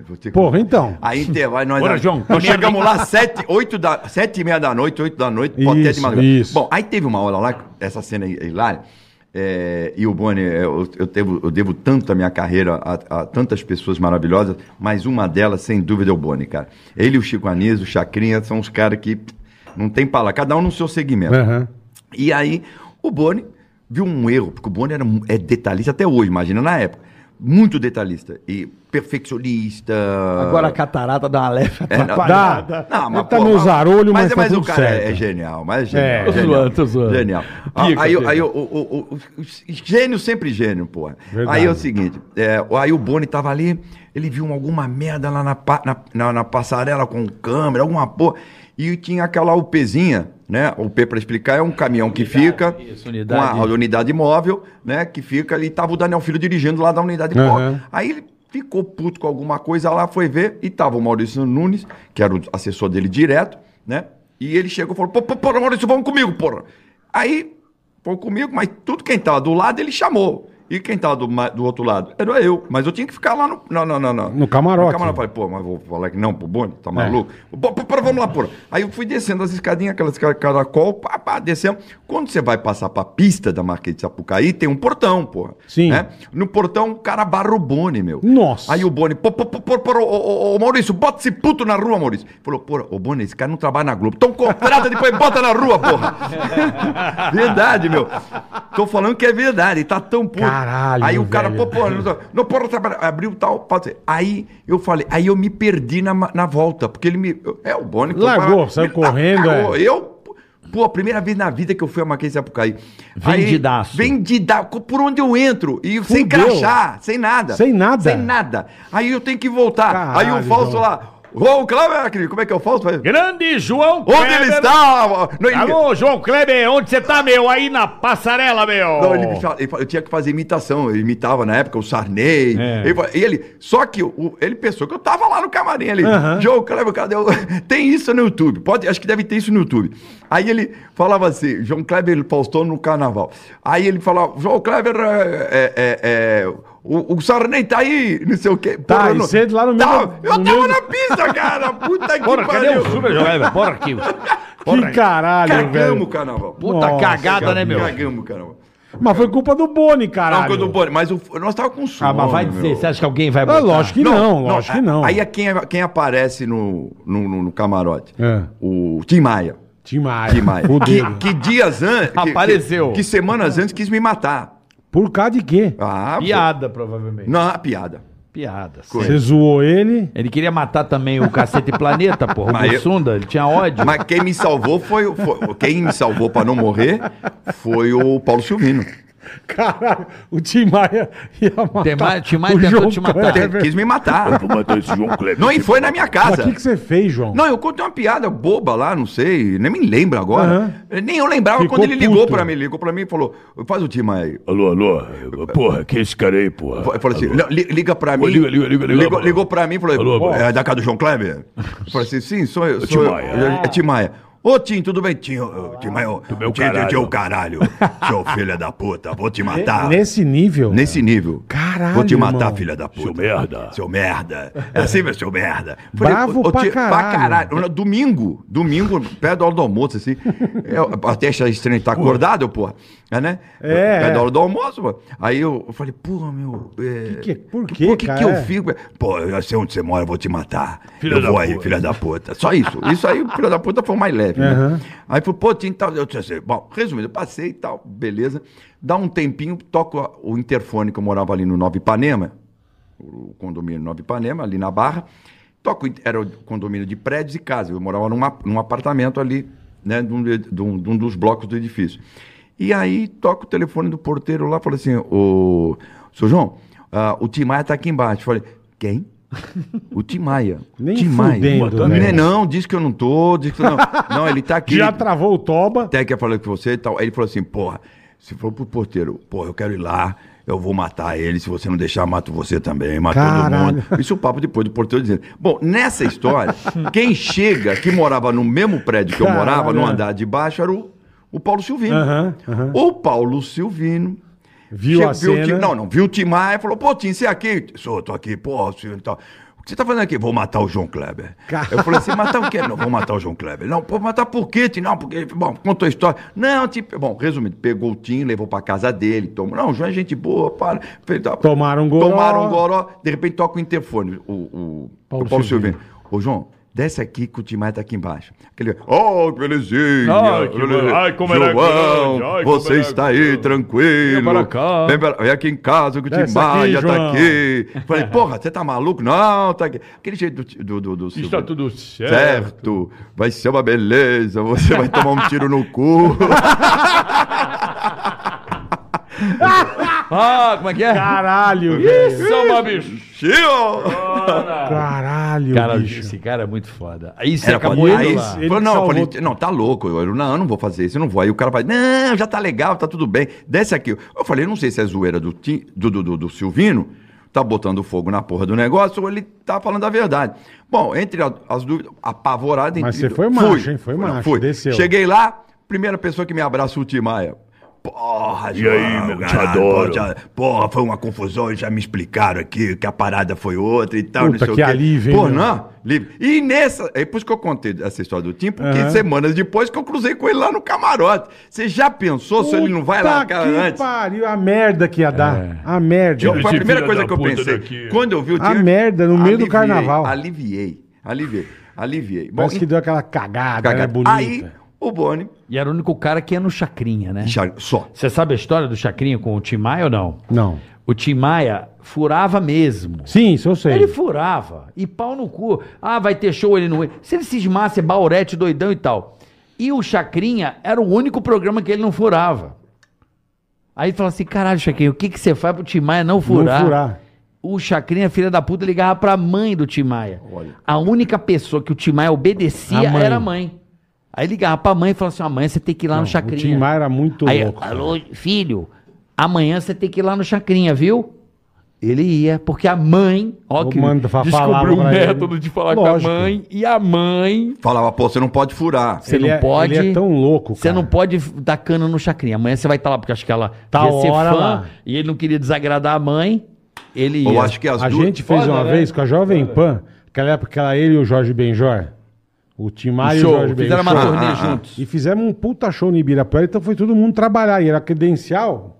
vou ter que-
Porra, então.
Aí intervalo, nós,
Bora, João,
nós chegamos lá sete, oito da, sete e meia da noite, oito da noite, pode até de
Isso,
madrugada.
isso.
Bom, aí teve uma hora lá, essa cena é hilária, é, e o Boni, é, eu, eu, devo, eu devo tanto a minha carreira a, a tantas pessoas maravilhosas, mas uma delas, sem dúvida, é o Boni, cara. Ele, o Chico Anísio, o Chacrinha, são os caras que pff, não tem palavra, cada um no seu segmento.
Aham.
E aí, o Boni viu um erro, porque o Boni era, mu- é detalhista até hoje, imagina na época. Muito detalhista e perfeccionista.
Agora a catarata dá uma leve
É, não,
Dá.
Não, mas,
Tá
pô,
meus zarolho, mas
é-
tá
o
tudo
cara é-
certo.
é genial, mas é genial.
Tô
genial,
zoando, tô zoando.
Genial. Ah,
Pica,
aí,
pica.
aí o, o, o- o- o- gênio sempre gênio, porra.
Verdade.
Aí é o seguinte, é, aí o Boni tava ali, ele viu alguma merda lá na, pa- na, na- na passarela com câmera, alguma porra, e tinha aquela UPzinha, né? O P pra explicar é um caminhão que fica
isso, unidade.
com a, a unidade móvel, né? Que fica ali, tava o Daniel Filho dirigindo lá da unidade
Aham.
móvel. Aí ele ficou puto com alguma coisa lá, foi ver, e tava o Maurício Nunes, que era o assessor dele direto, né? E ele chegou e falou: pô, pô, porra, Maurício, vamos comigo, porra. Aí foi comigo, mas tudo quem tava do lado ele chamou. E quem tava do, ma- do outro lado? Era eu. Mas eu tinha que ficar lá no. Não, não, não, não.
No camarote.
Eu falei, pô, mas vou falar que não pro Boni,
É.
tá maluco? Pô, pô, pô, vamos lá, porra. Aí eu fui descendo as escadinhas, aquelas esca- caracol, pá, pá, descemos. Quando você vai passar pra pista da Marquês de Sapucaí, tem um portão, porra.
Sim.
Né? No portão, o cara barra o Boni, meu.
Nossa.
Aí o Boni, pô, pô, pô, pô, pô, ô, ô, ô, Maurício, bota esse puto na rua, Maurício. Falou, pô, ô Boni, esse cara não trabalha na Globo. Então contrata, depois bota na rua, porra. verdade, meu. Tô falando que é verdade, tá tão puto.
Caralho,
Aí o cara,
velho.
pô, pô, não, não pode trabalhar. Abriu tal, pode ser. Aí eu falei, aí eu me perdi na, ma- na volta, porque ele me. É, o Boni. foi
Largou,
pra-
saiu
me-
correndo, é.
largou. Eu. Pô, a primeira vez na vida que eu fui a Marquês de Sapucaí. Aí,
Vendidaço.
Vendidaço. Por onde eu entro? E sem
Fudeu.
crachá, sem nada.
Sem nada?
Sem nada. Aí eu tenho que voltar.
Caralho,
aí o falso
João.
lá. Ô, Cláudio, como é que eu falso? Onde
Grande João
é,
ele
Kleber.
está? Não,
Tá
ele-
Alô, João Kleber, onde você tá, meu? Aí na passarela, meu.
Não, ele me fala- ele fala- eu tinha que fazer imitação. Eu imitava na época o Sarney.
É.
Ele, fa- ele- só que o- ele pensou que eu tava lá no camarim ali.
Aham.
João, Kleber, cadê o... Tem isso no YouTube. Pode, acho que deve ter isso no YouTube. Aí ele falava assim, João Kleber ele postou no carnaval. Aí ele falava, João Kleber, é, é, é, é, o, o Sarney tá aí, não sei o quê.
Tá,
Porra, eu
e
não-
você lá no meio
Tava-
da-
Eu
no
tava
meio
na pista, cara. Puta que
Bora, cadê
pariu.
o Super João Kleber? Bora aqui.
Que caralho,
Cagamos o
velho.
carnaval.
Puta
Nossa,
cagada, né, meu?
Cagamos o carnaval.
Mas foi culpa do Boni, caralho.
Não, quando o Boni, mas o, nós tava com sono.
Ah, mas vai
meu.
dizer, você acha que alguém vai
Ah,
botar?
lógico que não, lógico que
a-
não.
Aí é quem, quem aparece no, no, no- no camarote?
É.
O Tim Maia.
Tim Maia.
Tim Maia. Que,
Fudeu.
que dias antes. que-
Apareceu.
Que, que semanas antes quis me matar.
Por causa de quê?
Ah,
Piada, provavelmente.
Não, é piada.
Piada. sim.
é.
Você zoou ele?
Ele queria matar também o Cacete Planeta, porra. O
Mas eu-
Bussunda, ele tinha ódio.
Mas quem me salvou foi, o- foi- Quem me salvou pra não morrer foi o Paulo Silvino.
Caralho, o Tim Maia ia matar.
Tem mais- Tim Maia
o
tentou
João
te matar.
Kleber.
Tem-
Quis me matar.
Vou matar esse João um, Kleber.
Não, e foi na minha
É Mas
casa.
o que, que você fez, João?
Não, eu contei uma piada boba lá, não sei, nem me lembro agora. Nem eu lembrava
Ficou
quando ele ligou
puto.
pra mim, ligou pra mim e falou: "Faz o time aí".
Alô, alô. Porra, quem é esse cara aí, porra?
Fa- Falou assim,
Alô.
"Não, li- liga pra mim.
Ô, liga, liga, liga, liga.
ligou, ligou pra mim e falou,
Alô,
é da casa do João Kleber? Eu Falei assim, sim, sou eu. Sou
Tim
eu.
Maia. Ah,
É, É Tim Maia. Ô, Tim, tudo bem? Tim, ô, Tim Maia, ô,
meu
Tim, Tim,
é caralho.
Tim, ô, caralho. Seu filho da puta, vou te matar.
Nesse nível?
Nesse nível.
Caralho,
Vou te matar,
irmão.
filha da puta.
Seu merda.
Seu merda. É assim, meu seu merda.
Bravo pra
tio,
caralho.
Eu, Domingo, domingo, perto da hora do almoço, assim. Eu, até achei estranho estar acordado, porra. É, né?
É, é.
Perto da hora do almoço, pô. Aí eu, eu falei, porra, meu. é,
Que que- por que,
Por que,
cara?
que eu
É.
fico? Pô, eu sei onde você mora, eu vou te matar.
Filha
eu
da
vou aí,
puta.
filha da puta. Só isso. Isso aí, o filho da puta foi o mais leve, né?
Aham.
Aí falou, pô, tinha tal. Eu disse assim, bom, resumindo, eu passei e tal, beleza. Dá um tempinho, toco a- o interfone que eu morava ali no Nova Ipanema, o condomínio Nova Ipanema, ali na Barra. Toco, o in- era o condomínio de prédios e casas. Eu morava numa, num apartamento ali, né, de um, de- de um- de um dos blocos do edifício. E aí toco o telefone do porteiro lá, falei assim, ô, seu João, ah, o Tim Maia tá aqui embaixo. Eu falei, quem? O Tim Maia.
Nem
Tim Maia.
fudendo,
Não,
velho.
Não, diz que eu não tô, diz que eu não. Não, ele tá aqui
Já travou o toba.
técnica falou com você e tal. Aí ele falou assim, porra, você falou pro porteiro, porra, eu quero ir lá, eu vou matar ele, se você não deixar, mato você também, mato todo
Caralho.
mundo. Isso é o papo depois do porteiro dizendo. Bom, nessa história, quem chega, que morava no mesmo prédio que eu
Caralho.
morava, no andar de baixo, era o, o Paulo Silvino.
Aham, aham.
O Paulo Silvino
Viu a
Chegou- o Tim-
cena.
não, não. Viu o Tim Maia e falou, pô, Tim, você é aqui? Sou, tô aqui, porra, senhor e tal. O que você tá fazendo aqui? Vou matar o João Kleber.
Cara.
Eu falei assim, matar o quê? Não, vou matar o João Kleber. Não, pô, matar por quê, Tim? Não, porque, bom, contou a história. Não, Tim, bom, resumindo, pegou o Tim, levou pra casa dele, tomou. Não, o João é gente boa, para. Fez- tá.
Tomaram um goró.
Tomaram um goró. De repente toca o interfone, o, o-
Paulo
o Paulo
Silvino.
Silvino. Ô, João, desce aqui que o Tim Maia tá aqui embaixo. Aquele, ó, oh, belezinha.
Ai, que maravilha. Ai, como era
João,
grande. Ai, como
você
era
está aí,
grande.
tranquilo.
Vem pra cá.
Vem pra- vem aqui em casa que o Tim
Desce aqui,
Maia
João.
tá aqui. Falei, porra, você tá maluco? Não, tá aqui. Aquele jeito do. do, do, do
Está
Silvio.
tá tudo certo.
Tá Certo, vai ser uma beleza, você vai tomar um tiro no cu.
Ah, como é que é?
Caralho, velho.
Isso é uma bicho.
Tio!
Caralho,
Cara,
bicho.
esse cara é muito foda. Aí você
Era pra
acabou
aí,
indo
ele
lá.
Ele
falou, não, eu falei,
salvou.
não, tá louco. Eu, não, eu não vou fazer isso, eu não vou. Aí o cara vai, não, já tá legal, tá tudo bem. Desce aqui. Eu falei, não sei se é zoeira do, Tim- do, do, do- do Silvino, tá botando fogo na porra do negócio, ou ele tá falando a verdade. Bom, entre a- as dúvidas, apavorado.
Mas
entre-
você foi macho, hein? Foi
não,
macho, desceu.
Cheguei lá, primeira pessoa que me abraça, o Tim Maia. Pô, Porra,
E aí,
João,
meu, te
caralho,
adoro.
porra, te- Porra, foi uma confusão, já me explicaram aqui que a parada foi outra e tal,
Puta,
não sei
que
o quê.
alívio, hein,
Porra,
meu?
não, livre. E nessa, é por isso que eu contei essa história do Tim, porque
Aham.
semanas depois que eu cruzei com ele lá no camarote. Você já pensou se ele não vai
Puta
lá antes? É.
que pariu, a merda que ia dar. A merda.
Eu- foi a
Esse
primeira
filho
coisa
da
que eu
puta
pensei.
daqui.
Quando eu vi o
A merda, no meio do
aliviei,
carnaval.
Aliviei, aliviei, aliviei. Bom,
Parece que
e-
deu aquela cagada, né?
cagada.
Bonita.
Aí, o Boni,
E era o único cara que ia no Chacrinha, né?
já- só.
Você sabe a história do Chacrinha com o Tim Maia ou não?
Não.
O Tim Maia furava mesmo.
Sim, isso eu sei.
Ele furava. E pau no cu. Ah, vai ter show, ele não ia. Se ele cismasse, é baurete, doidão e tal. E o Chacrinha era o único programa que ele não furava. Aí fala assim, caralho, Chacrinha, o que, que você faz pro Tim Maia não furar?
Não furar.
O Chacrinha, filha da puta, ligava pra mãe do Tim Maia. A única pessoa que o Tim Maia obedecia
A mãe.
era a mãe. Aí ligava pra mãe e falava assim, ó, mãe, você tem que ir lá
Não,
no
o
Chacrinha.
Tim Maia era muito
Aí,
louco.
alô, filho, amanhã você tem que ir lá no Chacrinha, viu? Ele ia, porque a mãe, ó,
Vou
que
mandar fa- falava
Descobriu um
pra ele.
método de falar
Lógico.
com a mãe e a mãe.
Falava, pô, você não pode furar.
você
Ele
não
é-
pode.
ele é tão louco,
Você
cara.
não pode dar cana no Chacrinha. Amanhã você vai estar lá, porque acho que ela
Tá
ia ser
hora
fã
lá.
e ele não queria desagradar a mãe. Ele ia.
Eu acho que as
é. a
duas...
gente fez
Foda,
uma
né?
vez com a Jovem Pan, aquela época que era ele e o Jorge Benjor. O Tim Maia e o
show,
Jorge Benjor.
fizeram uma
Show.
turnê
Ah, ah, ah.
juntos.
E fizemos um puta show no Ibirapuera, então foi todo mundo trabalhar. E era credencial.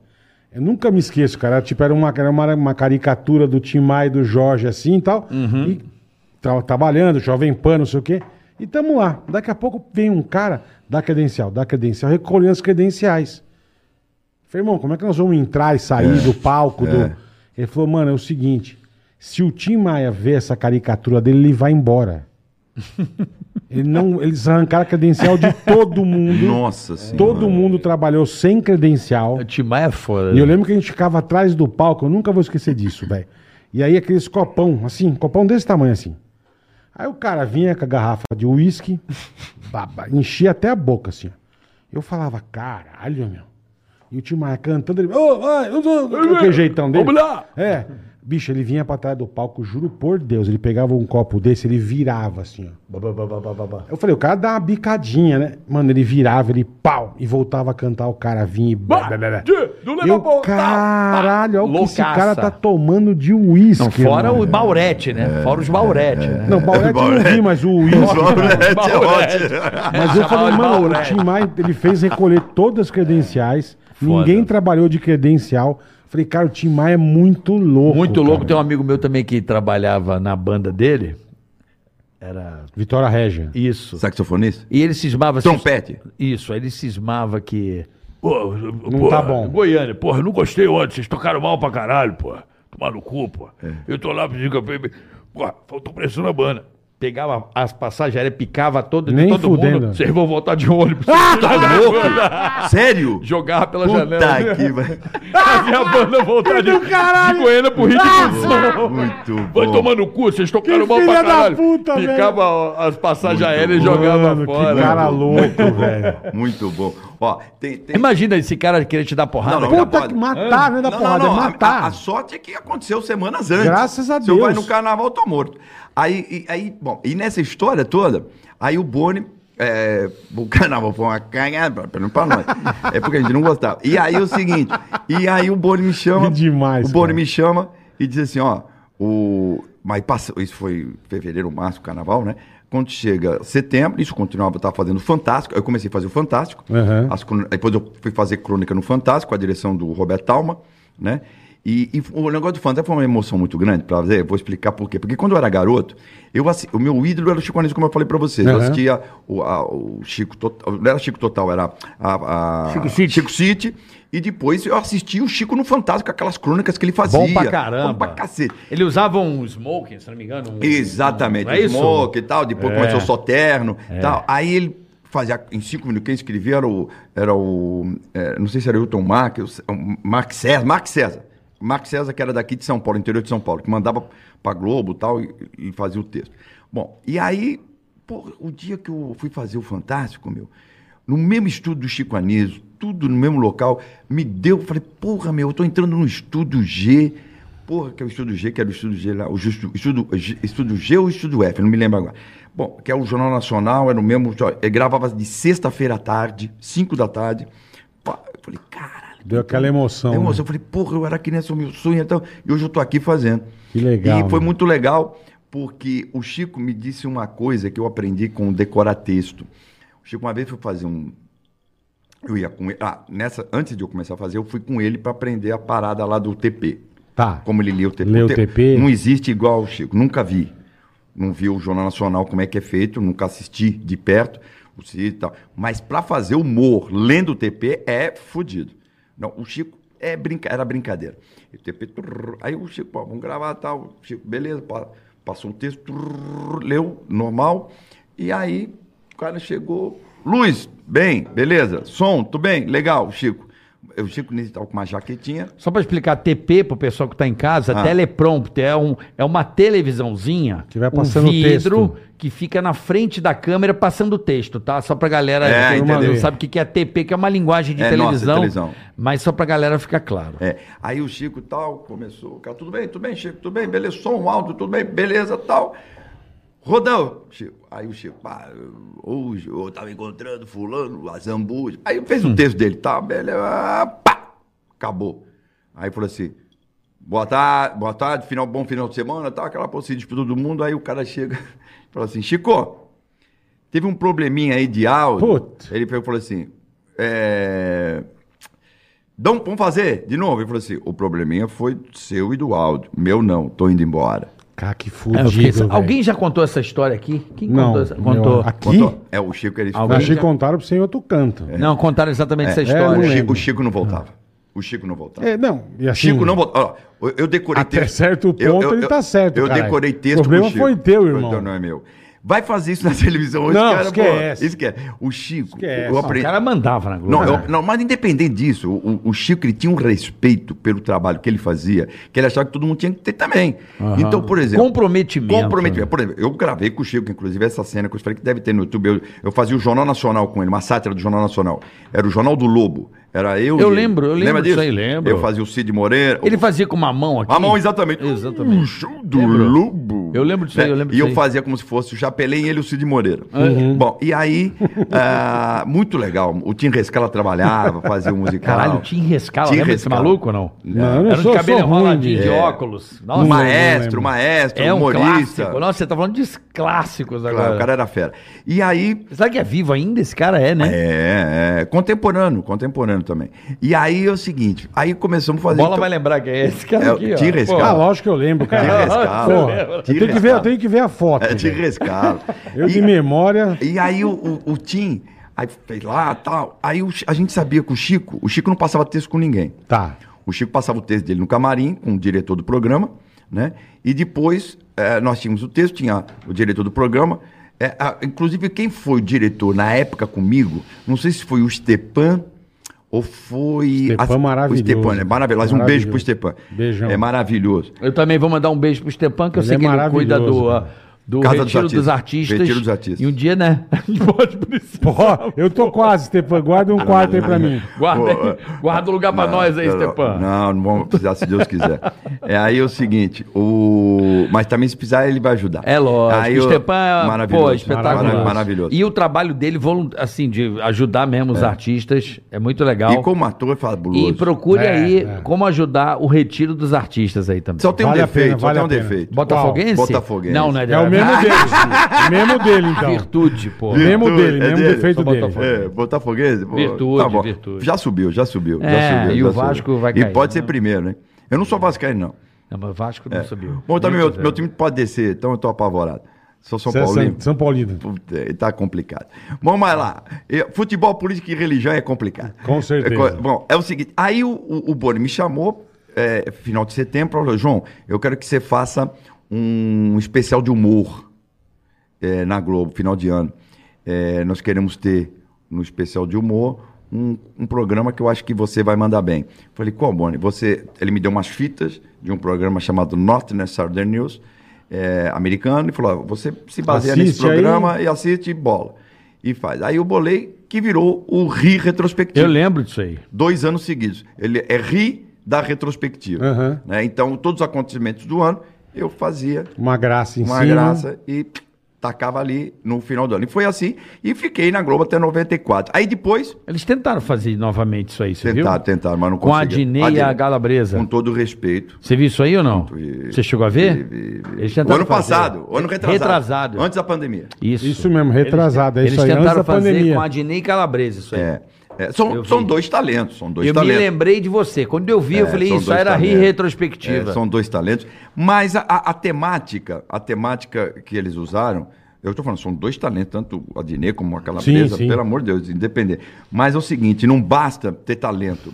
Eu nunca me esqueço, cara. Era, Tipo, era uma, era uma, uma caricatura do Tim Maia e do Jorge, assim e tal. E tra- trabalhando, Jovem Pan, não sei o quê. E tamo lá. Daqui a pouco vem um cara, dá credencial, dá credencial, recolhendo as credenciais. Falei, irmão, como é que nós vamos entrar e sair
É,
do palco? Do... Ele falou, mano, é o seguinte. Se o Tim Maia ver essa caricatura dele, ele vai embora. Ele não, eles arrancaram a credencial de todo mundo.
Nossa Senhora.
é. Todo mundo trabalhou sem credencial.
O Tim Maia é foda.
E eu lembro que a gente ficava atrás do palco, eu nunca vou esquecer disso, velho. E aí aqueles copão, assim, copão desse tamanho assim. Aí o cara vinha com a garrafa de uísque, baba- enchia até a boca, assim. ó. Eu falava, caralho, meu. E o Tim Maia cantando, ele. Ô, ai, ô, ô, ô, aquele jeitão dele.
Vamos lá!
É. Bicho, ele vinha pra trás do palco, juro por Deus. Ele pegava um copo desse, ele virava assim, ó. Eu falei, o cara dá uma bicadinha, né? Mano, ele virava, ele pau, e voltava a cantar, o cara vinha e. blá, blá, blá, blá.
Não
Eu,
leva pra
caralho, olha o que esse
Loucaça.
cara tá tomando de uísque.
Não, fora
mano.
o Baurete, né? Fora os Baurete, né?
é. Não, Baurete eu não vi, mas o uísque.
Baurete,
Baurete.
ótimo.
Mas eu falei,
Chamava de
mano, o
Baurete.
Tim Maia, ele fez recolher todas as credenciais. Ninguém trabalhou de credencial. Falei, cara, o Tim Maia é muito louco.
Muito louco.
cara.
Tem um amigo meu também que trabalhava na banda dele. Era
Vitória Régia.
isso.
Saxofonista?
E ele cismava... assim,
Trompete.
Isso, aí ele cismava que...
Pô,
Não tá bom.
Goiânia, porra, eu não gostei ontem. Vocês tocaram mal pra caralho, porra. Tomar no cu, porra.
É.
Eu tô lá pedindo que eu... Porra, faltou pressão na banda.
Pegava as passagens aéreas, picava todo,
Nem
de todo
fudendo.
mundo. Vocês vão voltar de ônibus.
Tá louco? Sério?
Jogava pela janela.
Puta que vai.
Fazia a banda voltar de, de Goiânia pro Rio de Janeiro.
Muito
Vai
bom.
tomar no cu, vocês tocaram mal
filha
pra
da
caralho.
puta, velho.
Ficava ó, as passagens
Muito
aéreas e
bom.
jogava
Mano,
fora.
que cara louco,
Muito bom,
velho.
Muito bom. Ó, tem. tem...
Imagina esse cara querer te dar porrada.
Não,
cara.
não, não.
É Puta que matar, né? Da
Não,
porrada,
não,
é
não. A-
matar.
A, a sorte é que aconteceu semanas antes.
Graças a
Se eu
Deus.
vai no carnaval, tô morto. Aí, e- aí, bom, e nessa história toda, aí o Boni. é, o carnaval foi uma cagada, pelo menos pra nós. É porque a gente não gostava. E aí é o seguinte, e aí o Boni me chama.
Que demais,
O Boni
cara.
me chama e diz assim: ó, o. Mas passa, isso foi fevereiro, março, carnaval, né? Quando chega setembro, isso continuava, eu tava fazendo Fantástico. Eu comecei a fazer o Fantástico.
Uhum.
Aham.
As crônicas- depois eu fui fazer crônica no Fantástico, com a direção do Roberto Talma, né? E, e o negócio do Fantástico foi uma emoção muito grande pra fazer, vou explicar por quê. Porque quando eu era garoto, eu assi- o meu ídolo era o Chico Anísio, como eu falei pra vocês. Eu
Uhum.
Aham.
assistia o, a- o Chico Total, não era Chico Total, era a, a-
Chico City.
City. E depois eu assistia o Chico no Fantástico, aquelas crônicas que ele fazia.
Bom pra caramba.
Bom pra cacete.
Ele usava um smoking, se não me engano. um-
Exatamente,
Não é
o
isso?
smoke e tal, depois É. começou só terno e tal. Aí ele fazia, em cinco minutos, quem escrevia era o, era o é, não sei se era o Hilton Marques, o Mark César, Mark César. Mark César, que era daqui de São Paulo, interior de São Paulo, que mandava pra Globo e tal, e, e fazia o texto. Bom, e aí, pô, o dia que eu fui fazer o Fantástico, meu, no mesmo estúdio do Chico Anísio, tudo no mesmo local, me deu, falei, porra, meu, eu tô entrando no estúdio G, Porra, que é o estudo G, que era o estudo G lá, o justo, estudo, G- estudo G ou estudo F, não me lembro agora. Bom, que é o Jornal Nacional, era o mesmo, só- eh, gravava de sexta-feira à tarde, 5 da tarde, pá. Eu falei, caralho.
Deu aquela emoção.
É
né?
emoção. Eu falei, porra, eu era criança, o meu sonho então, e hoje eu tô aqui fazendo.
Que legal,
E foi
né?
muito legal, porque o Chico me disse uma coisa que eu aprendi com decorar texto. O Chico, uma vez, foi fazer um. Eu ia com ele. Ah, nessa, antes de eu começar a fazer, eu fui com ele para aprender a parada lá do TP.
Tá.
Como ele lia o TP.
Lê o TP.
Não existe igual, Chico. Nunca vi. Não vi o Jornal Nacional como é que é feito, nunca assisti de perto o Cid e tal. Mas para fazer humor lendo o TP é fodido. Não, o Chico é brinca... era brincadeira. E o TP, trrr, aí o Chico, pô, vamos gravar tal. O Chico, beleza, pa- passou um texto, trrr, leu, normal. E aí o cara chegou. Luz, bem, beleza. Som, tudo bem? Legal, Chico. O Chico Nisi estava com uma jaquetinha.
Só pra explicar, TP pro pessoal que tá em casa,
Ah.
teleprompter é, um, é uma televisãozinha,
Que vai
um
passando o
vidro
texto.
que fica na frente da câmera passando o texto, tá? Só pra galera
É,
que não
entendeu.
sabe o que que é TP, que é uma linguagem de
É, nossa,
televisão,
televisão.
mas só pra galera ficar claro.
É. Aí o Chico tal, começou, cara, tudo bem, tudo bem, Chico, tudo bem, beleza, som, áudio, tudo bem, beleza, tal. Rodão, Chico. Aí o Chico, pá, hoje eu tava encontrando fulano, a Zambuja. Aí fez o texto dele, tá, beleza, pá, acabou. Aí falou assim, boa tarde, boa tarde, final, bom final de semana, tal, aquela posição pra todo mundo, aí o cara chega e fala assim, Chico, teve um probleminha aí de áudio.
Puta.
Ele pegou e falou assim, é... Dão, vamos fazer de novo? Ele falou assim: o probleminha foi seu e do áudio. Meu não, tô indo embora.
Cara, que
É, eu fiquei-
fudido. velho.
Alguém já contou essa história aqui? Quem
não,
contou? essa- Contou.
Meu, aqui?
Contou? É, o Chico ele
Eu
Alguém
achei
já-
que contaram pra você em outro canto.
É.
Não, contaram exatamente essa
eu
o,
não
história.
Chico,
lembro.
o Chico não voltava. O Chico não voltava.
É, não. E assim,
Chico não voltava. Ó, eu- eu decorei
Até certo ponto ele tá certo,
Eu
caralho.
decorei texto.
O problema
com Chico.
foi teu, irmão.
Foi teu, não é meu. Vai fazer isso na televisão hoje,
Não,
cara.
esquece.
Pô, esquece. O Chico.
Esquece.
Eu
Não, é
O
aprendi.
cara mandava na Globo.
Não, eu- não, mas independente disso, o, o Chico ele tinha um respeito pelo trabalho que ele fazia, que ele achava que todo mundo tinha que ter também. Então, por exemplo.
Comprometimento.
Comprometimento. Por exemplo, eu gravei com o Chico, inclusive, essa cena que eu falei que deve ter no YouTube. Eu, eu fazia o Jornal Nacional com ele, uma sátira do Jornal Nacional. Era o Jornal do Lobo. Era eu. e
Eu
ele.
lembro, eu lembro
Lembra
disso
disso
aí, lembro.
Eu fazia o Cid Moreira.
Ele
o-
fazia com uma mão aqui.
A mão, exatamente.
Exatamente.
O show do Lobo. Né?
Eu lembro disso aí, eu lembro
E
disso
eu
aí. Uhum.
fazia como se fosse o Chapelém e ele o Cid Moreira. Uhum. Bom, e aí, ah, muito legal. O Tim Rescala trabalhava, fazia o musical.
Caralho, Tim Rescala,
Tim
lembra desse
Rescala.
maluco ou não?
Não, eu não
Era um
sou-
de cabelo
sou ruim
enroladinho,
de-
de
É.
óculos.
Um
Nossa,
maestro,
lembro.
maestro,
é um
humorista.
clássico. Nossa, você tá falando de clássicos
Claro,
agora.
o cara era fera. E aí,
Será que é vivo ainda? Esse cara é, né?
É, é, contemporâneo, contemporâneo também. E aí é o seguinte, aí começamos a fazer...
Bola
então-
vai lembrar que é esse cara
É,
aqui, ó.
Tim Rescala.
Ah,
Pô,
lógico que eu lembro,
Te
cara.
rescala.
Porra, eu
te
tenho que ver, eu
rescala.
tenho que ver a foto.
É, te
velho.
rescala.
Eu de
E-
memória.
E aí o, o, o Tim, aí fez lá tal. Aí o Chi- a gente sabia que o Chico, o Chico não passava texto com ninguém.
Tá.
O Chico passava o texto dele no camarim com o diretor do programa, né? E depois eh, nós tínhamos o texto, tinha o diretor do programa. Eh, ah, inclusive, quem foi o diretor na época comigo, não sei se foi o Stepan ou foi.
Stepan maravilhoso.
O Stepan, é maravilhoso. Um beijo
Maravilhoso.
pro Stepan.
Beijão.
É maravilhoso.
Eu também vou mandar um beijo pro Stepan, que eu
Ele
sei
é
que ele cuida
maravilhoso,
do,
cara.
ah, do
Casa
Retiro
dos
dos,
Artistas.
Artistas.
Retiro dos Artistas.
E um dia, né? A gente pode precisar.
Porra, eu tô quase, Stepan. Guarda um quarto aí pra mim.
Guarda,
Pô,
aí, guarda o lugar pra
Não,
nós aí,
não,
Stepan.
Não, não vamos precisar, se Deus quiser. É, aí é o seguinte, o... mas também se precisar, ele vai ajudar.
É lógico.
Aí
o
eu-
Stepan,
maravilhoso,
pô, é espetacular.
mara- Maravilhoso.
E o trabalho dele, volun- assim, de ajudar mesmo os artistas, é muito legal.
E como ator, é fabuloso.
E procure
É,
aí
é.
como ajudar o retiro dos artistas aí também.
Só tem um
Vale a
defeito,
pena,
só
vale
tem
a
um
pena.
defeito.
Botafoguense?
Qual? Botafoguense.
Não, não é,
É o mesmo dele. o mesmo dele, então.
Virtude, pô.
Mesmo
Virtude,
dele,
é
mesmo
dele,
defeito
só
dele.
Botafogo.
É, Botafoguense? pô,
Virtude,
tá bom.
virtude.
Já subiu, já subiu.
É,
já subiu
e
já
o Vasco vai
E
cair,
pode ser
né?
primeiro, né? Eu não sou vascaíno, não.
Não, mas o Vasco não subiu.
É.
é.
Bom, também meu,
Muito
meu
zero.
time pode descer, então eu tô apavorado. Sou São
Você é
Paulino.
São, São Paulino.
Puta, e tá complicado. Vamos mais lá. E, Futebol, política e religião é complicado.
Com certeza.
É co- bom, é o seguinte. Aí o, o, o Boni me chamou, é, final de setembro, falou, João, eu quero que você faça um especial de humor é, na Globo, final de ano. É, nós queremos ter, no especial de humor, um, um programa que eu acho que você vai mandar bem. Falei, qual, Boni? Você... Ele me deu umas fitas de um programa chamado North Southern News, é, americano, e falou, ó, você se baseia nesse
Assiste aí.
programa e assiste bola. E faz. Aí eu bolei que virou o Ri Retrospectivo.
Eu lembro disso aí.
Dois anos seguidos. Ele é Ri da Retrospectiva.
Aham.
né? Então, todos os acontecimentos do ano, eu fazia
Uma graça em
uma
cima.
graça e tacava ali no final do ano. E foi assim, e fiquei na Globo até 94. Aí depois,
Eles tentaram fazer novamente isso aí, você
tentaram,
viu?
tentaram, mas não
Com a
conseguiram.
Dinei e a Galabresa.
Com todo o respeito.
Você viu isso aí ou não?
vi,
Você chegou a ver?
vi, vi.
Eles
O
tentaram
ano
fazer.
passado, o ano retrasado.
Retrasado.
Antes da pandemia.
Isso.
Isso mesmo, retrasado, é
Eles
isso aí, antes
tentaram
da
fazer
pandemia.
com a Dinei e Calabresa isso aí.
É. É, são,
Eu
são
vi.
dois talentos, são dois
eu
talentos.
me lembrei de você. Quando eu vi, eu
É,
falei,
são
isso
dois
era ri
talentos.
retrospectiva.
É, são dois talentos. Mas a, a- a temática, a temática que eles usaram, eu estou falando, são dois talentos, tanto a Dinê como a Calabresa,
Sim, sim.
pelo amor de Deus, independente. Mas é o seguinte, não basta ter talento,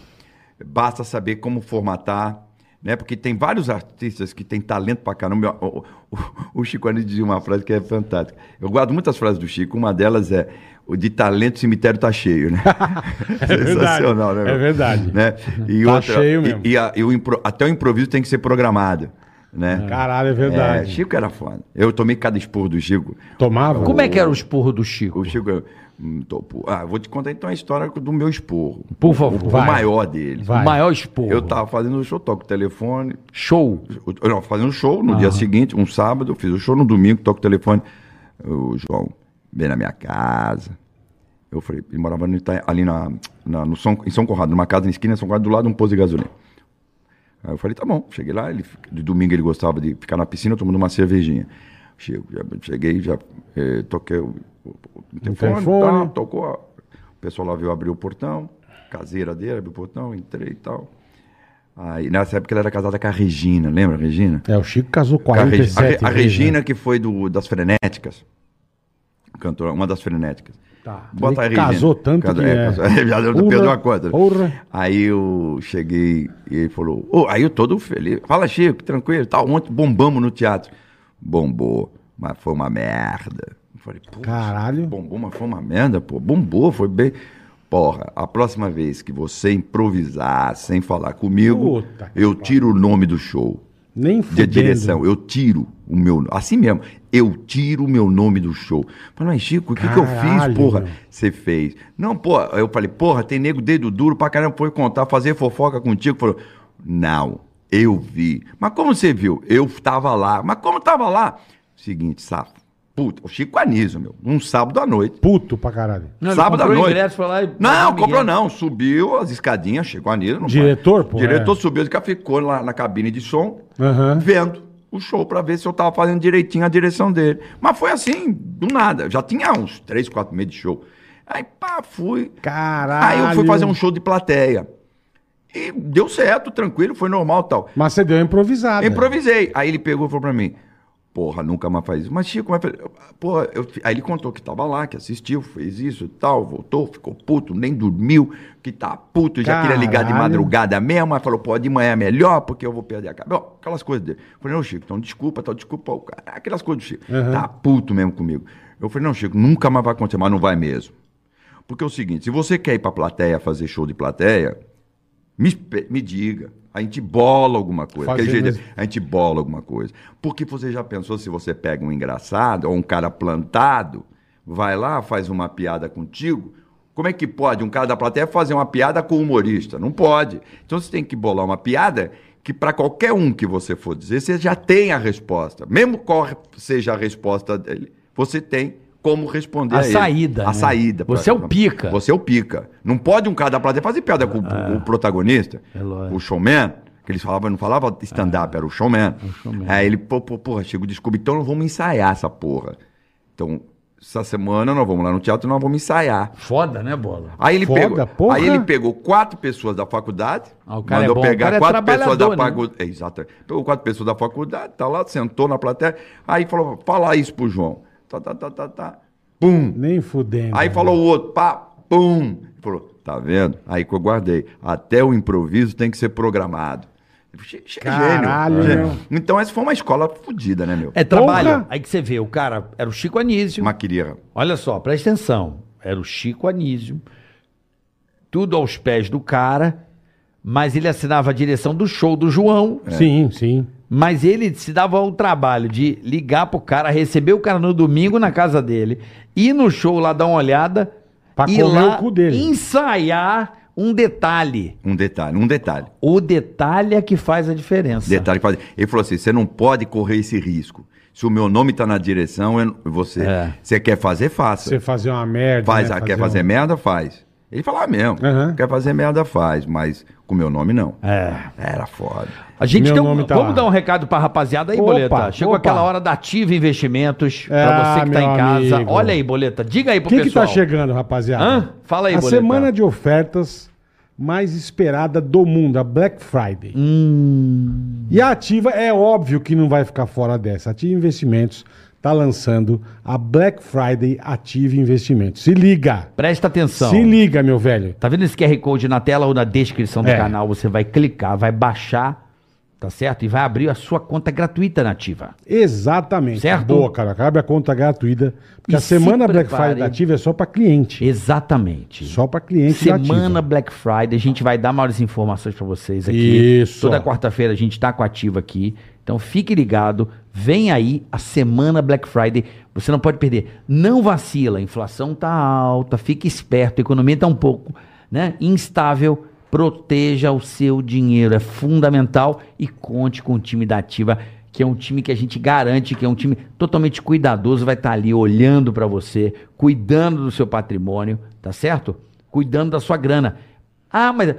basta saber como formatar, né? Porque tem vários artistas que têm talento pra caramba. O, o- o- o Chico Anísio dizia uma frase que é fantástica. Eu guardo muitas frases do Chico, uma delas é, o de talento o cemitério tá cheio, né?
É verdade, é
meu?
verdade.
Né? E
Tá
outra,
cheio
e-
mesmo.
e a- e o impro- até o improviso tem que ser programado, né?
Caralho, é verdade.
É, Chico era foda. Eu tomei cada esporro do Chico.
Tomava?
Como é que era o esporro do Chico?
O Chico... eu, hum, tô pu- ah, vou te contar então a história do meu esporro.
Por favor.
O
Vai.
maior dele.
Vai.
O maior esporro.
Eu tava fazendo show, toco o telefone,
Show.
eu- não, fazendo show no dia seguinte, um sábado, eu fiz o show no domingo, toco o telefone. O João, vem na minha casa. Eu falei, ele morava no Ita- ali na, na- no São, em São Conrado, numa casa na esquina, em São Conrado, do lado de um posto de gasolina. Aí eu falei, tá bom, cheguei lá, ele, fi- de domingo ele gostava de ficar na piscina tomando uma cervejinha. Chego, já- cheguei, já eh, toquei o, o, o telefone,
telefone.
tal, tocou. a- O pessoal lá veio abrir o portão, caseira dele, abriu o portão, entrei e tal. Aí, nessa época ela era casada com a Regina, lembra a Regina?
É, o Chico casou
Com a Regi- a,
47
Re- a
vezes, né?
Regina que foi do, das Frenéticas. Cantora, uma das Frenéticas.
Tá.
Bota a
Ele
Regina.
casou tanto
Casou-
que
é,
é.
casou- já deu-
Porra,
perdeu a conta.
porra.
Aí eu cheguei e ele falou, "Ô", aí eu todo feliz. Fala, Chico, tranquilo, tal. Ontem bombamos no teatro. Bombou, mas foi uma merda. Eu falei, putz,
Caralho.
Bombou, mas foi uma merda, pô. Bombou, foi bem. Porra, a próxima vez que você improvisar sem falar comigo,
Puta que
eu tiro o nome do show
Nem
de
fudendo.
direção. Eu tiro o meu. Assim mesmo. Eu tiro o meu nome do show. Falei, mas Chico, o que, que eu
Caralho,
fiz, porra?
meu.
Você fez. Não, pô. Eu falei, porra, tem nego dedo duro pra caramba. Foi contar, fazer fofoca contigo. Falou, não, eu vi. Mas como você viu? Eu tava lá. Mas como tava lá? Seguinte, safo. Puta, o Chico Anísio, meu. Um sábado à noite.
Puto pra caralho.
Não, ele
Sábado à
comprou
noite.
ingresso, foi lá e- um
Não,
Miguel.
comprou não. Subiu as escadinhas, chegou a Nilo. não
Diretor,
vai.
pô,
Diretor
é.
subiu, e ficou lá na cabine de som,
Aham.
vendo o show pra ver se eu tava fazendo direitinho a direção dele. Mas foi assim, do nada. Já tinha uns três, quatro meses de show. Aí, pá, fui.
Caralho.
Aí eu fui fazer um show de plateia. E deu certo, tranquilo, foi normal e tal.
Mas você deu improvisado.
Improvisei. Aí ele pegou e falou pra mim: Porra, nunca mais faz isso. Mas, Chico, mas. Porra, eu... aí ele contou que tava lá, que assistiu, fez isso e tal, voltou, ficou puto, nem dormiu, que tá puto, já queria ligar de
Caralho.
madrugada mesmo. Mas falou: Pô, de manhã é melhor, porque eu vou perder a cabeça. Bom, Aquelas coisas dele. Eu falei: Não, Chico, então desculpa, tal, desculpa. o cara- Aquelas coisas do Chico. Tá puto mesmo comigo. Eu falei: Não, Chico, nunca mais vai acontecer, mas não vai mesmo. Porque é o seguinte, se você quer ir pra plateia fazer show de plateia, me, espe- me diga. A gente bola alguma coisa.
Fazer
Aquele jeito,
mesmo.
a gente bola alguma coisa. Porque você já pensou se você pega um engraçado ou um cara plantado, vai lá, faz uma piada contigo. Como é que pode um cara da plateia fazer uma piada com o humorista? Não pode. Então você tem que bolar uma piada que para qualquer um que você for dizer, você já tem a resposta. Mesmo qual seja a resposta dele, você tem como responder
A
a, ele.
saída,
A
né?
saída.
Você é o pica.
Você é o pica. Não pode um cara da plateia fazer piada com o- o protagonista,
É. lógico. É.
o showman, que eles falavam, não falava stand-up, era o showman. Aí ele, pô, pô, porra, chega o desculpa, então não vamos ensaiar essa porra. Então, essa semana nós vamos lá no teatro, nós vamos ensaiar.
Foda, né, bola?
Aí ele,
Foda,
pegou,
porra.
aí ele pegou quatro pessoas da faculdade,
Ah, o cara é
mandou
bom, o
pegar
cara é
quatro pessoas da
trabalhador, né?
faculdade. Exatamente. Pegou quatro pessoas da faculdade, tá lá, sentou na plateia, aí falou: fala isso pro João. Tá, tá, tá, tá, tá. Pum!
Nem fudendo.
Aí falou o outro, pá, pum. Ele falou, tá vendo? Aí que eu guardei. Até o improviso tem que ser programado. Che- che- é
Caralho,
gênio.
meu.
Gê- Então essa foi uma escola fodida, né, meu?
É trabalho.
Porra.
Aí que você vê, o cara era o Chico Anísio.
Mas queria.
Olha só, presta atenção. Era o Chico Anísio. Tudo aos pés do cara, mas ele assinava a direção do show do João.
É.
Sim, sim.
Mas ele se dava o trabalho de ligar pro cara, receber o cara no domingo na casa dele, ir no show lá dar uma olhada
Pra
e
comer
lá
o cu dele.
ensaiar um detalhe.
Um detalhe, um detalhe.
O detalhe é que faz a diferença.
Detalhe que faz. Ele falou assim: você não pode correr esse risco. Se o meu nome tá na direção, eu- você, você quer fazer,
É.
faça.
Você fazer uma merda.
Faz,
né?
ah, quer fazer
um-
merda, faz. Ele falava mesmo.
Aham.
Quer fazer merda, faz. Mas com meu nome, não.
É.
Era foda.
A gente
Meu
tem um-
nome tá
Vamos
lá.
dar um recado pra rapaziada aí,
Opa,
Boleta. Chegou
opa.
aquela hora da Ativa Investimentos
Ah,
pra você que tá
meu
em casa.
amigo.
Olha aí, Boleta. Diga aí pro
O que, que
pessoal.
tá chegando, rapaziada?
Hã? Fala aí,
A
Boleta.
semana de ofertas mais esperada do mundo, a Black Friday.
Hum.
E a Ativa é óbvio que não vai ficar fora dessa. A Ativa Investimentos tá lançando a Black Friday Ativa Investimentos. Se liga.
Presta atenção.
Se liga, meu velho.
Tá vendo esse QR Code na tela ou na descrição do
É.
canal? Você vai clicar, vai baixar, tá certo? E vai abrir a sua conta gratuita nativa.
Exatamente.
Certo?
Boa, cara. Cabe a conta gratuita. Porque
E
a
se
semana Black
prepare.
Friday da Ativa é só pra cliente.
Exatamente.
Só pra cliente da
Semana
Ativa.
Black Friday, a gente vai dar maiores informações pra vocês aqui.
Isso.
Toda quarta-feira a gente tá com a ativa aqui. Então fique ligado, vem aí a semana Black Friday. Você não pode perder. Não vacila, a inflação tá alta, fique esperto, a economia tá um pouco, né, instável. Proteja o seu dinheiro, é fundamental e conte com o time da Ativa, que é um time que a gente garante que é um time totalmente cuidadoso, vai estar ali olhando pra você, cuidando do seu patrimônio, tá certo? Cuidando da sua grana. Ah, mas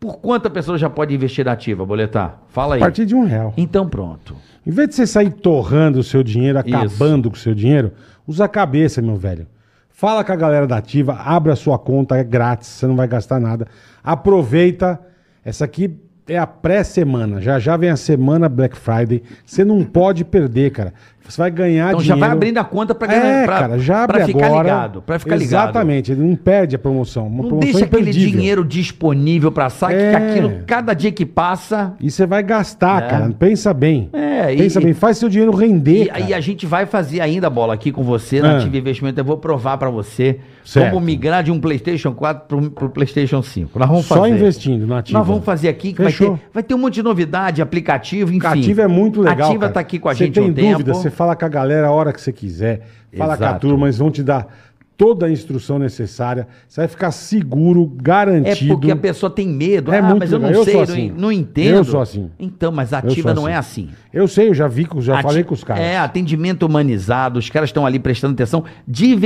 por quanto a pessoa já pode investir na ativa, Boletar? Fala
A
aí.
partir de um real.
Então pronto.
Em vez de você sair torrando o seu dinheiro,
Isso.
acabando com o seu dinheiro, usa a cabeça, meu velho. Fala com a galera da Ativa, abre a sua conta, é grátis, você não vai gastar nada. Aproveita. Essa aqui é a pré-semana. Já já vem a semana Black Friday. Você não pode perder, cara. Você vai ganhar
Então já
dinheiro.
vai abrindo a conta pra
É,
ganhar- pra-
cara, já abre
pra ficar
agora.
ligado, pra ficar ligado.
Exatamente, ele não perde a promoção. Uma
Não
promoção
deixa aquele
imperdível.
dinheiro disponível pra sair,
É.
que aquilo, cada dia que passa.
E você vai gastar,
É.
cara. Pensa bem.
É, e-
Pensa bem, faz seu dinheiro render.
E,
cara.
aí a gente vai fazer ainda a bola aqui com você
Ah.
na Ativa Investimento. Eu vou provar pra você
Certo.
como migrar de um PlayStation 4 pro, pro PlayStation 5. Nós vamos
Só
fazer.
investindo na Ativa.
Nós vamos fazer aqui que vai
Fechou.
ter, vai ter um monte de novidade, aplicativo, enfim.
Ativa é muito legal.
Ativa
cara.
tá aqui com a
Você
gente
tem
um tempo.
dúvida, você fala com a galera a hora que você quiser. Fala com a
Exato.
turma, eles vão te dar toda a instrução necessária. Você vai ficar seguro,
É
garantido.
porque a pessoa tem medo.
É
ah,
muito
mas eu não
legal. Eu
sei,
sou
não,
assim.
não entendo.
Eu sou assim.
Então, mas a
Eu
ativa
sou
não é
assim.
assim.
Eu sei, eu já vi, com- já
Ati-
falei com os caras.
É, atendimento humanizado, os caras estão ali prestando atenção,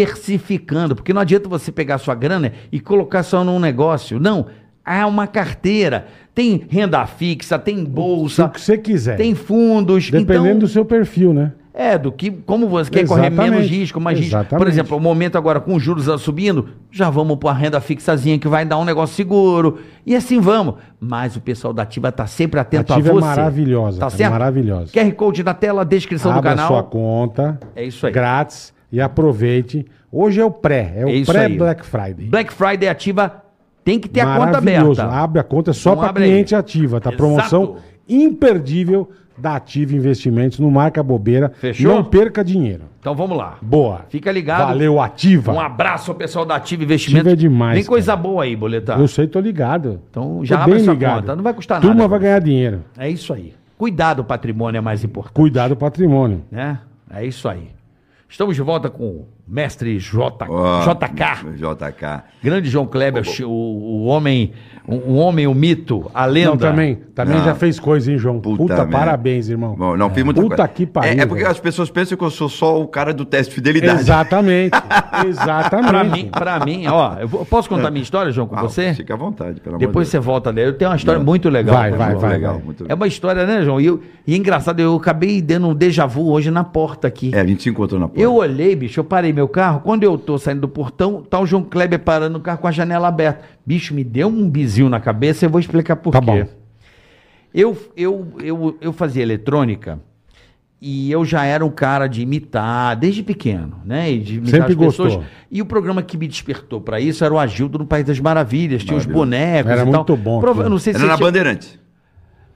diversificando, porque não adianta você pegar sua grana e colocar só num negócio. Não, há uma carteira. Tem renda fixa, tem
o
bolsa,
que você quiser.
tem fundos.
é. Dependendo
então,
do seu perfil, né?
é, do que como você quer correr
Exatamente.
menos risco, mais risco.
Exatamente.
Por exemplo, o momento agora com os juros tá subindo, já vamos para a renda fixazinha que vai dar um negócio seguro. E assim vamos. Mas o pessoal da Ativa tá sempre atento
Ativa
a
é
você.
maravilhosa,
Tá
cara,
certo?
maravilhosa.
QR Code na tela, descrição
Abra
do canal.
sua conta.
É isso aí.
Grátis e aproveite. Hoje é o pré, é o
É isso aí.
pré-Black Friday.
Black Friday ativa tem que ter a conta
Maravilhoso.
aberta.
Abre a conta só
Então
para
abre
cliente
aí.
ativa, tá?
Exato.
Promoção imperdível da Ativa Investimentos. Não marca bobeira.
Fechou?
Não perca dinheiro.
Então vamos lá.
Boa.
Fica ligado.
Valeu, Ativa.
Um abraço ao pessoal da Ativa Investimento.
Ativa é demais,
Tem coisa
cara.
boa aí, boletar.
Eu sei, tô ligado.
Então já
tô
abre sua conta, não vai custar
Turma
nada.
Turma vai ganhar dinheiro.
É isso aí. Cuidado, o patrimônio é mais importante.
Cuidado o patrimônio.
né? É isso aí. Estamos de volta com o mestre J,
Ó,
JK.
JK.
Grande João Kleber, o, o homem, o, o homem, o mito, a lenda.
Não, também, também
Não.
Ah.
já fez coisa, hein, João? Puta,
Puta merda.
parabéns, irmão.
Bom, não, fiz muita
Puta
coisa.
que pariu,
É, é porque é
velho.
as pessoas pensam que eu sou só o cara do teste de fidelidade.
Exatamente.
Pra
Exatamente.
mim, pra mim, ó, eu vou- posso contar minha história, João, com
Ah,
você?
Fica à vontade, pelo amor
Depois
de
você volta ali. Eu tenho uma história muito legal.
Vai,
com o
vai,
João.
vai.
legal,
vai.
muito
É
legal.
uma história, né, João? E, eu- e é engraçado, eu acabei dando um déjà vu hoje na porta aqui.
É, a gente se encontrou na porta.
Eu olhei, bicho, eu parei meu carro. Quando eu tô saindo do portão, tá o João Kleber parando o carro com a janela aberta. Bicho, me deu um bizinho na cabeça, eu vou explicar por
Tá
quê.
bom.
Eu, eu, eu, eu fazia eletrônica e eu já era um cara de imitar desde pequeno, né? E de imitar
Sempre gostou.
E o programa que me despertou pra isso era o Agildo no País das Maravilhas. Tinha os
Maravilhoso.
bonecos
Era
e tal.
muito bom
Prova-
aquilo.
eu não sei se
Era na
tinha-
Bandeirante.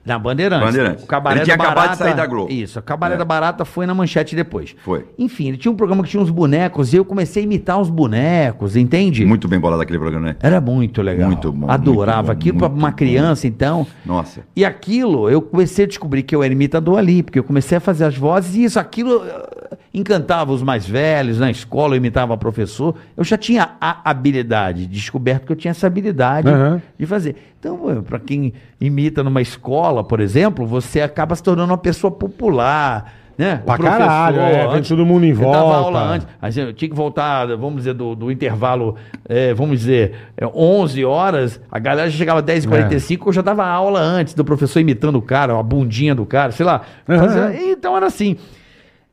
na Bandeirantes.
Bandeirantes.
O Cabaré
Ele tinha
da
acabado
Barata.
de sair da Globo.
Isso, o Cabaré
É.
da Barata foi na manchete depois.
Foi.
Enfim, ele tinha um programa que tinha uns bonecos e eu comecei a imitar os bonecos, entende?
Muito bem bolado aquele programa, né?
Era muito legal.
Muito bom, muito
Adorava
bom,
aquilo para
muito
uma
bom.
criança, então.
Nossa.
E aquilo, eu comecei a descobrir que eu era imitador ali, porque eu comecei a fazer as vozes e isso, aquilo eh, encantava os mais velhos, na escola eu imitava professor. Eu já tinha a habilidade, descoberto que eu tinha essa habilidade
Aham.
de fazer. Então, para quem imita numa escola, por exemplo, você acaba se tornando uma pessoa popular. né?
Pra
o professor
caralho, é, vem todo mundo em
eu Dava
volta.
aula antes. Mas eu tinha que voltar, vamos dizer, do, do intervalo, é, vamos dizer, é, 11 horas, a galera já chegava 10h45, eu já dava aula antes do professor imitando o cara, a bundinha do cara, sei lá.
Aham.
Fazia- Então era assim.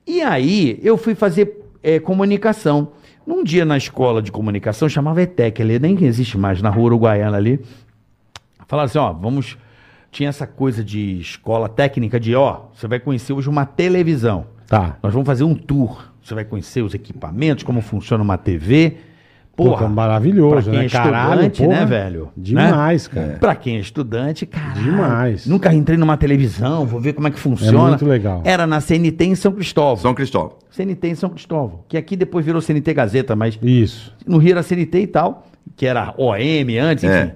E aí eu fui fazer é, comunicação. Num dia na escola de comunicação, chamava ETEC ali, nem existe mais, na rua Uruguaiana ali. Falaram assim, ó, vamos... Tinha essa coisa de escola técnica de, ó, você vai conhecer hoje uma televisão.
Tá.
Nós vamos fazer um tour. Você vai conhecer os equipamentos, como funciona uma TV. Porra,
Puta, maravilhoso,
pra quem
né?
é
Caralho,
estudante,
porra.
né, velho?
Demais,
Né?
cara.
Pra quem é estudante, caralho.
Demais.
Nunca entrei numa televisão, vou ver como é que funciona.
muito legal.
Era na CNT em São Cristóvão.
São Cristóvão.
CNT em São Cristóvão. Que aqui depois virou CNT Gazeta, mas
Isso.
no Rio era CNT e tal, que era OM antes,
É.
enfim.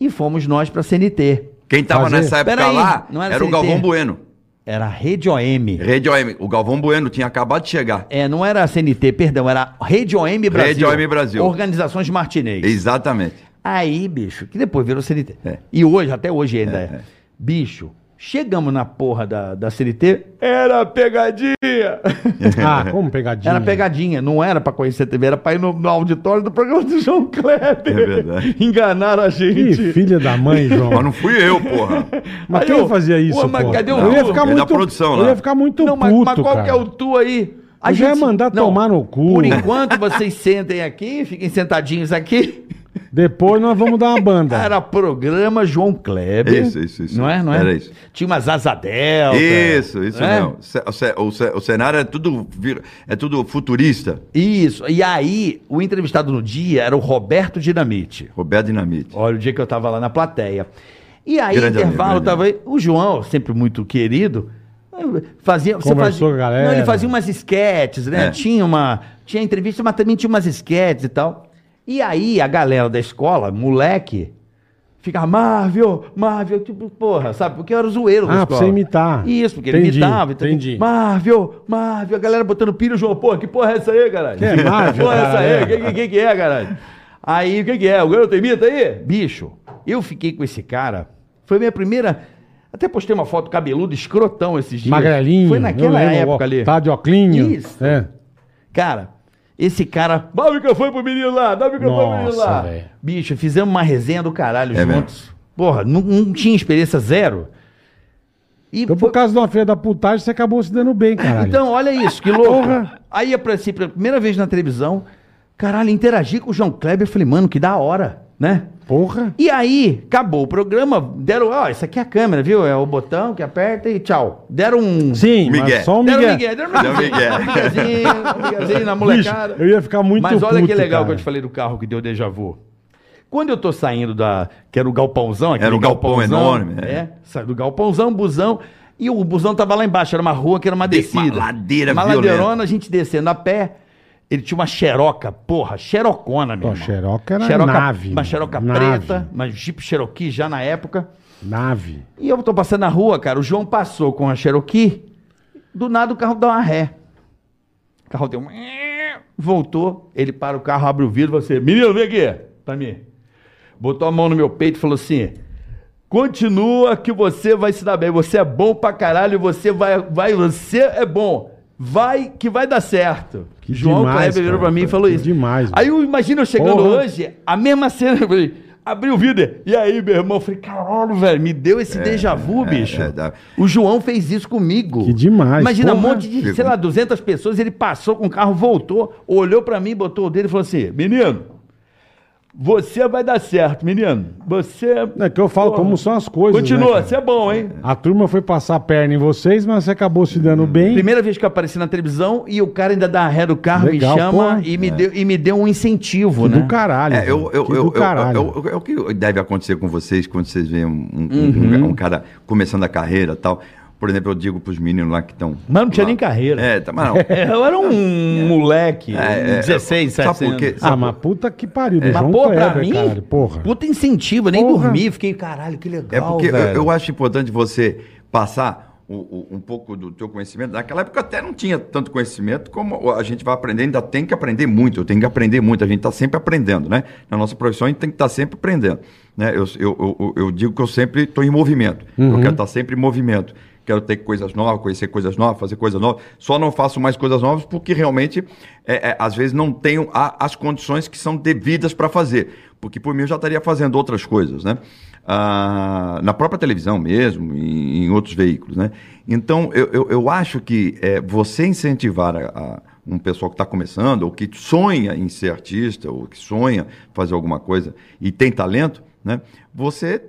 E fomos nós pra CNT.
Quem tava
Fazer-
nessa época
Peraí,
lá
não era
era, o
CNT.
Galvão Bueno.
Era a Rede OM.
Rede OM. O Galvão Bueno tinha acabado de chegar.
É, não era a CNT, perdão, era Rede OM Brasil.
Rede OM Brasil.
Organizações Martinez.
Exatamente.
Aí, bicho, que depois virou CNT.
É.
E hoje, até hoje ainda é. Bicho, chegamos na porra da, da CNT, era pegadinha.
Ah, como pegadinha.
Era pegadinha, não era pra conhecer a TV, era pra ir no, no auditório do programa do João
É
Kleber.
verdade.
Enganaram a
Ih,
gente.
filha da mãe, João.
Mas não fui eu, porra.
Mas
Aí
quem
eu,
fazia isso,
pô, mas
pô?
cadê o
Eu ia
Lu?
ficar
É da
muito,
produção
eu
lá.
ia ficar muito
né? não, mas,
puto,
mas qual
cara.
que é o tu aí?
Eu já ia mandar tomar no cu.
Por enquanto, vocês sentem aqui, fiquem sentadinhos aqui.
Depois nós vamos dar uma banda.
Era programa João Kleber.
Isso, isso, isso.
Não é? Não é?
Era isso.
Tinha umas Azadel.
Isso, isso
é?
mesmo. Ce- o ce- O, ce- o cenário é tudo, vir- é tudo futurista.
Isso. E aí, o entrevistado no dia era o Roberto Dinamite.
Roberto Dinamite.
Olha, o dia que eu tava lá na plateia. E aí,
Grande
intervalo,
amigo, grande
tava aí. O João, sempre muito querido, fazia. você
Conversou
fazia-
com a galera.
Não, ele fazia umas esquetes, né?
É.
Tinha uma. Tinha entrevista, mas também tinha umas esquetes e tal. E aí, a galera da escola, moleque, ficava, Marvel, Marvel, tipo, porra, sabe? Porque eu era o zoeiro da
Ah,
escola.
pra você imitar.
Isso, porque
Entendi,
ele imitava. Então,
entendi.
Marvel, Marvel, a galera botando pilha, o João, porra, que porra é essa aí, caralho?
Que é Marvel,
porra é essa
cara,
aí?
é.
Que, que, que, que é, caralho? Aí, o que, que é? O garoto imita aí? Bicho, eu fiquei com esse cara, foi minha primeira... Até postei uma foto cabeludo, escrotão esses dias.
Magrelinho.
Foi
eu
naquela
lembro,
época
ó,
ali.
Tá de oclinho.
Isso.
É.
Cara, esse cara. Dá o microfone pro menino lá, dá o microfone pro menino
Nossa,
lá.
velho.
Bicho, fizemos uma resenha do caralho
É
juntos. Porra, não, não tinha experiência zero. E
Então,
foi-
por causa de uma filha da putagem, você acabou se dando bem, caralho.
então, olha isso, que louco.
Porra.
Aí apareci pela primeira vez na televisão, caralho, interagi com o João Kleber, eu falei, mano, que da hora, né?
Porra.
E aí, acabou o programa, deram, ó, isso aqui é a câmera, viu? É o botão que aperta e tchau. Deram um...
Sim,
Miguel.
mas só um
Deram
Miguel.
um Miguel, deram um
Deram um
Miguel. Um Miguelzinho, um Miguelzinho na
Bicho,
molecada.
eu ia ficar muito
Mas olha que
puto,
legal
cara.
que eu te falei do carro que deu déjà vu. Quando eu tô saindo da. que era o galpãozão, aquele
Era um galpão
galpãozão,
enorme, é.
É. sai do galpãozão, busão. E o busão tava lá embaixo, era uma rua que era uma
De-
descida.
uma ladeira
Uma
violenta.
ladeirona, a gente descendo a pé. Ele tinha uma xeroca, porra, xerocona
Pô,
mesmo.
xeroca era nave,
Uma
mano,
xeroca
nave.
preta, uma Jeep Cherokee já na época.
Nave.
E eu tô passando na rua, cara. O João passou com a Cherokee. Do nada o carro dá uma ré. O carro deu um. Voltou, ele para o carro, abre o vidro e você. Menino, vem aqui pra mim. Botou a mão no meu peito e falou assim: Continua que você vai se dar bem. Você é bom pra caralho, você vai. vai você é bom. Vai que vai dar certo.
Que
João
demais,
Kleber virou
cara.
pra mim e falou
Que
isso.
demais,
Aí eu imagino eu chegando
Porra.
hoje, a mesma cena. Eu falei, abri o vidro. E aí, meu irmão? Eu falei, caralho, velho, me deu esse déjà vu, bicho.
é, dá.
O João fez isso comigo.
Que demais,
Imagina um
porra.
monte de, sei lá, 200 pessoas. Ele passou com o carro, voltou, olhou pra mim, botou o dedo e falou assim: menino. Você vai dar certo, menino. Você.
É que eu falo como são as coisas, né,
Continua,
cara?
você é bom, hein?
A turma foi passar a perna em vocês, mas você acabou se
Hum.
dando bem.
Primeira vez que eu apareci na televisão e o cara ainda dá a ré do carro,
Legal,
me chama
porra.
e me, deu, e me deu um incentivo,
Que
né?
do caralho.
É, eu,
velho.
eu,
Que
eu,
do
eu-
caralho.
eu- eu- é o que deve acontecer com vocês quando vocês veem um, um-
Uhum.
um- um cara começando a carreira e tal. Por exemplo, eu digo pros meninos lá que estão.
Mas não tinha
lá-
nem carreira.
É, tá, mas não.
É, eu era um moleque,
um
É, é,
16,
sabe
17
por quê? É.
anos.
Ah, mas puta que pariu. Do
Mas,
João
pô, pra
Kleber,
mim,
caralho. Porra.
puta incentivo, eu nem
Porra.
dormi, fiquei, caralho, que legal,
É porque eu,
velho.
eu acho importante você passar o- o- um pouco do teu conhecimento. Naquela época eu até não tinha tanto conhecimento como a gente vai aprender, ainda tem que aprender muito, eu tenho que aprender muito, a gente está sempre aprendendo, né? Na nossa profissão a gente tem que estar sempre
Uhum.
aprendendo. Né? Eu, eu- eu- eu digo que eu tá sempre estou em movimento, eu quero estar sempre em movimento. quero ter coisas novas, conhecer coisas novas, fazer coisas novas. Só não faço mais coisas novas porque realmente, é, é, às vezes, não tenho a- as condições que são devidas para fazer. Porque por mim eu já estaria fazendo outras coisas, né? Ah, na própria televisão mesmo, em, em outros veículos, né? Então, eu, eu, eu acho que é, você incentivar a- a um pessoal que está começando, ou que sonha em ser artista, ou que sonha fazer alguma coisa e tem talento, né? Você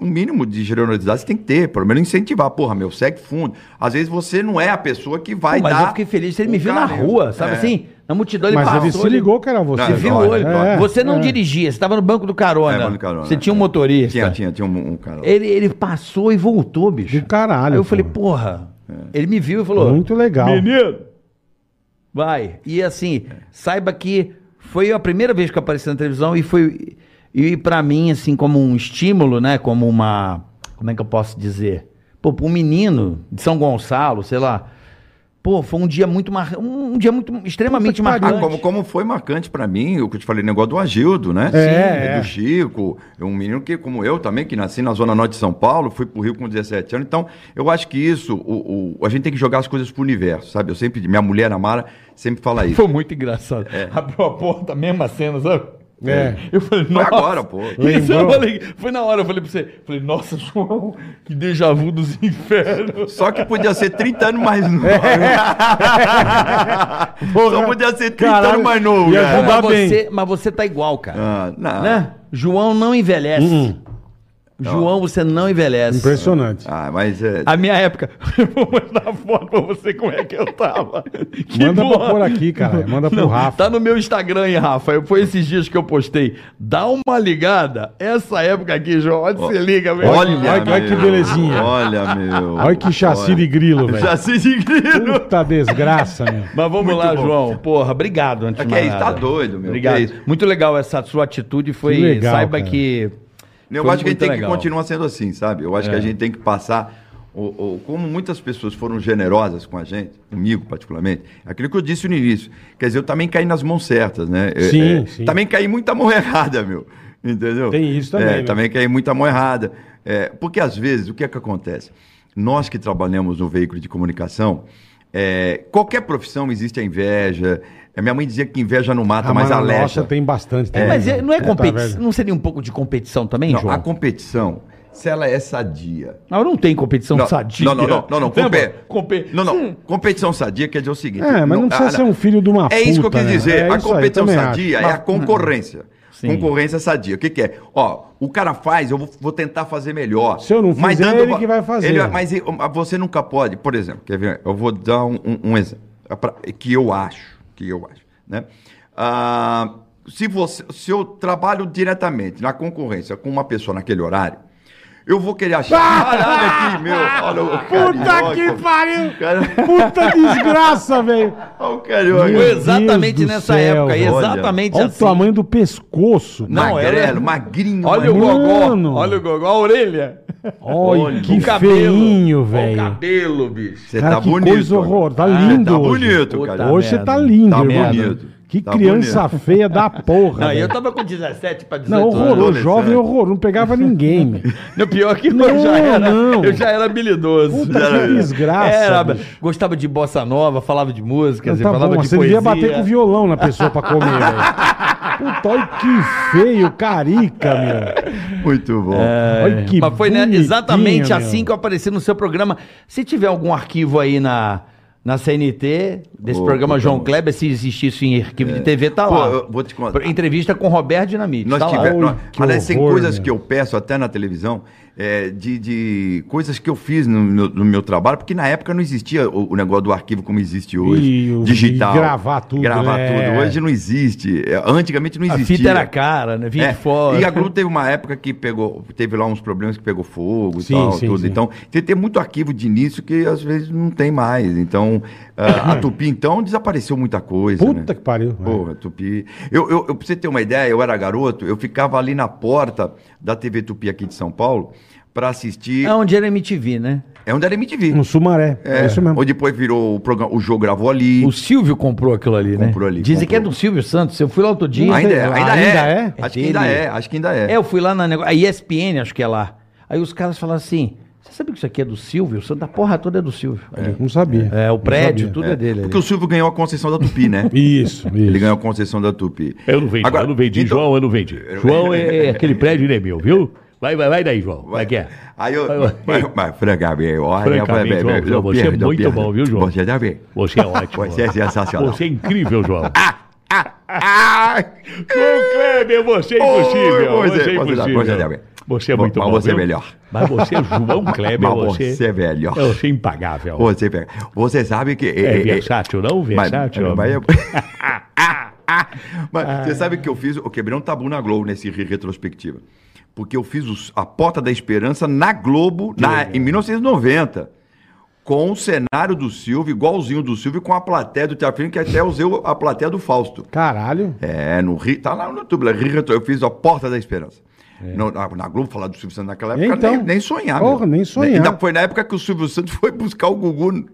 um mínimo de generosidade você tem que ter, pelo menos incentivar. Porra, meu, segue fundo. Às vezes você não é a pessoa que vai
Mas
dar.
eu fiquei feliz, ele
o
me viu na
caminho.
rua, sabe
É.
assim? Na multidão ele
Mas
passou.
ele se ligou que era você.
Não,
Você
É,
viu
claro,
o olho.
claro.
É,
Você não
é.
dirigia, você estava no banco do carona.
É, banco do carona,
Você tinha um
é.
motorista.
Tinha, tinha, tinha um, um cara. lá.
Ele, ele passou e voltou, bicho.
Do caralho,
Aí eu falei,
pô.
porra.
É.
Ele me viu e falou,
Muito legal.
Menino!
vai. E assim, saiba que foi a primeira vez que eu apareci na televisão e foi. E pra mim, assim, como um estímulo, né? Como uma. Como é que eu posso dizer? Pô, pra um menino de São Gonçalo, sei lá. Pô, foi um dia muito mar... um dia muito extremamente
Puta que pariu.
Ah,
marcante.
como, como foi marcante pra mim, o que eu te falei, o negócio do Agildo, né?
É, é.
Do Chico, é um menino que, como eu também, que nasci na Zona Norte de São Paulo, fui pro Rio com 17 anos. Então, eu acho que isso, o, o- a gente tem que jogar as coisas pro universo, sabe? Eu sempre, minha mulher, a Mara, sempre fala isso.
Foi muito engraçado.
É.
Abriu a porta, mesma cena, sabe?
É.
Eu falei,
Foi
nossa.
agora, pô.
Isso eu
Lembrou?
falei, foi na hora, eu falei pra você. Falei, nossa, João, que déjà vu dos infernos.
Só que podia ser 30 anos mais novo.
É.
Só podia ser 30
Caralho,
anos mais novo.
ia
cara.
ajudar
mas,
Tá bem.
você, mas você tá igual, cara.
Ah, não.
Né? João não envelhece.
Hum.
João, você não envelhece.
Impressionante.
Ah, mas é.
A minha época. Eu vou mandar foto pra você como é que eu tava. Que
Manda pra
boa.
pôr aqui, cara. Manda pro
Não,
Rafa.
Tá no meu Instagram aí, Rafa. Eu- Foi esses dias que eu postei. Dá uma ligada. Essa época aqui, João. Olha se liga, meu.
olha- olha que
meu,
belezinha.
Olha, meu.
Olha que chassi de grilo, velho.
Chassi de grilo.
Puta desgraça, meu.
Mas vamos lá,
bom.
João. Porra, obrigado antes
É
de
que é
mais
isso,
nada.
tá doido, meu.
Obrigado.
Que é isso.
Muito legal essa sua atitude. Foi.
Que legal,
saiba
cara.
que.
Eu
foi
acho que a
muito
gente tem
legal.
que continuar sendo assim, sabe? Eu acho
É.
que a gente tem que passar. O, o- como muitas pessoas foram generosas com a gente, comigo particularmente, é aquilo que eu disse no início. Quer dizer, eu também caí nas mãos certas, né? Eu-
Sim,
é,
sim.
Também caí muita mão errada, meu. Entendeu?
Tem isso também,
É,
né?
Também caí muita mão errada. É, porque às vezes, o que é que acontece? Nós que trabalhamos no veículo de comunicação, é, qualquer profissão existe a inveja. É, Minha mãe dizia que inveja não mata,
Ah,
mas
na
aleja.
nossa tem bastante. também,
Mas é-
né?
não é
Puta,
competição.
velho.
Não seria um pouco de competição também,
Não,
João?
a competição, se ela é sadia,
Não, não tem competição
não,
sadia.
Não, não, não, não, não,
Lembra?
compe-
Compe-
não, não. Competição sadia quer dizer o seguinte.
É, mas não precisa ser um filho de uma
É isso que eu
puta,
quis
né?
dizer.
É
a
isso aí,
competição
também hum.
sadia é a concorrência. Concorrência sadia. O que, que é? Ó, o cara faz, eu vou, vou tentar fazer melhor.
Se eu não
Mas
fizer,
dando-
ele que vai fazer.
mas e- mas você nunca pode. Por exemplo, quer ver? Eu vou dar um, um- um exemplo é pra- que eu acho, que eu acho, né? Ah, se você, se eu trabalho diretamente na concorrência com uma pessoa naquele horário, eu vou querer achar. Caralho, aqui, meu. Olha o
Puta
carioca.
que pariu!
Cara-
Puta desgraça, velho!
Olha o carioca.
Meu
Exatamente
Deus do
nessa
céu,
época,
velho.
exatamente
Olha o
assim.
tamanho do pescoço.
Não, era-
Magrelo, magrinho.
Olha o
magrinho.
gogó.
Mano.
Olha o gogó, a orelha.
Olha,
olha,
que
o
cabelo,
feinho,
O
velho.
cabelo, bicho.
Você
Cara,
tá
Ah, que
bonito.
coisa
agora.
horror. Tá
Você
lindo
Tá
hoje.
bonito,
Puta
cara.
Hoje você
merda.
tá lindo,
Tá
irmão.
bonito.
Que
Tá
criança feia da porra.
Não,
velho.
eu tava com 17 pra 18
Não,
anos.
horroroso,
adolescente.
jovem horroroso, não pegava ninguém. meu.
No pior que eu
Não,
já era.
não.
Eu já era habilidoso.
Puta
Já
que
era.
desgraça.
Era,
bicho.
gostava de bossa nova, falava de música,
Não,
assim,
tá
falava
bom,
de
você
poesia.
devia bater com o violão na pessoa pra comer, velho. Puta, olha que feio, carica, meu.
Muito bom.
Olha que
Mas foi né,
bonitinho,
exatamente
meu.
assim que eu apareci no seu programa. Se tiver algum arquivo aí na, na CNT, desse
Ô,
programa
puta,
João
mano.
Kleber, se existe isso em arquivo de TV, tá
Pô,
lá.
eu vou te contar.
Entrevista com Roberto Dinamite.
Nós
tá lá.
tivemos.
Ai,
nós-
que
aliás, tem
horror,
coisas
meu.
que eu peço até na televisão, é, de, de coisas que eu fiz no, meu- no meu trabalho, porque na época não existia o, o negócio do arquivo como existe hoje.
E o-
digital.
e gravar tudo,
Gravar
é.
tudo. Hoje não existe. É, Antigamente não
A
existia.
fita era cara, né? Vinha
É,
de fora.
E a Globo teve uma época que pegou, teve lá uns problemas que pegou fogo e
Sim,
tal,
sim,
tudo.
sim.
Então, tem, tem muito arquivo de início que às vezes não tem mais. Então, ah, a Tupi, então, desapareceu muita coisa. né?
Uhum. Puta que pariu.
Porra, Tupi. Eu, eu, eu, pra você ter uma ideia, eu era garoto, eu ficava ali na porta da TV Tupi aqui de São Paulo pra assistir.
um
É onde era MTV, né?
É onde era MTV.
No Sumaré, é, isso mesmo.
Ou depois virou o programa. O jogo gravou ali.
O Silvio comprou aquilo ali, né?
Comprou ali,
Dizem
comprou.
que é do Silvio Santos. Eu fui lá outro dia.
Ainda, é,
lá,
ainda,
ainda
é.
é?
Acho que ainda
dele.
é. Acho que ainda é.
É, eu fui lá na negócio. A ESPN, acho que é lá. Aí os caras falaram assim:
Você sabe que isso aqui é do Silvio? O Santa porra toda é do Silvio. Ali.
Não sabia.
É, o
Não
prédio,
sabia.
tudo é, dele.
Porque
ali.
o Silvio ganhou a concessão da Tupi, né?
Isso, isso.
Ele ganhou a concessão da Tupi.
Eu não vendi,
Agora,
eu não vendi.
então-
João, eu não vendi. João é, é aquele prédio, né, meu, viu? Vai, vai, vai daí, João. Vai que é.
Aí eu.
Vai,
Mas,
vai.
mas, francamente, olha.
Francamente,
vai- vai-
João, João,
eu
você é
perdo, eu
muito
perdo.
bom, viu, João?
Você já vê.
Você é ótimo.
Você é sensacional.
Você é incrível, João.
Ah!
João Kleber, você é
Oi,
impossível. você
você-
é
você não-
impossível.
você não é bem.
Você é
Bom,
muito
mas
bom.
você é
viu?
melhor.
Mas você, é João Kleber,
Mas
você...
você é melhor.
Você é impagável.
Você, pega- você sabe que. eh,
É versátil, não?
Mas-
Versátil.
Mas, Mas
Ah.
você sabe que eu fiz? Eu quebrei um tabu na Globo nesse re- retrospectiva. Porque eu fiz os- a Porta da Esperança na Globo na- em 1990. Com o cenário do Silvio, igualzinho do Silvio, com a plateia do Teatro Filho, que até usei o- a plateia do Fausto.
Caralho.
É, no Rio. Tá lá no YouTube, lá, Rio Retro. Eu fiz a Porta da Esperança.
É.
No- na, na Globo, falar do Silvio Santos naquela época,
Então.
nem, nem sonhar.
Porra,
meu.
nem sonhar.
Ainda foi na época que o Silvio Santos foi buscar o Gugu.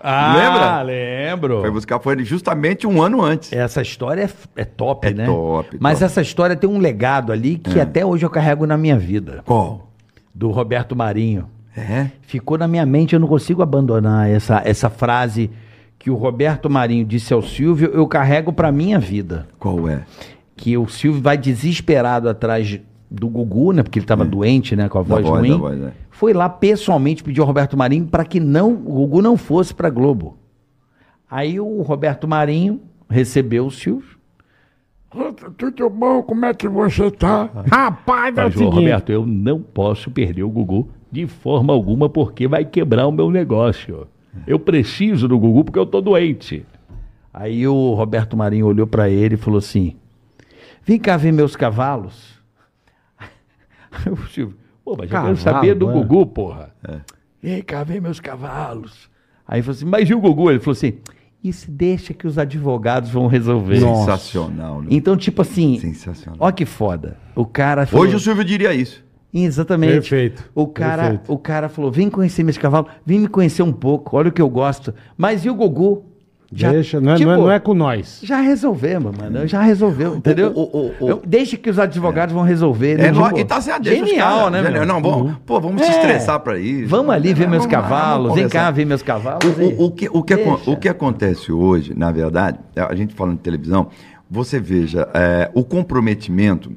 Ah,
Lembra?
lembro.
Foi buscar, foi justamente um ano antes.
Essa história é, f- é top,
É
né?
top,
Mas
top. É.
essa história tem um legado ali que até hoje eu carrego na minha vida.
Qual?
Do Roberto Marinho.
É?
Ficou na minha mente, eu não consigo abandonar essa, essa frase que o Roberto Marinho disse ao Silvio, eu carrego pra minha vida.
Qual é?
que o Silvio vai desesperado atrás do Gugu, né? Porque ele tava doente, né? Com a voz
voz,
ruim.
É. da voz, é.
Foi lá pessoalmente pedir ao Roberto Marinho para que não, o Gugu não fosse pra Globo. Aí o Roberto Marinho recebeu o Silvio.
Tudo bom? Como é que você tá?
Rapaz, é o
Mas, João
seguinte.
Roberto, eu não posso perder o Gugu de forma alguma, porque vai quebrar o meu negócio. Eu preciso do Gugu porque eu tô doente.
Aí o Roberto Marinho olhou pra ele e falou assim: Vem cá ver meus cavalos. Aí o Silvio,
Pô, mas eu quero
Cavalo,
saber do
é.
Gugu, porra. Vem cá ver meus cavalos.
Aí ele falou assim: Mas e o Gugu? Ele falou assim: Isso deixa que os advogados vão resolver.
Nossa.
Sensacional, né?
Então, tipo assim,
Sensacional.
ó que foda. O cara falou,
Hoje o Silvio diria isso.
Exatamente.
Perfeito,
O cara,
perfeito.
o cara falou: "Vem conhecer meus cavalos, vem me conhecer um pouco, olha o que eu gosto". Mas e o Gugu?
Deixa, não é,
tipo,
não, é, não é com nós.
já resolvemos, mano. Já resolveu, entendeu?
o- o- o-
Eu- deixa que os advogados vão resolver.
É,
né?
nó-
Tipo,
e tá certo, deixa os
Genial,
caras,
né,
genial.
meu?
Não, bom, pô, vamos se
É.
estressar pra isso.
Vamos ali ver meus
Vamos lá, vamos
cavalos. Vem cá
conversar.
ver meus cavalos.
O, o- o que, o, que acon-
Deixa.
o que acontece hoje, na verdade, é, a gente falando de televisão, você veja é, o comprometimento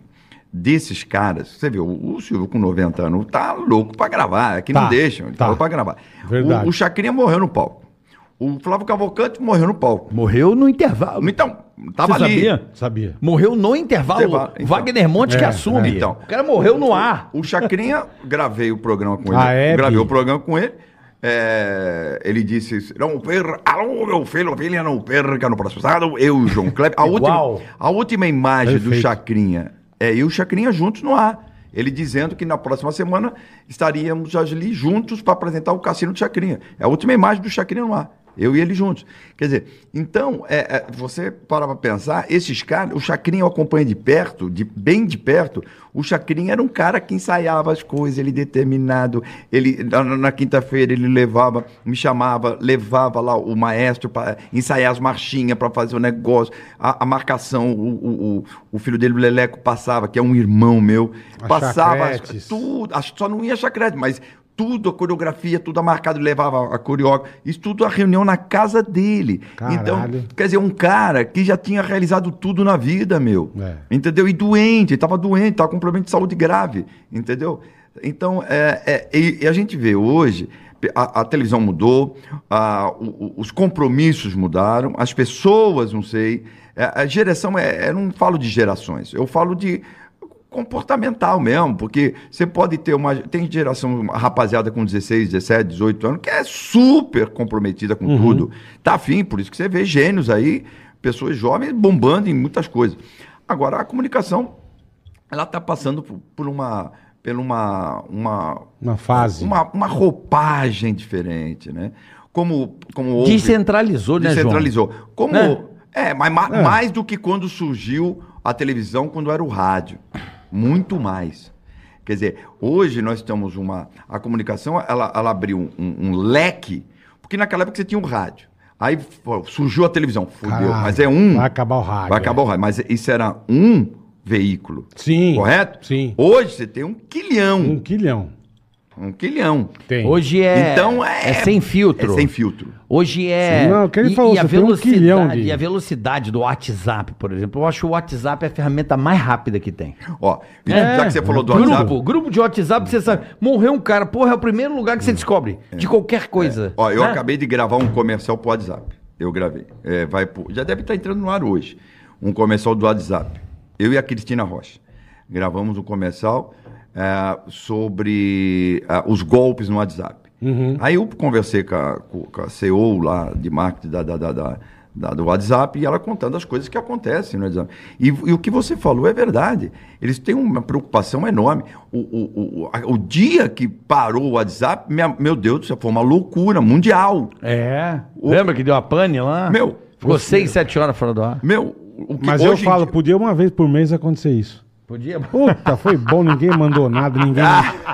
desses caras. Você vê, o, o Silvio com 90 anos tá louco pra gravar, é que
Tá,
não deixam, ele
tá.
tá louco pra gravar.
Verdade.
O, o Chacrinha morreu no palco. O Flávio Cavalcante morreu no palco.
Morreu no intervalo.
Então, tava
Você
ali.
sabia?
Sabia.
Morreu no intervalo.
Intervalo, então.
Wagner Monte que
É,
assume.
é. Então.
o cara morreu no ar.
O Chacrinha, gravei o programa com ele.
Ah, é,
gravei
Bi?
o programa com ele. É, ele disse: isso, Não perca, alô, meu filho, filha, não perca no próximo sábado. Eu e o João Kleber. A, última, a última imagem do
Perfeito.
Chacrinha é eu e o Chacrinha juntos no ar. Ele dizendo que na próxima semana estaríamos ali juntos para apresentar o Cassino do Chacrinha. É a última imagem do Chacrinha no ar. Eu e ele juntos. Quer dizer, então, é, é, você para pra pensar, esses caras, o Chacrinha eu acompanho de perto, de, bem de perto. O Chacrinha era um cara que ensaiava as coisas, ele determinado. Ele, na, na- na quinta-feira ele levava, me chamava, levava lá o maestro para ensaiar as marchinhas, para fazer o negócio, a, a marcação. O, o, o- o filho dele, o Leleco, passava, que é um irmão meu,
As
passava as-
chacretes.
tudo, acho que só não ia chacrete, mas tudo, a coreografia, tudo marcado, levava a coreógrafa, isso tudo a reunião na casa dele.
Caralho.
Então, quer dizer, um cara que já tinha realizado tudo na vida, meu.
É.
Entendeu? E doente, estava doente, estava com um problema de saúde grave, entendeu? Então, é, é, e, e a gente vê hoje, a, a televisão mudou, a- o- o- os compromissos mudaram, as pessoas, não sei, é, a geração, é, eu não falo de gerações, eu falo de comportamental mesmo, porque você pode ter uma. Tem geração, uma rapaziada com 16, 17, 18 anos, que é super comprometida com tudo. Tá afim, por isso que você vê gênios aí, pessoas jovens bombando em muitas coisas. Agora, a comunicação, ela tá passando por, por uma. Por uma, uma,
Uma fase.
uma, uma roupagem diferente, né? Como, como houve-
Descentralizou, né, João?
Descentralizou. Como.
Né?
É, mas ma-
É.
mais do que quando surgiu a televisão, quando era o rádio. Muito mais. Quer dizer, hoje nós temos uma. A comunicação, ela, ela abriu um, um leque, porque naquela época você tinha o rádio. Aí pô, surgiu a televisão. Fudeu.
Caralho,
mas é um.
Vai acabar o rádio.
Vai acabar o rádio. Mas isso era um veículo.
Sim.
Correto?
Sim.
Hoje você tem um quilhão.
Um quilhão.
Um quilhão.
Tem.
Hoje é.
Então é-
sem filtro.
É sem filtro.
Hoje é.
Sim, não, o que ele
e,
falou,
e a
você tem um
velocidade,
quilhão de-
e a velocidade do WhatsApp, por exemplo. Eu acho o WhatsApp a ferramenta mais rápida que tem.
Ó, e
É,
já que você falou do
grupo,
WhatsApp,
Grupo de WhatsApp, você sabe. Morreu um cara, porra, é o primeiro lugar que você descobre. De qualquer coisa.
Hum. É. Ó, eu
né?
acabei de gravar um comercial pro WhatsApp. Eu gravei. É, vai pro- Já deve estar entrando no ar hoje. Um comercial do WhatsApp. Eu e a Cristina Rocha. Gravamos um comercial ah, sobre ah, os golpes no WhatsApp. Aí eu conversei com a, com- com a CEO lá de marketing da, da- da- da- da- do WhatsApp e ela contando as coisas que acontecem no WhatsApp. E, e o que você falou é verdade. Eles têm uma preocupação enorme. O, o- o- a- o dia que parou o WhatsApp, minha- meu Deus do céu, foi uma loucura mundial.
É.
Lembra que deu a pane lá?
Meu,
Ficou seis, sete horas fora do ar.
meu, o que
Mas eu
hoje em
falo,
dia-
podia uma vez por mês acontecer isso.
Podia.
Puta, foi bom, ninguém mandou nada, ninguém,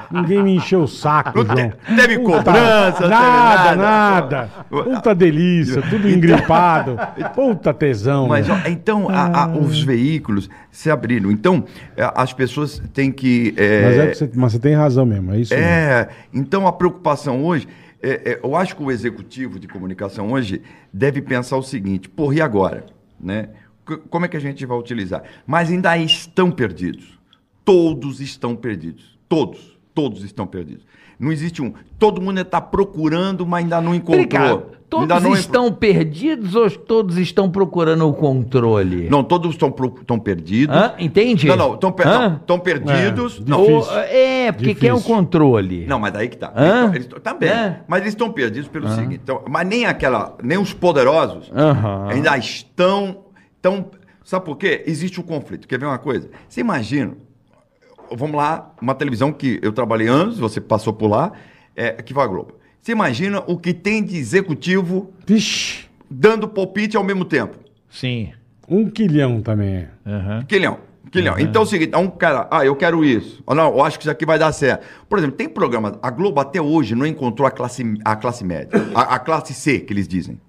ninguém me encheu o saco,
Ah. Não
João.
te- teve
Puta,
cobrança, teve
nada,
nada. Então-
nada. Puta delícia, tudo engripado. Puta tesão.
Mas,
meu.
ó, então, a- a- os veículos se abriram. Então, é, as pessoas têm que. é,
Mas, é que você, mas você tem razão mesmo, é isso. mesmo.
É, então a preocupação hoje, é, é, eu acho que o executivo de comunicação hoje deve pensar o seguinte: porra, e agora? Né? C- Como é que a gente vai utilizar? Mas ainda estão perdidos. Todos estão perdidos. Todos. Todos estão perdidos. Não existe um. Todo mundo está procurando, mas ainda não encontrou.
Ricardo,
ainda
todos
não encontrou.
estão perdidos ou todos estão procurando o controle?
Não, todos estão pro- estão perdidos.
Hã? Entende?
Não, não, estão per-
Hã?
não, estão perdidos.
É,
não.
Ou-
Difícil.
é, porque quem é o
Difícil.
controle?
Não, mas aí que tá.
Hã?
Eles tão- eles tão- também.
Hã?
Mas eles estão perdidos pelo seguinte. então, mas nem aquela, nem os poderosos
Aham.
ainda estão, tão, sabe por quê? Existe o conflito. Quer ver uma coisa? Você imagina, vamos lá, uma televisão que eu trabalhei anos, você passou por lá, é, que vai a Globo. Você imagina o que tem de executivo
Vixe,
dando palpite ao mesmo tempo?
Sim.
um quilhão também. é.
Quilhão. Quilhão.
Uhum.
Então é o seguinte, é um cara, ah, eu quero isso. Ah, não, eu acho que isso aqui vai dar certo. Por exemplo, tem programa, a Globo até hoje não encontrou a classe, a classe média, a, a classe C, que eles dizem.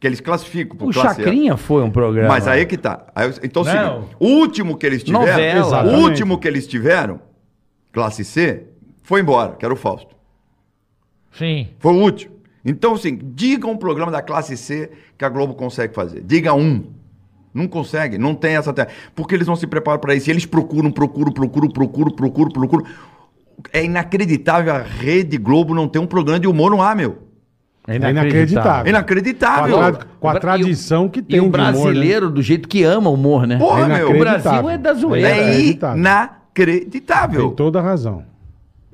Que eles classificam por
O
classe A.
Chacrinha foi um programa.
Mas aí que tá. Aí, então, é o
Não.
seguinte, o último que eles tiveram,
Novela.
o
Exatamente.
último que eles tiveram, classe C, foi embora, que era o Fausto.
Sim.
Foi o último. Então, assim, diga um programa da classe C que a Globo consegue fazer. Diga um. Não consegue, não tem essa terra. Porque eles não se preparam para isso. E eles procuram, procuram, procuram, procuram, procuram, procuram. É inacreditável a Rede Globo não ter um programa de humor no ar, meu.
É
inacreditável.
É inacreditável.
Com a, tra- com a tradição que tem
E o
de humor, né?
brasileiro, do jeito que ama o humor, né?
Porra,
É
Ah, meu.
o
inacreditável.
Brasil é da zoeira.
É
inacreditável.
inacreditável.
Tem toda a razão.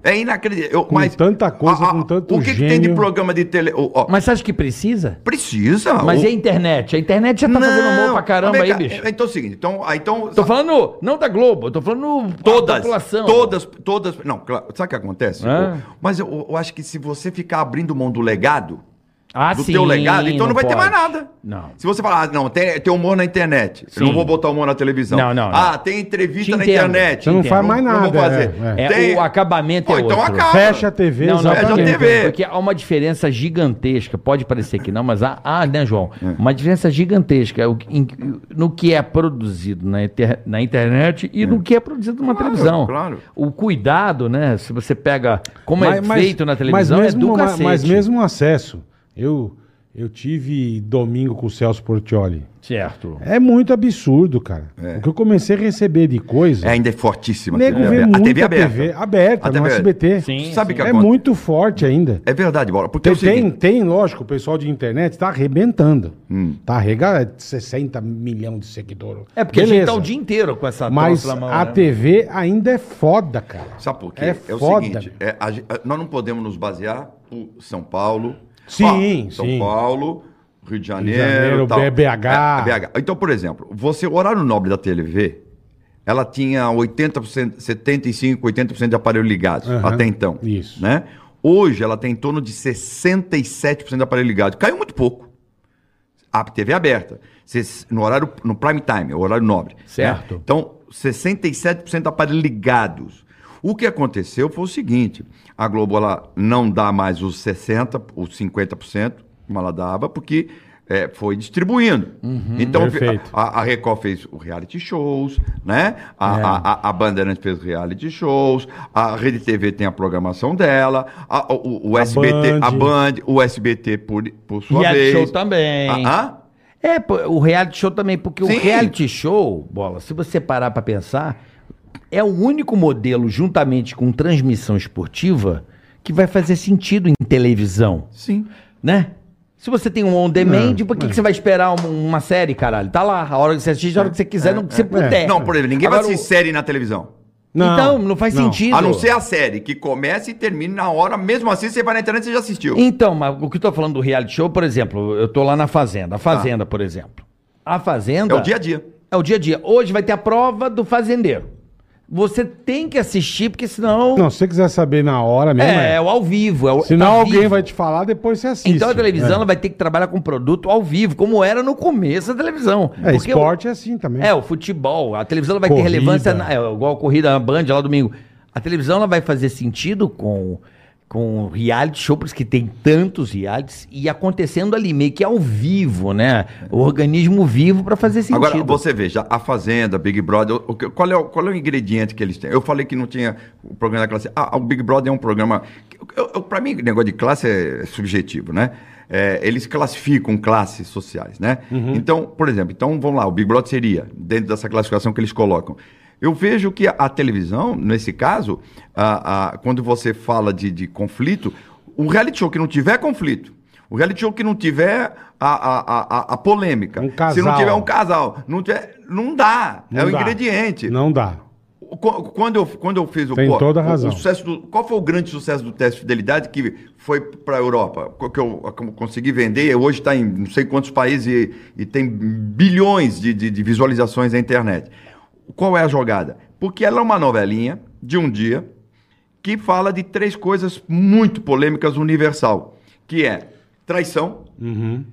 É inacreditável. Eu-
Com tanta coisa, com tanto
O que, que tem de
gênio.
programa de tele... ó, ó,
Mas você acha que precisa?
precisa.
Mas
Ah, o-
e a internet? A internet já tá fazendo humor pra caramba
vem
aí,
cá,
bicho.
Então é o seguinte, então... ah, então
Tô falando, não da Globo, eu tô falando da
Todas,
população.
todas, todas. Não, claro, sabe o que acontece?
Hã?
Eu- mas eu, eu acho que se você ficar abrindo mão do legado,
Ah,
do
sim,
teu legado, então não, vai ter
pode.
mais nada.
Não.
Se você falar, ah, não, tem, tem humor na internet, eu não vou botar humor na televisão.
Não, não, não.
Ah, tem entrevista
Te
na
entendo.
internet.
Você não
Entendo.
faz mais nada.
Não vou fazer.
é, é.
É,
Tem-
O acabamento
Pô,
é outro.
então acaba.
Fecha a TV,
Não, não,
Fecha a
exatamente.
TV.
Porque há uma diferença gigantesca, pode parecer que não, mas há, há, né, João?
É.
Uma diferença gigantesca o que- em- no que é produzido na, inter- na internet e no que é produzido numa
Claro,
televisão.
claro.
O cuidado, né? Se você pega como é feito na televisão,
mas mesmo,
é do
ma-
cacete.
Mas mesmo o acesso. Eu, eu tive domingo com o Celso Portioli.
Certo.
É muito absurdo, cara. O que eu comecei a receber de coisa.
É, ainda é fortíssima.
Nego vê
aberta.
muita TV aberta,
A
no
TV
SBT.
Sim,
Sabe o que
é
acontece?
muito forte ainda.
É verdade, Bola. Porque é
Tem,
o seguinte, Hum.
tem, tem, lógico, o pessoal de internet tá arrebentando. Tá arregalando 60 milhões de seguidores.
É porque a gente
Beleza.
tá o dia inteiro com essa
Mas
troça na mão,
a
né?
TV ainda é foda, cara.
Sabe por quê?
É
o
foda,
seguinte,
meu.
é, a ge- a- nós não podemos nos basear por São Paulo.
Sim,
Ó, São
sim.
Paulo, Rio de Janeiro,
Janeiro,
tal.
B- BH.
É, BH. Então, por exemplo, você, o horário nobre da TV, ela tinha 80%, 75%, 80% de aparelho ligados
Aham.
até então.
Isso.
Né? Hoje ela tem em torno de 67% de aparelho ligado. Caiu muito pouco. A TV aberta. Cês- No horário, no prime time, é o horário nobre.
Certo.
né? Então, 67% aparelhos ligados. O que aconteceu foi o seguinte: a Globo ela não dá mais os 60%, os 50%, como ela dava, porque é, foi distribuindo.
Uhum,
então
perfeito.
a, a Record fez o reality shows, né?
É.
A, a, a- a Bandeirantes fez reality shows, a Rede TV tem a programação dela, a- o, o SBT, a
Band.
Band, o SBT por, por sua
Reality
vez.
show também.
Ah, ah?
É, pô, o reality show também, porque
Sim.
o reality show, bola, se você parar pra pensar, é o único modelo, juntamente com transmissão esportiva, que vai fazer sentido em televisão,
Sim.
né? Se você tem um on demand, por que, que você vai esperar um- uma série, caralho? Tá lá, a hora que você assiste, a hora que você quiser, não que você puder.
É, Não, por exemplo, ninguém
É. Agora,
vai assistir série na televisão.
Não, então, não faz sentido.
A não ser a série, que começa e termina na hora, mesmo assim você vai na internet e você já assistiu.
Então, mas o que eu tô falando do reality show, por exemplo, eu tô lá na Fazenda. A Fazenda, por exemplo. A Fazenda.
Tá. É o dia a dia.
É o dia a dia. Hoje vai ter a prova do fazendeiro. Você tem que assistir, porque senão.
Não, se você quiser saber na hora mesmo.
é,
É,
é o ao vivo. É o,
Senão
tá
alguém
vivo.
vai te falar, depois você assiste.
Então a televisão
É.
ela vai ter que trabalhar com produto ao vivo, como era no começo da televisão.
É,
Porque
esporte é assim também.
O, é, o futebol. A televisão ela vai
Corrida.
ter relevância, na, é, igual a corrida na Band lá domingo. A televisão ela vai fazer sentido com com reality show, por isso que tem tantos realities, e acontecendo ali, meio que ao vivo, né? O organismo vivo pra fazer sentido.
Agora, você veja, a Fazenda, Big Brother, o que- qual, é o, qual é o ingrediente que eles têm? Eu falei que não tinha o programa da classe. Ah, o Big Brother é um programa. Para mim, negócio de classe é subjetivo, né? É, eles classificam classes sociais, né?
Uhum.
Então, por exemplo, então vamos lá, o Big Brother seria, dentro dessa classificação que eles colocam. Eu vejo que a, a televisão, nesse caso, a- a- quando você fala de, de conflito, o reality show que não tiver conflito, o reality show que não tiver a, a, a, a- a polêmica,
Um
se não
casal.
tiver um casal. Não, tiver- não dá.
Não
é o
dá.
ingrediente.
Não dá.
O- qu- Quando eu, quando eu fiz o
Tem
pô,
toda a
o-
razão.
o sucesso do- qual foi o grande sucesso do teste de fidelidade que foi para a Europa? Co- Que eu ac- consegui vender, e hoje está em não sei quantos países e, e tem bilhões de, de- de visualizações na internet. Qual é a jogada? Porque ela é uma novelinha de um dia que fala de três coisas muito polêmicas universal, que é traição,
Uhum.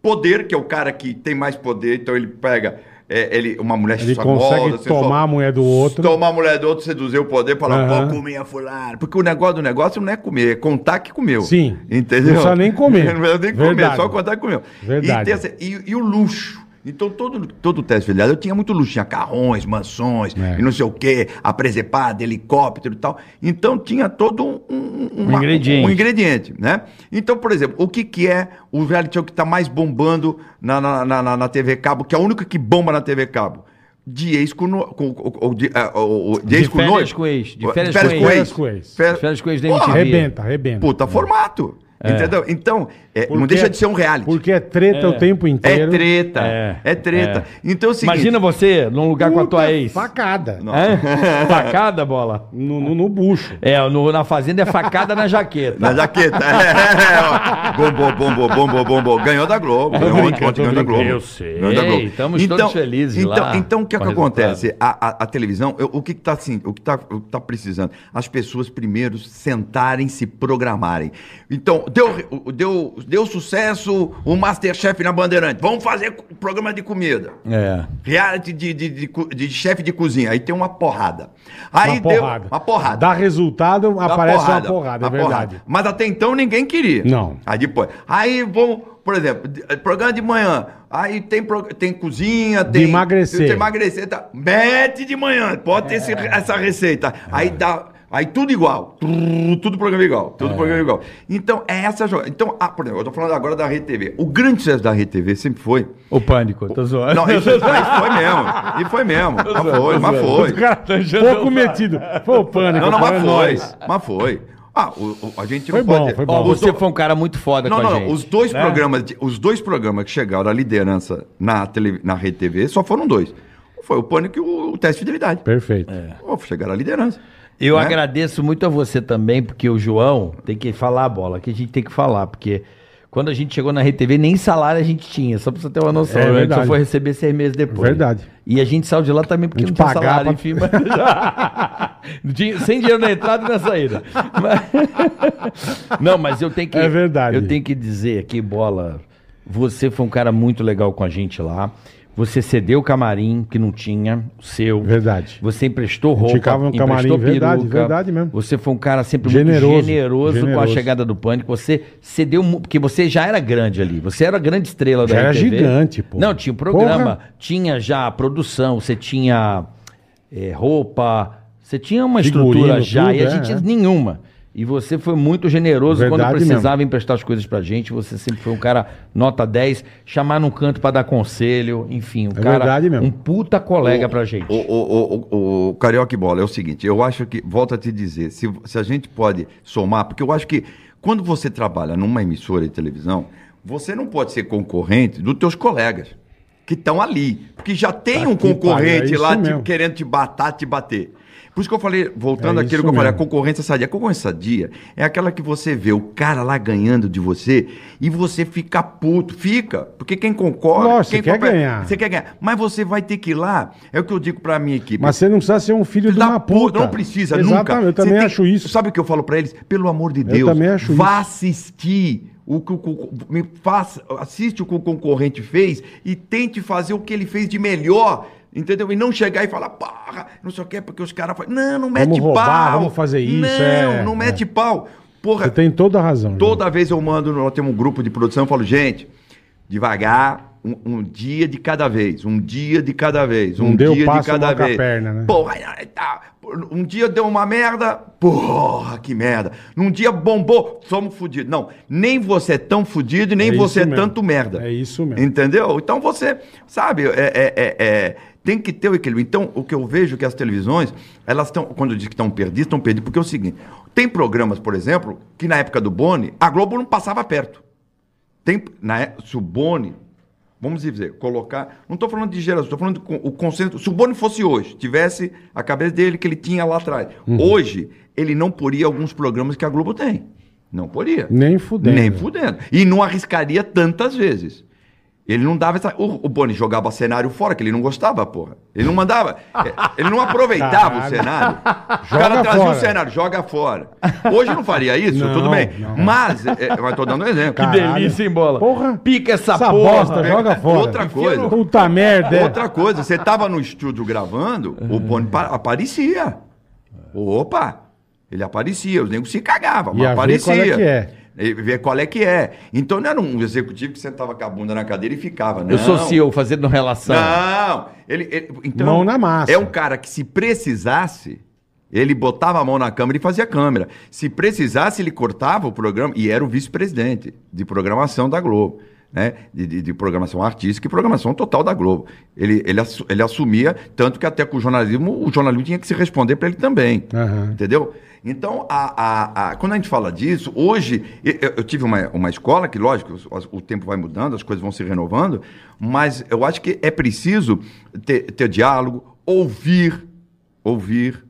poder, que é o cara que tem mais poder, então ele pega é, ele, uma mulher
Ele
só gosta,
consegue
sensual.
tomar a mulher do outro.
Tomar a mulher do outro, seduzir o poder, falar,
Aham.
pô, comer a fulano. Porque o negócio do negócio não é comer, é contar que comeu.
Sim.
Entendeu?
Não precisa nem comer.
não precisa nem comer,
Verdade.
só contar que comeu.
Verdade.
E, tem essa- e- e o luxo. Então, todo, todo o teste de fidelidade, eu tinha muito luxo. Tinha carrões, mansões,
É.
e não sei o quê, a presepada, helicóptero e tal. Então, tinha todo um, um- uma-
ingrediente.
um ingrediente, né? Então, por exemplo, o que, que é o reality show que está mais bombando na, na, na- na- na TV Cabo, que é a única que bomba na TV Cabo? De ex com, no- com, com, com- de, ah, o- o- de ex com
férias
noivo.
com ex, de
De
férias com ex.
férias com
Férias com ex.
ex. Férias-
Férias com ex da
Porra,
MTV.
Arrebenta, arrebenta.
Puta formato. Entendeu? Então, é, não
Porque-
deixa de ser um reality.
Porque é treta o tempo
É
inteiro.
treta.
É,
É, treta. Então é o seguinte.
Imagina você num lugar com a tua
Puta
ex.
Facada.
É? Facada, bola?
No, no, no bucho.
É, no- na fazenda é facada na jaqueta.
Na jaqueta. É, ó. Bombo, bombo, bombo, bombo. Ganhou da Globo. Ganhou ontem, ontem ganhou da Globo.
Eu sei.
Ganhou da Globo.
Estamos todos felizes
então,
lá
Então, o que é
com
que
o resultado.
acontece? A, a- a televisão, eu- o que está assim, o que tá, o que tá precisando? As pessoas primeiro sentarem, se programarem. Então, deu, re- o- deu, deu sucesso o Masterchef na Bandeirante. Vamos fazer co- programa de comida.
É.
Reality de, de, de, co- de chefe de cozinha. Aí tem uma porrada. Aí
uma
deu
porrada.
uma porrada.
Dá resultado,
Dá
aparece uma porrada, é
uma
verdade.
Mas até então ninguém queria.
Não.
Aí depois. Aí vamos, por exemplo, de- eh, programa de manhã. Aí tem, pro- tem cozinha, tem.
emagrecer. É.
Tem emagrecer. Tá. Mete de manhã, pode ter esse- essa receita. Aí dá. Aí tudo igual. Trrr, Tudo programa igual.
É.
Tudo programa igual. Então, é essa jogada. Então, ah, por exemplo, eu tô falando agora da Rede TV. O grande sucesso da Rede TV sempre foi.
O pânico, tô zoando.
Não, isso, mas foi mesmo. E foi mesmo. Mas foi, mas foi.
O cara tá pouco metido. Foi o pânico.
Não, não,
cara, é
mas foi.
nóis.
Mas foi. Ah, o, o- a gente
Foi
não pode.
bom, foi
Ó,
bom.
você foi um cara muito foda
Não,
com a
não,
gente.
os dois programas, de- os dois programas que chegaram à liderança na, tele, na Rede TV só foram dois. Um Foi o Pânico e o, o Teste de Fidelidade.
Perfeito.
Pô, chegaram à liderança.
Eu
né?
agradeço muito a você também, porque o João tem que falar a bola, que a gente tem que falar, porque quando a gente chegou na RTV, nem salário a gente tinha, só pra você ter uma noção.
É
a gente
verdade.
só foi receber seis meses depois.
Verdade.
E a gente saiu de lá também porque
A
não
gente
tinha
pagava pra-
salário, enfim. Mas... Não tinha- Sem dinheiro na entrada e na saída. Mas- Não, mas eu tenho que.
É verdade.
Eu tenho que dizer aqui, bola, você foi um cara muito legal com a gente lá. Você cedeu o camarim que não tinha, o seu.
Verdade.
Você emprestou
gente
roupa,
ficava no um camarim,
emprestou
verdade, verdade mesmo.
Você foi um cara sempre
Generoso,
muito generoso, com a
generoso.
chegada do pânico. Você cedeu, mu- porque você já era grande ali. Você era a grande estrela da
Já era
RTV.
gigante, pô.
Não, tinha o programa, tinha já a produção, você tinha é, roupa, você tinha uma
Figurino,
estrutura já
tudo,
e a
é,
gente
é.
nenhuma. E você foi muito generoso quando
Verdade
precisava emprestar as coisas pra gente. Você sempre foi um cara nota 10, chamar num canto pra dar conselho, enfim, um
É
cara
verdade mesmo.
um puta colega pra gente.
O, o, o, o, o Carioca e Bola, é o seguinte, eu acho que, volto a te dizer, se, se a gente pode somar, porque eu acho que quando você trabalha numa emissora de televisão, você não pode ser concorrente dos teus colegas que estão ali, porque já tem
Tá
um
que pariu, é
concorrente
isso
lá te-
mesmo.
querendo te batar, te bater. Por isso que eu falei, voltando
É
àquilo
isso
que eu falei, a
mesmo.
concorrência sadia. A concorrência sadia é aquela que você vê o cara lá ganhando de você e você fica puto, fica, porque quem concorre,
Lógico,
quem
você quer
compra-
ganhar.
Você quer ganhar, mas você vai ter que ir lá, é o que eu digo pra minha equipe.
Mas você não precisa ser um filho de
Da
uma puta.
Não precisa,
Exatamente,
nunca.
Eu também
Você tem-
acho isso.
Sabe o que eu falo pra eles? Pelo amor de
Eu
Deus,
também acho
vá assistir o que o con- me faça, assiste o que o concorrente fez e tente fazer o que ele fez de melhor. Entendeu? E não chegar e falar, porra, não sei o que, porque os caras falam, não, não mete
roubar,
pau.
vamos fazer isso,
Não,
é,
não
é.
mete pau. Porra,
Você tem toda a razão.
Toda vez eu mando, nós temos um grupo de produção, eu falo, gente, devagar, um, um dia de cada vez, um dia de cada vez,
Não
um
deu
dia
passo,
de cada
manca a
vez.
perna, né?
Porra, ai, tá, um dia deu uma merda, porra, que merda. Num dia bombou, somos fudidos. Não, nem você é tão fudido e nem
É isso
você é
mesmo.
tanto merda.
É isso mesmo.
Entendeu? Então você, sabe, é, é- é- é, tem que ter o equilíbrio. Então, o que eu vejo é que as televisões, elas estão, quando eu digo que estão perdidas, estão perdidas, porque é o seguinte: tem programas, por exemplo, que na época do Boni, a Globo não passava perto. Tem, na, é- se o Boni, vamos dizer, colocar. Não estou falando de geração, estou falando do con- o conceito. Se o Boni fosse hoje, tivesse a cabeça dele que ele tinha lá atrás.
Uhum.
Hoje, ele não poria alguns programas que a Globo tem. Não poria.
Nem fudendo.
Nem fudendo. E não arriscaria tantas vezes. Ele não dava essa. O, o Boni jogava cenário fora, que ele não gostava, porra. Ele não mandava. é, Ele não aproveitava o
Caralho.
cenário. O
Joga
cara trazia um
fora.
o cenário, joga fora. Hoje não faria isso,
Não,
tudo bem.
não.
Mas, é, mas tô dando um exemplo.
Caralho.
Delícia em bola.
Porra.
Pica essa,
Essa
porra.
bosta, joga fora.
Outra coisa.
Puta merda. é.
Outra coisa, você tava no estúdio gravando, o Boni pa- aparecia. Opa! Ele aparecia, os negros se cagavam, mas
Ia ver
aparecia.
qual é que é.
E ver qual é que é. Então não era um executivo que sentava com a bunda na cadeira e ficava, não.
Eu sou CEO fazendo relação.
Não! Ele, ele- então,
Mão na massa.
É um cara que, se precisasse, ele botava a mão na câmera e fazia câmera. Se precisasse, ele cortava o programa e era o vice-presidente de programação da Globo. Né? De, de- de programação artística e programação total da Globo. Ele, ele, assu- ele assumia, tanto que até com o jornalismo, o jornalismo tinha que se responder para ele também.
Aham.
Entendeu? Então, a, a- a- quando a gente fala disso, hoje, e- eu, eu tive uma, uma escola que, lógico, os- as- o tempo vai mudando, as coisas vão se renovando, mas eu acho que é preciso ter, ter diálogo, ouvir, ouvir,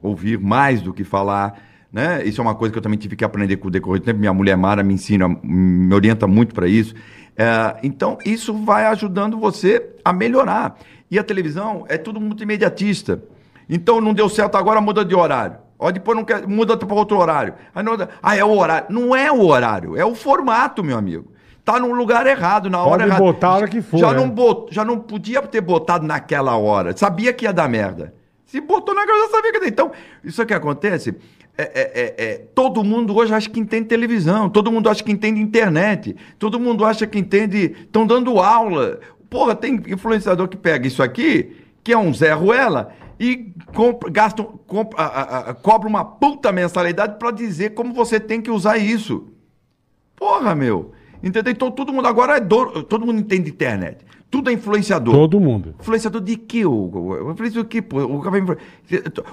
ouvir mais do que falar. Né? Isso é uma coisa que eu também tive que aprender com o decorrer do tempo. Minha mulher Mara me ensina, me orienta muito para isso. É, então, isso vai ajudando você a melhorar. E a televisão é tudo muito imediatista. Então não deu certo agora, muda de horário. Ó, depois não quer, muda para outro horário. Aí não- ah, é o horário. Não é o horário, é o formato, meu amigo. Tá no lugar errado, na hora
Pode
errada.
botar a hora que for,
Já,
é.
não bot- já não podia ter botado naquela hora. Sabia que ia dar merda. Se botou naquela hora, já sabia que ia dar. Então, isso que acontece. é- é- é- é, todo mundo hoje acha que entende televisão, todo mundo acha que entende internet, todo mundo acha que entende. Estão dando aula. Porra, tem influenciador que pega isso aqui, que é um Zé Ruela, e compra, gasta, um- compra- a- a- a- cobra uma puta mensalidade pra dizer como você tem que usar isso. Porra, meu. Entendeu? Então todo mundo agora é dono, todo mundo entende internet. Tudo é influenciador.
Todo mundo.
Influenciador de quê? ô, ô, ô? Influenciador de quê? Pô? O cara vai influ-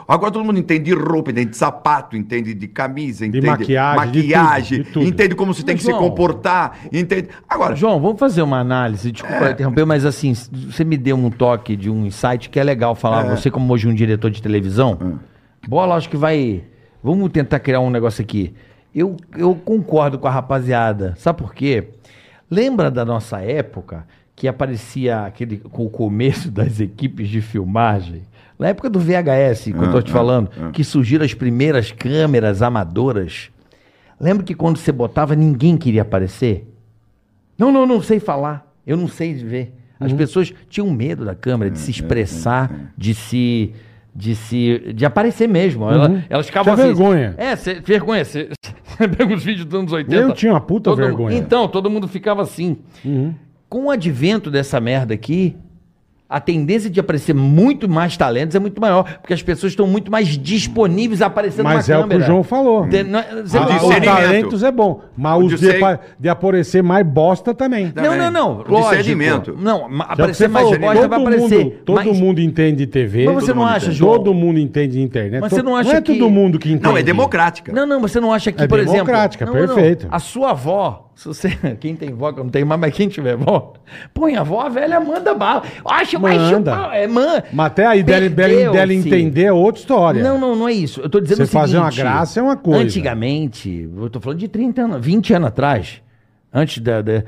Agora todo mundo entende de roupa, entende de sapato, entende de camisa, entende
maquiagem, de tudo,
maquiagem,
de tudo.
entende como você tem que se
João.
comportar, entende. Agora,
João, vamos fazer uma análise. Desculpa interromper, mas assim, você me deu um toque de um insight que é legal falar. Você, como hoje um diretor de televisão, bola, acho que vai. Vamos tentar criar um negócio aqui. Eu, eu concordo com a rapaziada. Sabe por quê? Lembra da nossa época que aparecia aquele, com o começo das equipes de filmagem? Na época do VHS, que eu tô te falando, que surgiram as primeiras câmeras amadoras. Lembra que quando você botava, ninguém queria aparecer? Não, não, não sei falar. Eu não sei ver.
Uhum.
As pessoas tinham medo da câmera, de se expressar, de se. De se. de aparecer mesmo. Ela-
Uhum.
elas ficavam
Tinha
assim.
vergonha.
É, cê, vergonha. Você pega os vídeos dos anos 80.
Eu tinha uma puta
todo mu-
vergonha.
Então, todo mundo ficava assim. Com o advento dessa merda aqui, a tendência de aparecer muito mais talentos é muito maior, porque as pessoas estão muito mais disponíveis a aparecer
Mas é
numa
o que
câmera.
o João falou.
Tem- não é- cê-
Ah,
O
os
discernimento.
talentos é bom, mas
O
os de,
discern-
apa- de aparecer mais bosta também.
não, não, não.
O
Lógico.
discernimento.
Não, ma-
Já que você
aparecer mais
falou,
bosta vai
todo
aparecer.
mundo, todo
mas,
mundo entende de TV.
mas você
todo
não
mundo
acha,
entende.
João?
Todo mundo entende de internet.
Mas
To-
você não acha
não é
que-
todo mundo que entende.
Não, é democrática.
Não, não, você não acha que,
É
por exemplo.
democrática,
Não, não, não.
perfeito.
A sua avó, se você, quem tem vó, que eu não tenho mais, mas quem tiver vó, põe a avó, a velha manda bala. Acho mais
Manda.
chupa- É, man,
Mas até aí dela, dela, dela
Perdeu-se.
entender é outra história.
Não, não, não é isso. Eu tô dizendo
Você
o seguinte.
fazer uma graça é uma coisa.
Antigamente, eu tô falando de 30 anos, 20 anos atrás, antes da, da-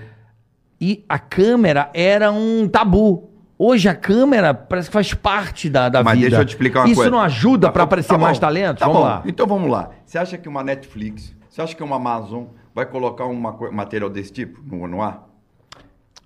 E a câmera era um tabu. Hoje a câmera parece que faz parte da, da
Mas
vida.
deixa eu te explicar uma
isso
coisa.
Isso não ajuda pra aparecer
Tá bom,
mais talentos?
tá
Vamos
bom.
lá.
Então vamos lá. Você acha que uma Netflix, você acha que uma Amazon vai colocar um material desse tipo no, no ar?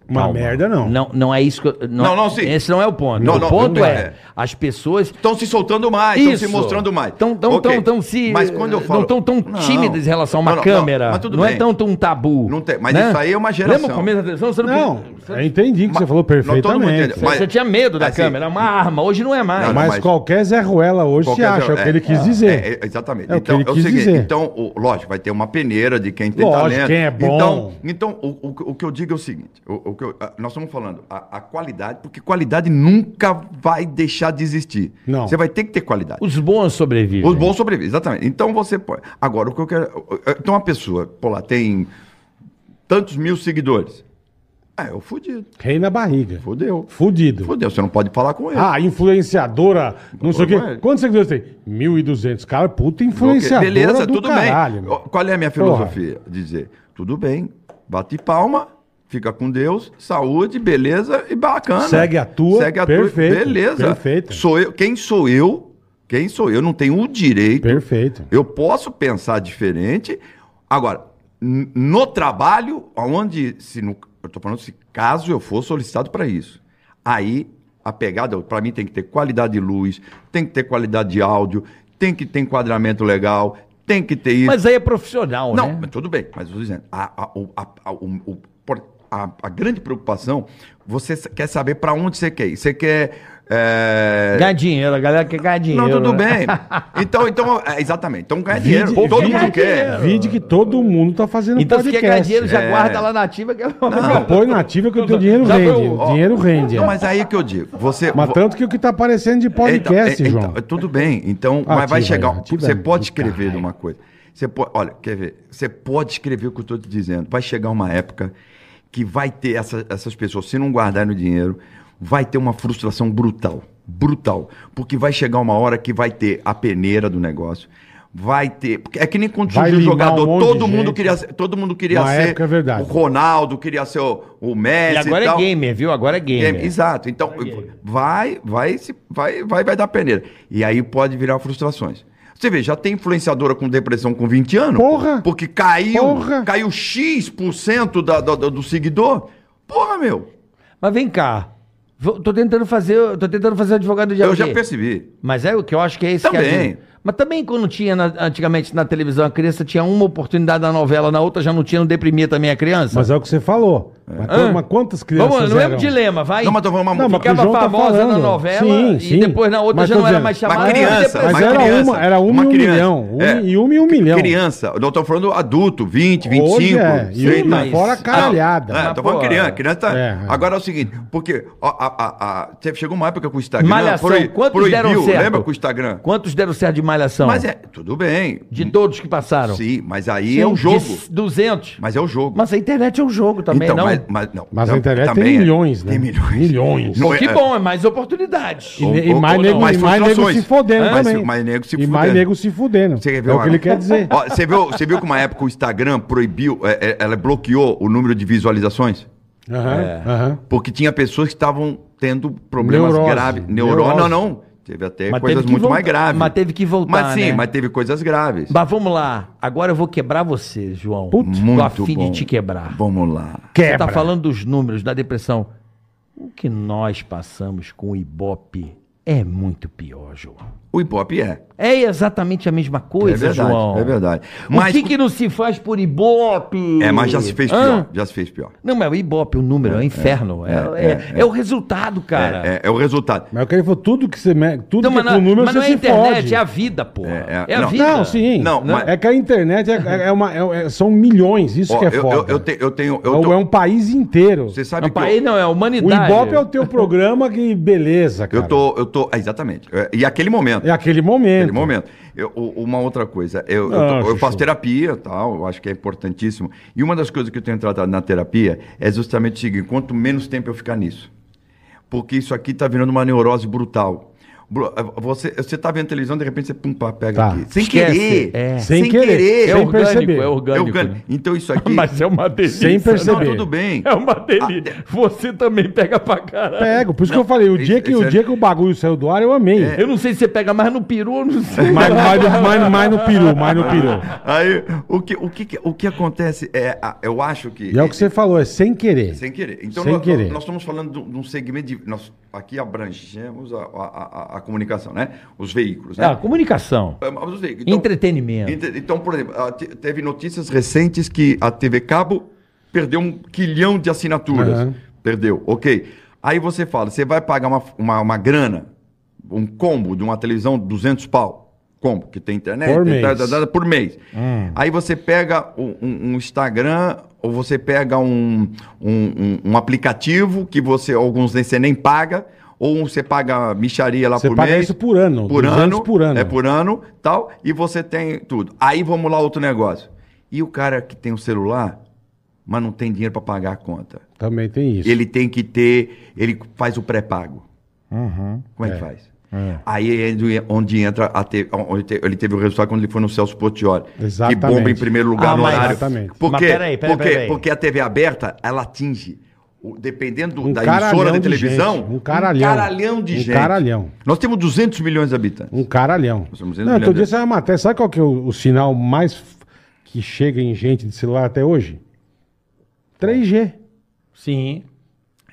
Uma
Calma.
merda, não.
Não, não é isso que eu,
Não, não, sim.
Esse não é o ponto.
Não,
o
não,
ponto
não
é,
é.
as pessoas
Estão se soltando mais, estão se
Isso.
mostrando mais.
Tão, tão,
Ok.
tão, tão se,
Mas quando eu falo.
Não tão, tão
Não.
tímidas em relação a uma
Não, não, não,
câmera. Não,
mas tudo
é
bem.
tão, tão tabu.
Não tem- mas isso aí é uma geração.
Lembra o começo da televisão? Você, não
Não,
podia-
eu entendi o que você
Mas-
falou
não, todo mundo
perfeitamente.
entende.
você,
mas-
você tinha medo da
assim,
câmera. Era uma arma. Hoje não é mais.
Não,
Mas
mas-
qualquer Zé Ruela hoje se
Qualquer-
acha, é, o que ele quis
é,
dizer.
é, é, exatamente.
É o que
então,
ele
é o
quis
seguinte,
dizer.
então, o- lógico, vai ter uma peneira de quem tem
Lógico,
talento.
quem é bom.
Então, então o, o- o que eu digo é o seguinte: o, o que eu- a- nós estamos falando, a, a qualidade, porque qualidade nunca vai deixar de existir.
Não.
Você vai ter que ter qualidade.
Os bons sobrevivem.
Os bons sobrevivem, exatamente. Então você pode. Agora, o que eu quero. Então uma pessoa, pô, lá tem tantos mil seguidores. Ah, eu fudido.
Rei na barriga.
Fudeu.
Fudido.
Fudeu, você não pode falar com ele.
Ah, influenciadora, não sei o quê.
Ué.
Quantos seguidores tem? 1.200. Cara, puta influenciadora
Beleza,
do
tudo
caralho.
bem.
meu.
Qual é a minha
Porra.
filosofia? Dizer, tudo bem, bate palma, fica com Deus, saúde, beleza e bacana.
Segue a tua, perfeito,
beleza.
perfeito.
Sou eu, quem sou eu? Quem sou eu? Não tenho o direito.
Perfeito.
Eu posso pensar diferente. Agora, n- no trabalho, onde se no, eu tô falando se caso eu for solicitado para isso, aí a pegada para mim tem que ter qualidade de luz, tem que ter qualidade de áudio, tem que ter enquadramento legal, tem que ter isso.
Mas aí é profissional,
Não,
né?
mas tudo bem. Mas eu tô dizendo, a, a, o- a- a- o- o- por- a- a grande preocupação, você s- quer saber para onde você quer ir. Você quer é,
Ganhar dinheiro, a galera quer ganhar dinheiro.
não, tudo
né?
bem. é Então, então, é, exatamente. Então ganha
Vídeo-
dinheiro. Todo
vídeo-
mundo quer.
Vide que todo mundo tá fazendo
Então se
podcast. É.
quer ganhar dinheiro, já
um É.
guarda lá na ativa. Que...
Não, põe na ativa que o teu dinheiro
Já
rende.
foi o-
O dinheiro rende. é.
Então, mas aí que eu digo, você.
Mas
vo-
tanto que o que tá aparecendo de
então,
podcast,
é- então,
João.
é tudo bem. Então,
Ativa
mas vai chegar.
aí,
um-
ativa
você
aí,
pode
caralho.
escrever de uma coisa. Você pode, olha, quer ver? Você pode escrever o que eu estou te dizendo. Vai chegar uma época que vai ter essa- essas pessoas, se não guardarem o dinheiro, vai ter uma frustração brutal. Brutal. Porque vai chegar uma hora que vai ter a peneira do negócio. Vai ter. porque É que nem quando
Vai
surgiu o
limar um
jogador.
monte de
todo, mundo
gente.
queria, ser- todo mundo queria
Uma
ser
época é verdade.
o Ronaldo, queria ser o, o Messi.
E agora é
tal.
gamer, viu? Agora é gamer.
Game, Exato. Então, vai, vai, se- vai, vai, vai dar peneira. E aí pode virar frustrações. Você vê, já tem influenciadora com depressão com 20 anos.
Porra!
Porque caiu,
Porra!
caiu X% da, da- da- do seguidor. Porra, meu.
Mas vem cá. Vou- tô tentando fazer. Tô tentando fazer o advogado de
eu já
alguém.
percebi.
Mas é o que eu acho que é isso que
Também.
a gente- Mas também quando tinha na- antigamente na televisão a criança tinha uma oportunidade na novela, na outra já não tinha, não deprimia também a criança.
Mas é o que você falou. Mas, quan-
Hã?
mas quantas crianças
Vamos, não é um
eram?
dilema, vai.
Não, mas tô falando uma
Não, mas que o
Ficava
João tá
famosa na
falando.
novela e depois na outra
Mas
já
tô
não era
dizendo-
Tá mais chamada.
Mas
Mas
criança,
depois-
Mas
mas
era
criança,
uma- era uma
mas
e um
criança.
milhão, um
É.
e uma e um milhão.
Criança. Eu tô falando adulto, 20, 25.
Hoje é, e
sei
e
lá.
fora a caralhada.
Não, é,
Mas,
tô falando
pô,
criança, criança tá...
é.
Agora é o seguinte, porque ó, a, a- a- teve- chegou uma época com o Instagram,
Malhação,
proi-
quantos deram certo?
lembra com o Instagram?
Quantos deram certo de malhação?
Mas é, tudo bem.
De todos que passaram.
Sim, mas aí é o jogo.
De 200. Mas...
Mas é o jogo.
a internet é um jogo também,
Então,
não?
Mas, mas, não.
Mas
Tam-
a internet
também
tem
é.
milhões, né?
Tem milhões.
Milhões.
Não,
que
é-
bom, é mais oportunidades.
E, ne- e
Ou-
mais
ou
nego,
não,
e
mais
mais nego se
frustrações.
fodendo
É, mais-
também.
mais nego se
E mais
fudendo.
nego se fudendo.
Você quer ver
É o
uma-
que ele quer dizer.
Ó, você, viu, você viu que uma época o Instagram proibiu, é, é, ela bloqueou o número de visualizações?
Aham, aham.
Porque tinha pessoas que estavam tendo problemas
Neurose.
graves. Neurose.
Neurose.
Não, não. Teve até
Mas
coisas
teve que
muito mais
voltar-
graves.
mas teve que voltar,
Mas sim,
né?
mas teve coisas graves.
Mas vamos lá. Agora eu vou quebrar você, João.
Putz,
Tô afim de te quebrar.
Vamos lá.
Você
Quebra.
tá falando dos números da depressão. O que nós passamos com o Ibope é muito pior, João.
O hip-hop é.
É exatamente a mesma
É
coisa,
verdade,
João.
é verdade.
o
Mas,
que, que não se faz por Ibope?
é, mas já se fez
Hã?
pior. Já se fez pior.
Não, mas o Ibope, o número, é, um inferno. É,
é,
é-
é,
é o resultado, cara.
É, é, é o resultado.
Mas eu queria falar, tudo que você. me- Tudo
Não,
que é
mas
com
não,
número
mas
você
não é a
se
internet,
fode.
é a vida, porra.
É,
É,
é,
a
não.
vida.
Não, sim.
Não,
Né?
mas-
É que a internet é, é- é uma, é- é- são milhões, isso
Ó,
que é
eu,
foda.
eu, eu, te- eu tenho. Eu
Ou
tô-
é um país inteiro.
Você
Não,
sabe que.
pra ele
Eu,
não, é a
O
humanidade.
Ibope é o teu programa que beleza, cara.
eu tô. Eu tô é, exatamente. É, E aquele momento.
É aquele momento.
Aquele momento. Eu- o- uma outra coisa, eu, eu tô-
Ah,
eu,
Chuchu.
faço terapia e tal, eu acho que é importantíssimo. E uma das coisas que eu tenho tratado na terapia é justamente o seguinte: quanto menos tempo eu ficar nisso. Porque isso aqui está virando uma neurose brutal. Bru- eh, Você está vendo televisão, de repente você pum, pá, pega
Tá.
aqui. Sem
Esquece.
querer.
É.
Sem querer.
É
Sem
Eu,
orgânico,
perceber.
é
eu
orgânico.
ganho.
né?
Então isso aqui.
Mas é uma delícia.
Sem
não,
perceber.
tudo bem.
É uma delícia. Você também pega pra caralho.
Pego, por isso que eu falei, o
isso-
dia, que,
isso
o
é-
dia que o bagulho saiu do ar, eu amei.
É. Eu não sei se você pega mais no peru ou no...
Mas, mas, mas, mas no peru, mas no peru.
Aí, o que, o que, que- o que acontece é. a- Eu acho que.
E é o que você falou, é sem querer.
Sem querer. Então,
Sem
nós,
querer.
nós- nós estamos falando de um- de um segmento de. Nós aqui abrangemos a, a- a- a comunicação, né? Os veículos, né?
Tá.
Ah, comunicação.
É, mas os veículos.
Entretenimento.
Entre- então, por exemplo, a te- teve notícias recentes que a TV Cabo perdeu um quilhão de assinaturas.
Aham.
Perdeu, ok. Aí você fala, você vai pagar uma, uma, uma grana, um combo de uma televisão, 200 pau. Combo, que tem internet,
Por
tem
mês. Hum.
tal, tal, tal, por mês. Aí você pega um, um- um Instagram ou você pega um, um, um- um aplicativo que você, alguns nem você nem paga, ou você paga micharia lá
Você
por mês
paga isso por ano,
por
200
ano,
por ano.
É por ano, tal, e você tem tudo. Aí vamos lá outro negócio. E o cara que tem o celular, mas não tem dinheiro para pagar a conta.
Também tem isso.
Ele tem que ter, ele faz o pré-pago.
Uhum.
Como é, que faz? Aí é onde- onde entra a te- onde te- ele teve o resultado quando ele foi no Celso Portioli.
Exatamente.
Que bomba em primeiro lugar
Ah,
no
mas-
horário.
Exatamente.
Por
Mas
quê?
peraí, peraí,
porque,
peraí.
porque a TV aberta, ela atinge, o- dependendo do-
Um
da
caralhão
emissora de
de
televisão,
gente. Um caralhão.
um caralhão de
Um
gente.
caralhão.
Nós temos 200 milhões de habitantes.
Um caralhão.
Nós somos
Não, outro dia
milhares.
saiu uma matéria. Sabe qual que é o, o sinal mais f- que chega em gente de celular até hoje? 3G.
Sim.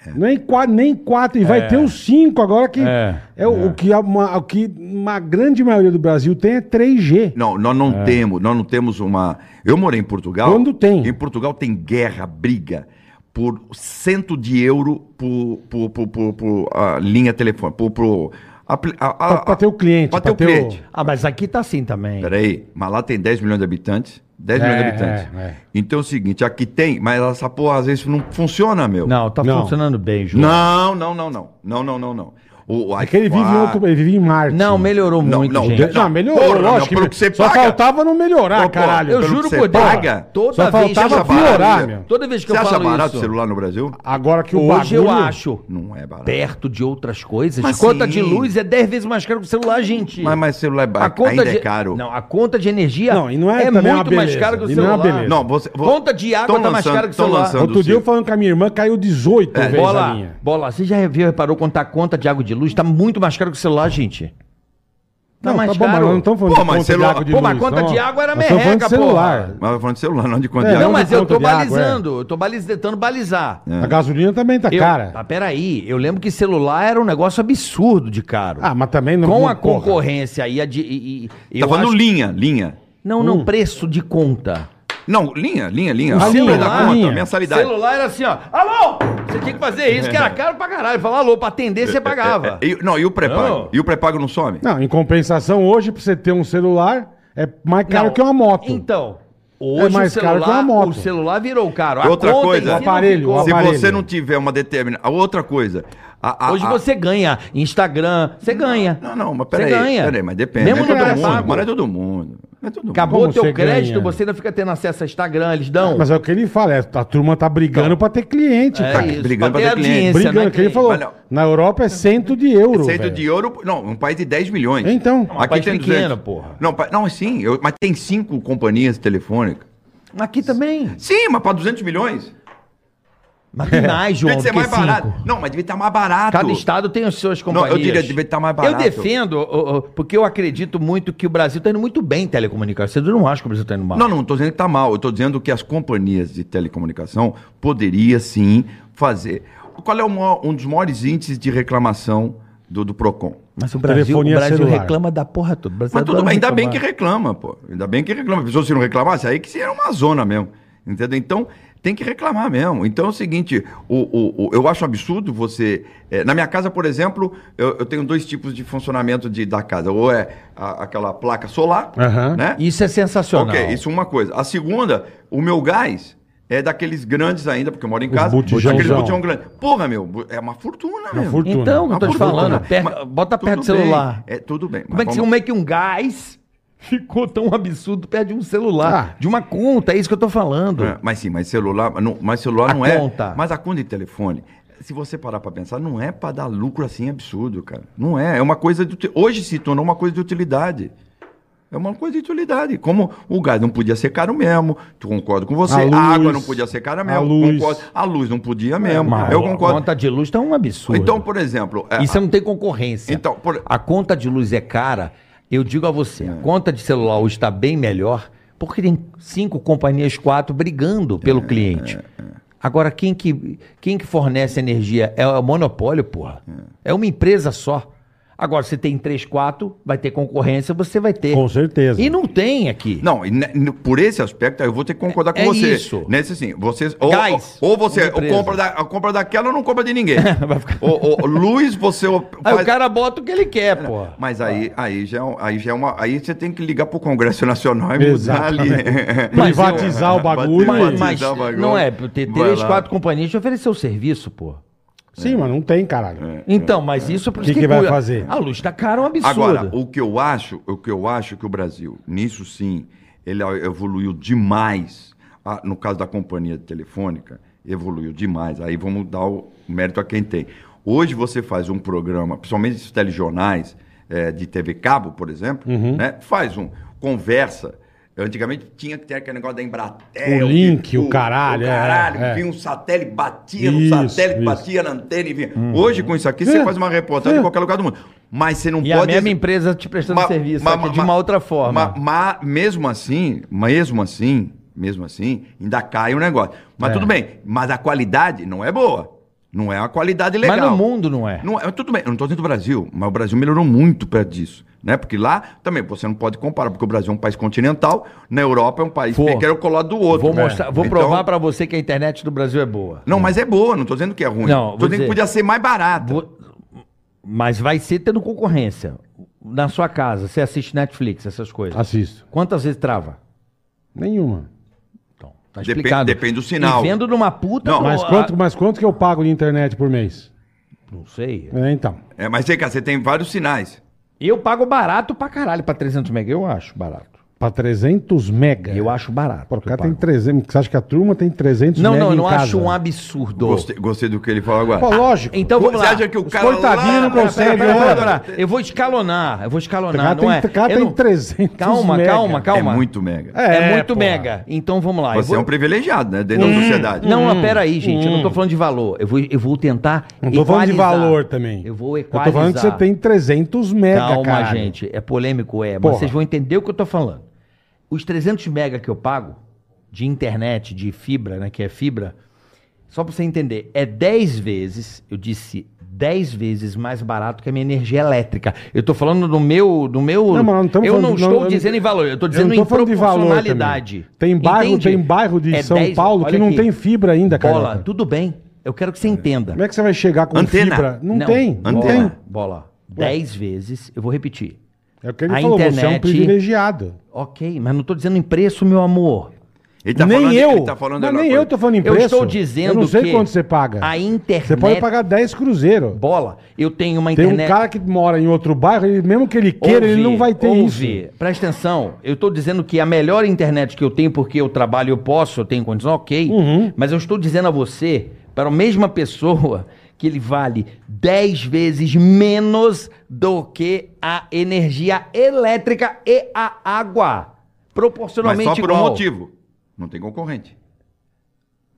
É.
Nem, qua- nem 4. E vai ter o 5 agora que. É,
É,
o, o que a- uma, o que uma grande maioria do Brasil tem é 3G.
Não, nós não temos, nós não temos uma. Eu morei em Portugal.
É. Quando tem.
Em Portugal tem guerra, briga por cento de euro por, por, por, por- por, ah, linha telefônica, por, por apli- a- a-
Pra- pra ter o cliente,
pra
pra
ter o
ter o-
cliente.
Ah, mas aqui tá assim também.
Peraí, mas lá tem 10 milhões de habitantes, 10
É,
milhões de habitantes.
é, é.
Então é o seguinte, aqui tem, mas essa porra às vezes não funciona, meu.
Não, tá
Não.
funcionando bem, João.
não, não, não, não, não, não, não, não. O,
É que ele vive, em outro, ele vive em Marte.
Não, melhorou
Não,
muito,
não,
gente.
De- Não, melhorou,
Porra, meu,
lógico.
pelo
que
que você
só
paga.
faltava não melhorar,
Ô, porra,
caralho.
Eu
pelo
juro
que
por
você
Deus.
paga,
Toda
só
vez
faltava
acha barato,
piorar,
né?
meu.
Toda vez que
Você
eu
acha
falo
barato o
isso.
celular no Brasil?
Agora que o
Hoje eu
bagulho-
acho,
Não é barato.
perto de outras coisas,
Mas
conta
sim.
de luz é 10 vezes mais caro que o celular, gente.
Mas, mas celular é
a
barato,
conta
ainda
de,
é caro.
Não, a conta de energia
Não, e não é
é
também uma
muito mais
beleza,
cara que o
e não é uma
celular.
beleza.
Não, você, vo-
Conta de água
tão
tá mais cara que o
tão
celular.
Outro dia eu
Ciro.
falando com a minha irmã, caiu 18 vezes a
É, Bola, Tá
minha.
bola, você já viu, reparou quanto a conta de água de luz? Tá muito mais caro que o celular, gente. Tá
Não,
mais
tá bom, mas
caro.
nós não estamos falando
Pô,
de
mas
conta
celular-
de água de
Pô, mas
luz,
conta
não.
de água era
Nós estamos falando de
merreca,
celular.
porra.
Mas eu Tá falando de celular, não de conta
É,
de
não,
água.
mas eu
conta
tô
de água,
balizando, eu tô baliz- tentando balizar.
A gasolina também tá
Eu,
cara.
Ah, peraí, eu lembro que celular era um negócio absurdo de caro.
Ah, mas também não-
Com a
porra.
concorrência e a de. E, e-
Tá
eu
falando
acho-
linha, linha.
Não, não,
Hum.
preço de conta.
Não, linha, linha, linha.
O
A
celular,
da conta,
linha.
a mensalidade.
Celular era assim, ó. Alô! Você tinha que fazer isso, que era caro pra caralho. Falar alô, pra atender você pagava.
É, E- não, e o pré-pago?
Não.
E o pré-pago não some?
Não, em compensação, hoje, pra você ter um celular, é mais caro
Não,
que uma moto.
Então, hoje
É mais
o,
caro
celular,
que uma moto.
o celular virou caro. A
Outra
conta em
coisa,
si
o
não
aparelho,
ficou.
o
Se
aparelho.
você não tiver uma determinada. Outra coisa. a- a-
Hoje
a-
você ganha Instagram, você ganha.
Ah, Não, não, mas peraí.
Você ganha.
Peraí, mas depende.
Mesmo
não
no
é todo mundo.
pré-pago.
Mas não é todo mundo. Não é todo mundo.
Acabou
Como
o teu
você
crédito,
ganha?
você ainda fica tendo acesso a Instagram, eles dão.
Mas é o que ele fala, é, a turma tá brigando pra ter cliente,
Então, É
cara.
isso,
brigando pra
ter
ter cliente.
audiência,
Brigando,
né,
que ele
cliente?
falou,
Mas não.
na Europa é cento de euro,
Cento
velho.
de ouro. Não, um país de 10 milhões.
Então. Não,
um país pequeno, porra.
Não, pa- não sim, eu- mas tem cinco companhias telefônicas.
Aqui também.
Sim, mas para 200 milhões.
Mas
É.
tem mais, João,
Devia
do
ser
que
mais barato.
cinco.
Não, mas devia estar mais barato.
Cada estado tem as suas companhias.
eu diria que devia estar mais barato.
Eu defendo, ô, ô, porque eu acredito muito que o Brasil está indo muito bem em telecomunicações. Eu não acho que o Brasil está indo mal.
Não, não estou dizendo tá que está mal. Eu estou dizendo que as companhias de telecomunicação poderiam sim fazer. qual é o maior- um dos maiores índices de reclamação do, do PROCON?
Mas o Brasil, o
Telefonia
Brasil
celular.
reclama da porra toda. O Brasil
Mas tudo
adora
bem, ainda bem
é reclamar.
que reclama, pô. Ainda bem que reclama. A pessoa se não reclamasse, aí que seria uma zona mesmo. Entendeu? Então, tem que reclamar mesmo. Então é o seguinte, o, o, o- eu acho absurdo você. eh, na minha casa, por exemplo, eu, eu tenho dois tipos de funcionamento de, da casa. Ou é a- aquela placa solar,
Aham.
né?
Isso é sensacional.
Ok, isso é uma coisa. A segunda, o meu gás é daqueles grandes ainda, porque eu moro em
Os
casa.
botijãozão.
Aquele botijão grande. Porra, meu, bu- é uma fortuna,
Uma
meu.
fortuna.
Então, que eu tô te
Uma fortuna.
falando, perto-
Mas
bota perto do
tudo bem,
celular.
É, tudo bem.
Como é, que,
mas
se-
vamos-
como é que um gás ficou tão absurdo perto de um
Ah.
celular, de uma conta? É isso que eu tô falando.
É, mas sim, mas celular, não, mas celular
A
não
conta.
é. Mas a conta de telefone, se você parar pra pensar, não é pra dar lucro assim absurdo, cara. Não é. É uma coisa de uti- hoje se tornou uma coisa de utilidade. É uma coisa de utilidade. Como o gás não podia ser caro mesmo, tu concordo com você.
A
A,
luz,
água não podia ser cara
a
mesmo,
luz.
concordo. A luz não podia mesmo,
É, Mas
É, eu
a
concordo.
conta de luz tá um absurdo.
Então, por exemplo, é,
Isso não tem concorrência.
Então, por-
A conta de luz é cara. Eu digo a você,
É.
a conta de celular hoje está bem melhor porque tem cinco companhias, quatro brigando pelo
É,
cliente. Agora, quem que, quem que fornece energia é o monopólio, porra. É. uma empresa só. Agora, se tem três, quatro, vai ter concorrência, você vai ter.
Com certeza.
E não tem aqui.
Não, e ne- ne- por esse aspecto eu vou ter que concordar com
É
você.
isso.
Nesse assim, você ou,
Gás,
ou você
uma empresa.
compra, da, a compra daquela ou não compra de ninguém.
Vai ficar-
ou, ou luz você o-
Aí o
faz-
cara bota o que ele quer, porra.
É, Mas aí, aí já é um- aí já é uma aí você tem que ligar pro Congresso Nacional e mudar ali.
Privatizar o bagulho.
Mas-
Mas
dá bagulho.
não é, ter
Vai
três,
lá.
quatro companhias te ofereceu o serviço, porra.
Sim, mas não tem, caralho.
Então, mas isso é por
Que que vai fazer?
A luz tá cara, é um absurdo.
Agora, o que eu acho, o que eu acho que o Brasil, nisso sim, ele evoluiu demais. Ah, no caso da companhia telefônica, evoluiu demais. Aí vamos dar o mérito a quem tem. Hoje você faz um programa, principalmente esses telejornais eh, de TV Cabo, por exemplo,
Uhum.
né? faz um, conversa. Antigamente tinha que ter aquele negócio da Embratel.
O link, o caralho, é,
O caralho.
é.
Vinha um satélite, batia
Isso,
no satélite,
isso.
batia na antena e vinha.
Hum.
Hoje, com isso aqui, você
É,
faz uma reportagem
é.
em qualquer lugar do mundo. Mas você não
e a mesma empresa te prestando
Ma-
serviço,
ma-
só que
ma-
de uma
ma-
outra forma.
ma- ma- mesmo assim, mesmo assim, mesmo assim, ainda cai o negócio.
É.
Mas tudo bem, mas a qualidade não é boa. Não é uma qualidade legal.
Mas no mundo não é.
Não é- tudo bem, eu não estou dizendo do Brasil, mas o Brasil melhorou muito perto disso. Né? Porque lá também você não pode comparar, porque o Brasil é um país continental, na Europa é um país
Pô,
pequeno colado do outro.
Vou, mostrar, vou
Então-
provar pra você que a internet do Brasil é boa.
Não, mas é boa, não estou dizendo que é ruim.
Não, vou
Estou dizendo
dizer-
que podia ser mais barata.
Vou- Mas vai ser tendo concorrência. Na sua casa, você assiste Netflix, essas coisas.
Assisto.
Quantas vezes trava?
Nenhuma.
Então, tá
Depende-
explicado.
depende do sinal.
E vendo numa puta...
Não,
pro-
Mas quanto, mas quanto que eu pago de internet por mês?
Não sei.
É, então.
É, mas vem cá, você tem vários sinais.
Eu pago barato pra caralho, pra 300 mega. Eu acho barato.
Pra 300 mega.
Eu acho barato.
Pô, o
que
cara
eu
tem
pago.
300. Você acha que a turma tem 300
Não,
mega
não, eu
em
não
casa?
acho um absurdo.
Gostei, gostei do que ele falou agora.
Pô, lógico.
Então vamos
Você
lá.
acha que o
Os
cara
coitadinhos não
lá-
conseguem,
Pera,
né?
pera, pera, pera. Eu vou escalonar, eu vou escalonar,
Cara,
não
tem-
é?
cara,
Eu
tem
não-
300
Calma,
mega.
calma, calma.
É muito mega.
É,
É,
muito
porra.
mega. Então vamos lá. eu
Você
vou-
é um privilegiado, né? Dentro
Hum,
da sociedade.
Não, mas peraí, gente, eu não tô falando de valor. Eu vou, eu vou tentar
Não tô falando de
equalizar.
valor também.
Eu vou
Eu tô
equalizar.
falando que você tem 300 mega,
Calma,
caralho.
gente. É polêmico, é.
Porra.
Mas vocês vão entender o que eu tô falando. Os 300 mega que eu pago de internet, de fibra, né? Que é fibra. Só pra você entender, é 10 vezes, eu disse 10 vezes mais barato que a minha energia elétrica. Eu tô falando do meu. Do meu
Não, mas não estamos
eu
falando-
não
não,
estou
eu-
dizendo em valor, eu tô
Eu
dizendo
não tô
em
falando de valor
proporcionalidade. É
também. Tem bairro- tem bairro de São Paulo que
olha
não tem fibra ainda,
Bola,
Carioca.
tudo bem. Eu quero que você entenda.
Como é que você vai chegar com
Antena.
fibra? Não, tem. Não
bola,
tem.
Bola. 10 vezes, eu vou repetir.
É o que ele
A
falou, você é um
internet-
privilegiado.
Ok, mas não estou dizendo em preço, meu amor.
Ele tá
nem
falando,
eu.
Ele tá falando
mas
de uma
nem
coisa.
eu tô falando em
Eu
preço.
estou dizendo
Eu não sei
que
quanto você paga.
a internet-
Você pode pagar 10 cruzeiro.
Bola, eu tenho uma
Tem
internet.
um cara que mora em outro bairro, ele, mesmo que ele queira, ele
Ouve,
não vai ter
ouve.
isso.
Presta atenção, eu estou dizendo que a melhor internet que eu tenho, porque eu trabalho, eu posso, eu tenho condição, ok.
Uhum.
Mas eu estou dizendo a você, para a mesma pessoa, que ele vale 10 vezes menos do que a energia elétrica e a água.
Mas
Proporcionalmente
só por um
igual.
motivo. Não tem concorrente.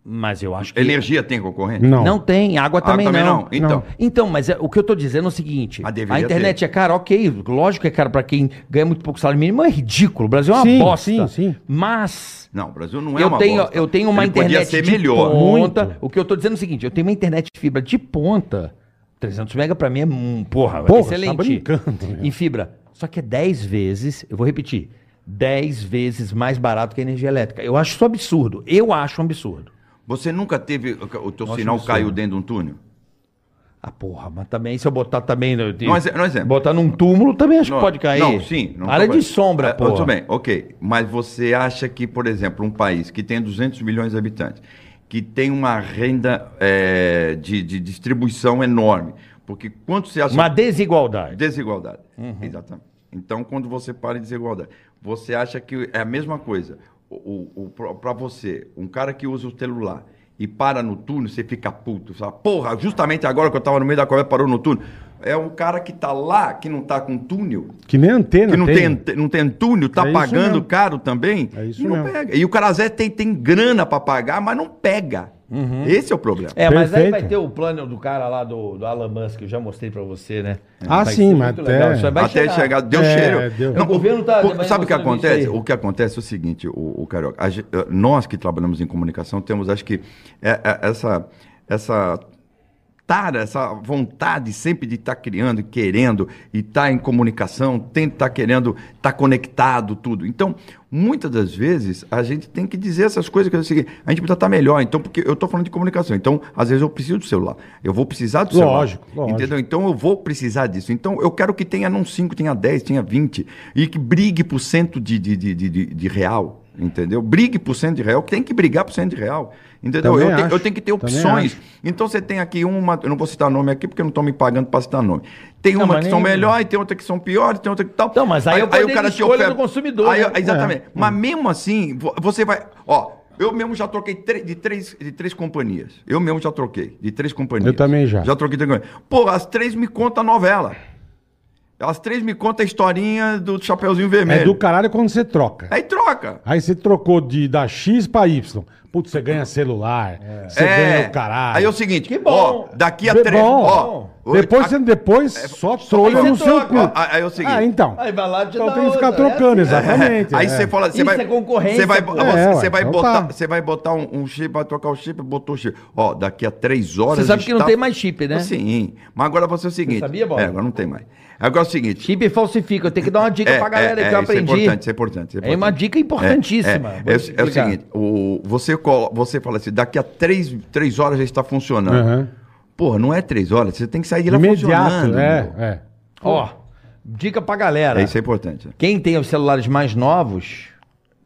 Mas eu acho que.
Energia tem concorrente?
Não.
Não tem, água
Água
também,
também
não.
não, então.
Então, mas é- o que eu tô dizendo é o seguinte:
Mas deveria
a internet
ter.
é cara, ok, lógico que é cara pra quem ganha muito pouco salário mínimo, é ridículo. O Brasil é uma
Sim,
bosta.
sim, sim.
Mas
Não, o Brasil não é
eu,
uma
tenho,
bosta.
eu tenho uma
Ele
internet
Podia ser
de
melhor.
ponta.
Muito.
O que eu tô dizendo é o seguinte, eu tenho uma internet de fibra de ponta. 300 mega pra mim é, um- porra,
Porra,
excelente.
tá brincando, meu.
em fibra. Só que é 10 vezes, eu vou repetir, 10 vezes mais barato que a energia elétrica. Eu acho isso absurdo. Eu acho um absurdo.
Você nunca teve. O teu sinal caiu dentro de um túnel?
Ah, porra, mas também se eu botar também. eu-
Não, exe- não, exemplo.
Botar num túmulo também acho
Não,
que pode cair.
Não, sim. Não
Área
tô-
de sombra,
É,
porra.
Tudo bem, ok. Mas você acha que, por exemplo, um país que tem 200 milhões de habitantes, que tem uma renda é, de, de distribuição enorme, porque quanto você acha...
Uma Uhum. desigualdade.
Desigualdade. Exatamente. Então, quando você para em desigualdade, você acha que é a mesma coisa. O, para você, um cara que usa o celular e para no túnel, você fica puto. Você fala, porra, justamente agora que eu estava no meio da corrida, parou no túnel. É um cara que está lá, que não está com túnel,
Que nem antena
que não tem, ante- não tem túnel, tá
É isso
pagando
mesmo.
caro também.
É isso
e não
mesmo.
pega. E o Carazé tem, tem grana pra pagar, mas não pega. Esse é o problema.
É, mas aí
Perfeito.
vai ter o plano do cara lá do, do Elon Musk, que eu já mostrei pra você, né?
Ah,
Vai
sim,
ser
mas
muito
até-
legal. Isso aí vai
Até chegar, deu
É,
cheiro.
deu.
Não,
O governo tá-
por-
vai
sabe o que
mostrando isso
acontece?
aí.
O que acontece é o seguinte, o, o Carioca. a gen- eh, nós que trabalhamos em comunicação temos, acho que, eh, eh, essa, essa tara, essa vontade sempre de estar criando e querendo, e estar em comunicação, tem que estar querendo estar conectado, tudo. Então, muitas das vezes, a gente tem que dizer essas coisas, que é o seguinte, a gente precisa estar melhor, então, porque eu estou falando de comunicação, então, às vezes eu preciso do celular, eu vou precisar do celular.
Lógico, lógico.
Entendeu? Então, eu vou precisar disso. Então, eu quero que tenha não 5, tenha 10, tenha 20, e que brigue por cento de, de, de, de, de- de real. Entendeu? Brigue por cento de real, que tem que brigar por cento de real. Entendeu?
Também
Eu, te-
acho,
eu tenho que ter
também
opções.
acho.
Então você tem aqui uma, eu não vou citar nome aqui porque eu não estou me pagando para citar nome. Tem
Não,
uma
mas
que são
nem-
melhores, tem outra que são piores, tem outra que tal.
Não, mas aí é o poder de escolha do consumidor,
Aí eu-
né?
Exatamente. Mas mesmo assim, vo- você vai. Ó, eu mesmo já troquei tre- de, três, de três companhias. Eu mesmo já troquei de três companhias.
Eu também já.
Já troquei de três companhias. Pô, as três me contam a novela. As três me contam a historinha do Chapeuzinho Vermelho.
É do caralho quando você troca.
Aí troca.
Aí você trocou de, da X pra Y. Putz, você ganha celular, você ganha o caralho.
Aí é o seguinte,
Que bom.
ó, daqui a
Be-
três,
bom.
ó, É,
Depois, você, depois só trolha
você
no seu
troca.
cu.
Ó, aí é o seguinte.
Ah, então.
Aí vai lá e te
Então
dá
tem que ficar
outra, é
trocando,
assim.
exatamente.
Aí
é.
você fala, você
Isso
vai,
é concorrência,
Você vai, ah,
pô.
você,
É,
você
ué,
vai
então
botar,
tá.
você vai botar um, um chip, vai trocar o chip, botou o chip. Ó, daqui a três horas.
Você sabe que não
está-
tem mais chip, né?
Sim, mas agora você é o seguinte.
sabia, Bola?
É, agora não tem mais. Agora é o seguinte.
Chip falsifica. Eu tenho que dar uma dica
É,
pra galera
é,
que eu
é, isso é
aprendi.
importante, isso é importante, isso é
É uma
importante.
dica importantíssima.
É,
Vou
é, é, o
explicar.
seguinte, o, você, colo- você fala assim, daqui a três, três horas já está funcionando.
Aham.
Porra, não é três horas, você tem que sair de lá
Imediato,
funcionando.
é,
meu.
é.
Ó, dica pra galera.
É, isso é importante.
Quem tem os celulares mais novos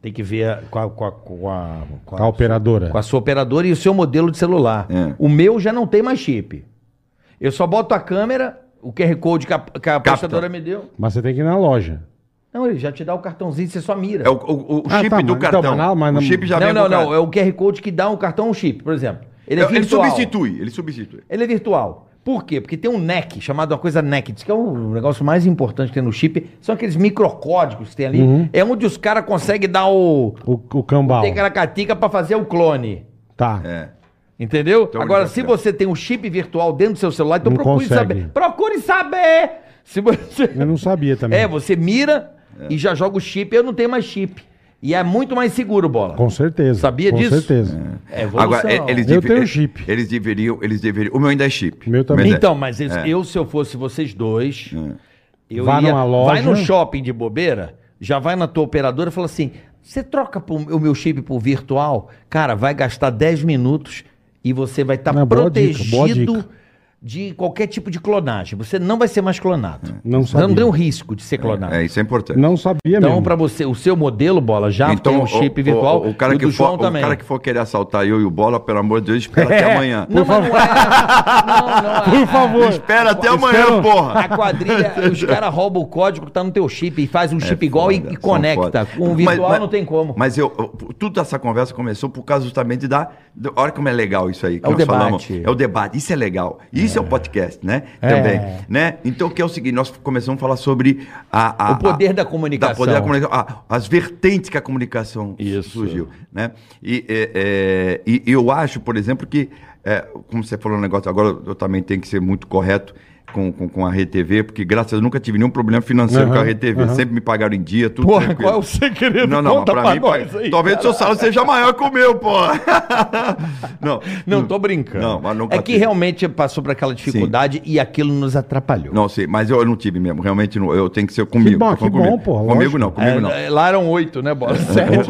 tem que ver com a, com a- com a- com a-
Com a operadora.
com a sua operadora e o seu modelo de celular.
É.
O meu já não tem mais chip. Eu só boto a câmera, o QR Code que a, que a prestadora me deu.
Mas você tem que ir na loja.
Não, ele já te dá o cartãozinho, você só mira.
É o, o- o
Ah,
chip
tá, mas-
do
então,
cartão.
mas não- mas
o
não-
chip já
não,
vem
não,
com o
não.
cartão.
É o QR Code que dá um cartão um chip, por exemplo. Ele é
Ele
virtual.
substitui, ele substitui.
Ele é virtual. Por quê? Porque tem um NEC, chamado uma coisa NEC, diz que é o negócio mais importante que tem no chip, são aqueles microcódigos que tem ali.
Uhum.
É onde os caras conseguem dar o.
O, o cambal.
Tem caracatica pra fazer o clone.
Tá.
É.
Entendeu?
Então,
Agora,
ele
se
vai
você tem um chip virtual dentro do seu celular, então
Não
procure
consegue.
saber. Procure saber! Se você...
Eu não sabia também.
É, você mira
É.
e já joga o chip. Eu não tenho mais chip. E é muito mais seguro, bola.
Com certeza.
Sabia
com
disso?
certeza.
É evolução.
Agora, e- eles
Eu
deve-
tenho
e-
chip.
Eles deveriam, eles deveriam. O meu ainda é chip.
Meu também.
ainda é.
Então, mas eles- eu, se eu fosse vocês dois, eu
Vá
ia,
numa loja.
vai no shopping de bobeira, já vai na tua operadora e fala assim: você troca pro- o meu chip por virtual, cara, vai gastar 10 minutos e você vai estar
Não, boa dica, boa
protegido
dica.
de qualquer tipo de clonagem. Você não vai ser mais clonado.
Não
Você não
sabia.
tem um risco de ser clonado.
É, isso é importante.
Não sabia
Então,
mesmo.
para você, o seu modelo, bola, já tem um chip virtual.
Então, O, o cara
e
que
do João
for, o cara que for querer assaltar eu e o Bola, pelo amor de Deus, espera até amanhã.
Não, mas não é. Não, não é.
Por favor.
Espera até amanhã,
A
porra.
quadrilha, os caras roubam o código que tá no teu chip e faz um chip igual e-
É Foda,
e
são
conecta.
foda.
Com o virtual não tem como.
Mas eu, eu- tudo essa conversa começou por causa justamente da, da- Olha como é legal isso aí que
É o
nós falamos.
debate.
É o debate. Isso é legal. Isso Isso é um podcast, né? Também. Né? Então, que é o seguinte, nós começamos a falar sobre a, a-
O poder
a-
da comunicação.
da poder da comunica- ah, as vertentes que a comunicação
Isso.
surgiu. Né? E, é, é, e eu acho, por exemplo, que, é, como você falou no negócio, agora eu também tenho que ser muito correto com, com, com a RTV, porque graças a Deus eu nunca tive nenhum problema financeiro com a
Aham,
RTV.
aham.
Sempre me pagaram em dia, tudo
Porra,
tranquilo.
qual é o segredo?
Não, não,
Conta
pra,
pra
mim,
nós aí,
talvez o seu salário seja maior que o meu, pô. não,
Não, tô brincando.
Hum. Não, mas nunca
é que
tive.
realmente passou por aquela dificuldade e aquilo nos atrapalhou.
Não sei, mas eu não tive mesmo, realmente não, eu tenho que ser comigo.
bom,
tô falando
que
comigo.
bom, pô, lógico.
Comigo não, comigo não.
É, Lá eram oito, né, Bola? Sete.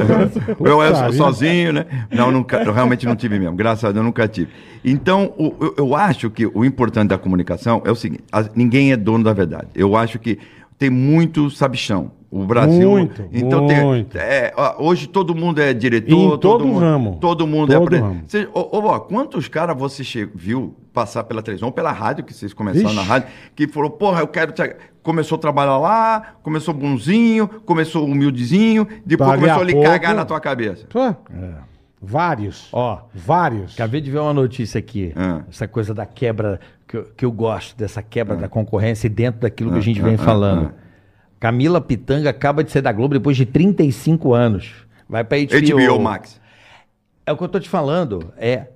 Eu era
Puta
sozinho, né? Não, nunca, eu realmente não tive mesmo. Graças a Deus, eu nunca tive. Então, o- eu, eu acho que o importante da comunicação é o seguinte: as- ninguém é dono da verdade. Eu acho que tem muito sabichão. O Brasil.
Muito,
então tem-
muito.
é, ó, hoje todo mundo é diretor.
Em todo
mundo,
ramo.
Todo mundo é.
Todo
apre-
ramo.
Cê- ô, ô, ó, quantos caras você che- viu passar pela televisão, ou pela rádio, que vocês começaram
Ixi.
na rádio, que falou, porra, eu quero. Te... Começou a trabalhar lá, começou bonzinho, começou humildezinho, depois
Dali a
começou a lhe
pouco-
cagar na tua cabeça.
Pô,
É.
Vários.
Ó,
Vários.
Acabei de ver uma notícia aqui.
Ah.
Essa coisa da quebra, que eu, que eu gosto, dessa quebra da concorrência e dentro daquilo
Ah,
que a gente vem falando. Camila Pitanga acaba de ser da Globo depois de 35 anos. Vai pra HBO.
HBO Max.
É o que eu tô te falando. É,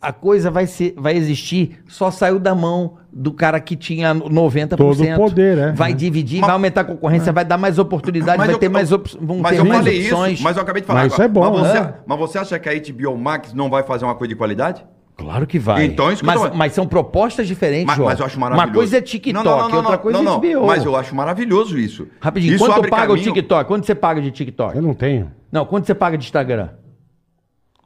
a coisa vai, ser, vai existir, só saiu da mão do cara que tinha 90%.
Todo o poder, é.
Vai
É.
dividir,
Mas-
vai aumentar a concorrência, vai dar mais oportunidade, vai
eu-
ter mais,
eu-
op vão
mas
ter
eu
mais
falei
opções.
Isso, mas eu acabei de falar.
Mas isso é bom,
mas você,
né?
mas você acha que a HBO Max não vai fazer uma coisa de qualidade?
Claro que vai.
Então, isso que eu
mas,
tô-
mas são propostas diferentes,
Mas,
João.
mas eu acho maravilhoso.
Uma coisa é TikTok, outra coisa é HBO.
Mas eu acho maravilhoso isso.
Rapidinho,
isso
quanto
abre
paga
caminho-
o TikTok? Quanto você paga de TikTok?
Eu não tenho.
Não, quanto você paga de Instagram?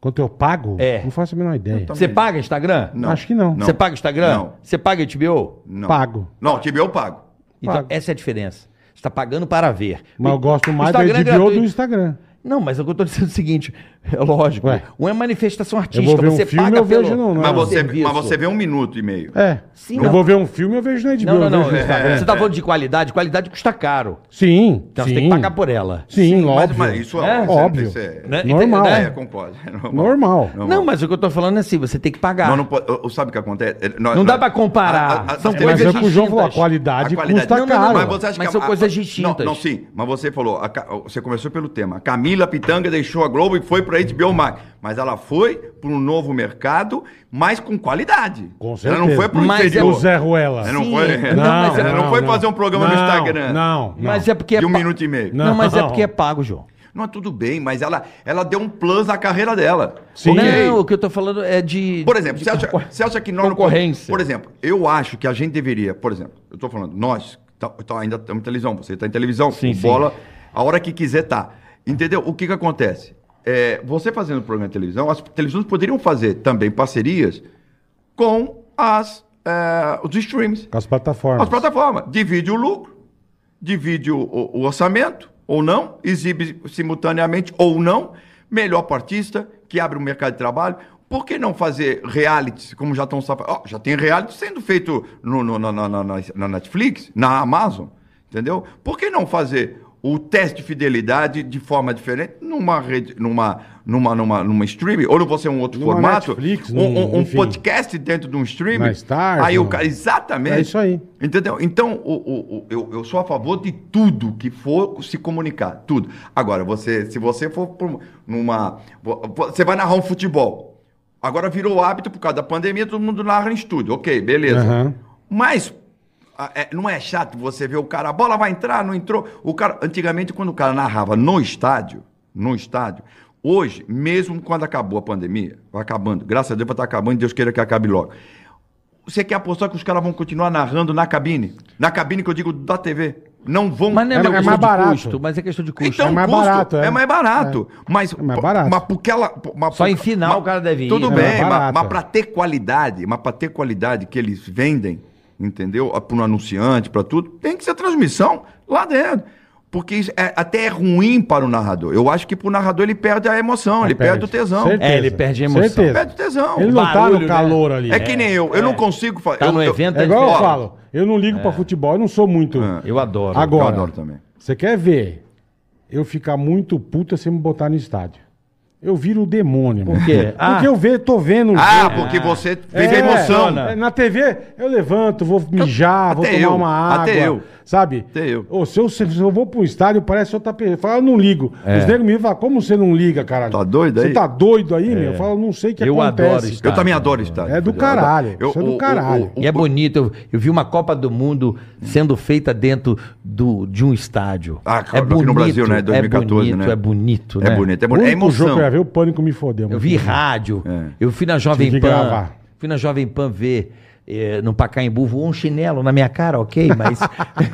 Quanto eu pago?
É.
Não faço a menor ideia.
Você paga Instagram?
Não.
Acho que não.
Você paga Instagram?
Não.
Você paga HBO?
Não.
Pago.
Não, HBO eu pago.
Então,
Pago.
essa é a diferença. Você está pagando para ver.
Mas eu gosto mais do
Instagram é
HBO
gratuito.
do Instagram.
Não, mas eu estou dizendo o seguinte, é lógico.
Ué.
Uma é manifestação
Eu
artística,
vou ver um
você
filme,
paga
eu
pelo...
vejo não, não.
mas, você,
serviço.
mas você vê um minuto e meio.
É.
Sim,
eu
não.
vou ver um filme, eu vejo na HBO.
Não, não,
eu
não. é.
vejo no Instagram.
Você está falando de qualidade? Qualidade custa caro.
Sim,
Então
sim.
você tem que pagar por ela.
Sim,
Mas,
óbvio.
mas isso
É,
é, isso
óbvio.
Isso é,
Né?
Normal.
Entendeu?
é,
É.
concordo. É
Normal.
Não, mas o que eu tô falando é assim, você tem que pagar.
Nós
não
não pode- eu- eu- sabe o que acontece? É, nós- nós-
dá pra comparar.
a- a-
São
as
Mas
coisas
é o que o João
distintas.
falou, a qualidade,
A qualidade-
custa
Não, não,
caro.
não,
Mas, você acha
Mas
que
são
a-
coisas
não,
distintas.
Não, sim, mas você falou, a Ca- você começou pelo tema. A Camila Pitanga deixou a Globo e foi para a HBO Max. Mas ela foi para um novo mercado, mas com qualidade.
Com
ela
certeza.
não foi para o
Mas é
O
interior.
Zé Ruela.
Ela não
Sim.
foi,
Não, mas é-
ela não foi fazer um programa no
Não, Não,
Instagram.
não.
Mas é porque é
De um
pa-
minuto e meio.
Não,
Não.
mas é porque é pago, João.
Não, tudo bem, mas ela, ela deu um plus na carreira dela.
Sim.
Ok.
Não, o que eu tô falando é de.
Por exemplo,
de
você acha,
concor-
você acha que nós não-
Concorrência.
por exemplo, eu acho que a gente deveria, por exemplo, eu estou falando, nós tá- tá- ainda estamos em televisão, você está em televisão, o bola, a hora que quiser tá. Entendeu? O que que acontece? É, você fazendo programa de televisão, as televisões poderiam fazer também parcerias com as, é, os streams,
Com as plataformas.
as plataformas. Divide o lucro, divide o, o- o orçamento, ou não, exibe simultaneamente, ou não, melhor pro artista, que abre o mercado de trabalho. Por que não fazer realities, como já estão... sapa- Ó, já tem reality sendo feito no- no- na, na- na- na- na Netflix, na Amazon, entendeu? Por que não fazer o teste de fidelidade de forma diferente numa rede, numa, numa, numa, numa streaming, ou não vou ser um outro
Numa
formato,
Netflix,
um, um- um
enfim.
podcast dentro de um streaming.
Na Stars,
aí o
no-
cara, exatamente.
É isso aí.
Entendeu? Então, o, o- o- eu, eu sou a favor de tudo que for se comunicar, tudo. Agora, você, se você for pra um- numa. vo- Você vai narrar um futebol. Agora virou hábito por causa da pandemia, todo mundo narra em estúdio. Ok, beleza.
Aham.
Mas. a- é, não é chato você ver o cara, a bola vai entrar, não entrou. O cara, antigamente, quando o cara narrava no estádio, no estádio, hoje, mesmo quando acabou a pandemia, vai acabando, graças a Deus vai estar acabando, e Deus queira que acabe logo. Você quer apostar que os caras vão continuar narrando na cabine? Na cabine que eu digo da TV. Não vão.
Mas não é,
É
uma
mais
questão
barato.
de custo, mas é questão de custo.
Então,
é mais
custo
barato, é.
é. mais barato. Mas,
É mais barato.
Mas porque ela. mas
Só
por-
em final
mas-
o cara deve ir.
Tudo
É
mais
bem, mas,
barato.
mas para ter qualidade, mas para ter qualidade que eles vendem, entendeu? Para um anunciante, para tudo, tem que ser transmissão lá dentro. Porque isso é- até é ruim para o narrador. Eu acho que para o narrador ele perde a emoção, ele perde, o tesão.
Certeza.
É, ele perde a emoção.
Certeza.
Perde o tesão.
Ele não tá
Barulho,
no
né?
calor ali.
É que nem eu. Eu não consigo fazer.
Tá
eu,
no
eu-
evento,
É igual eu
Ó,
falo. Eu não ligo pra futebol, eu não sou muito.
Eu adoro.
Agora-
Eu adoro também.
Você quer ver eu ficar muito puta sem me botar no estádio? eu viro o demônio. Por
quê? Ah.
Porque eu ve, tô vendo. o
Ah,
jogo.
porque você
É,
vive a emoção.
é, Na TV, eu levanto, vou mijar, vou
até
tomar
eu,
uma água.
até eu.
Sabe?
Até eu.
Ô, se, eu, se eu vou pro estádio, parece outra pessoa. Fala, eu não ligo. Os negros me falam, como você não liga, caralho?
É. Tá doido
Você
aí? É.
tá doido aí, meu? Eu falo, não sei o que
Eu
acontece.
adoro estádio.
Eu também adoro estádio.
É do
Eu
caralho,
adoro. Eu-
isso é do
o- o-
caralho.
o-
E é bonito. Eu, eu vi uma Copa do Mundo sendo feita dentro do, de um estádio.
Ah,
é
aqui no Brasil, né? 2014,
é bonito,
né?
É bonito,
É
né?
bonito, é
O
bonito. É
único jogo
emoção.
que eu ia ver, o pânico me fodeu.
Eu vi rádio.
É.
Eu fui na Jovem
Tive que
Pan.
gravar.
Fui na Jovem Pan ver. eh, no Pacaembu, voou um chinelo na minha cara, ok? Mas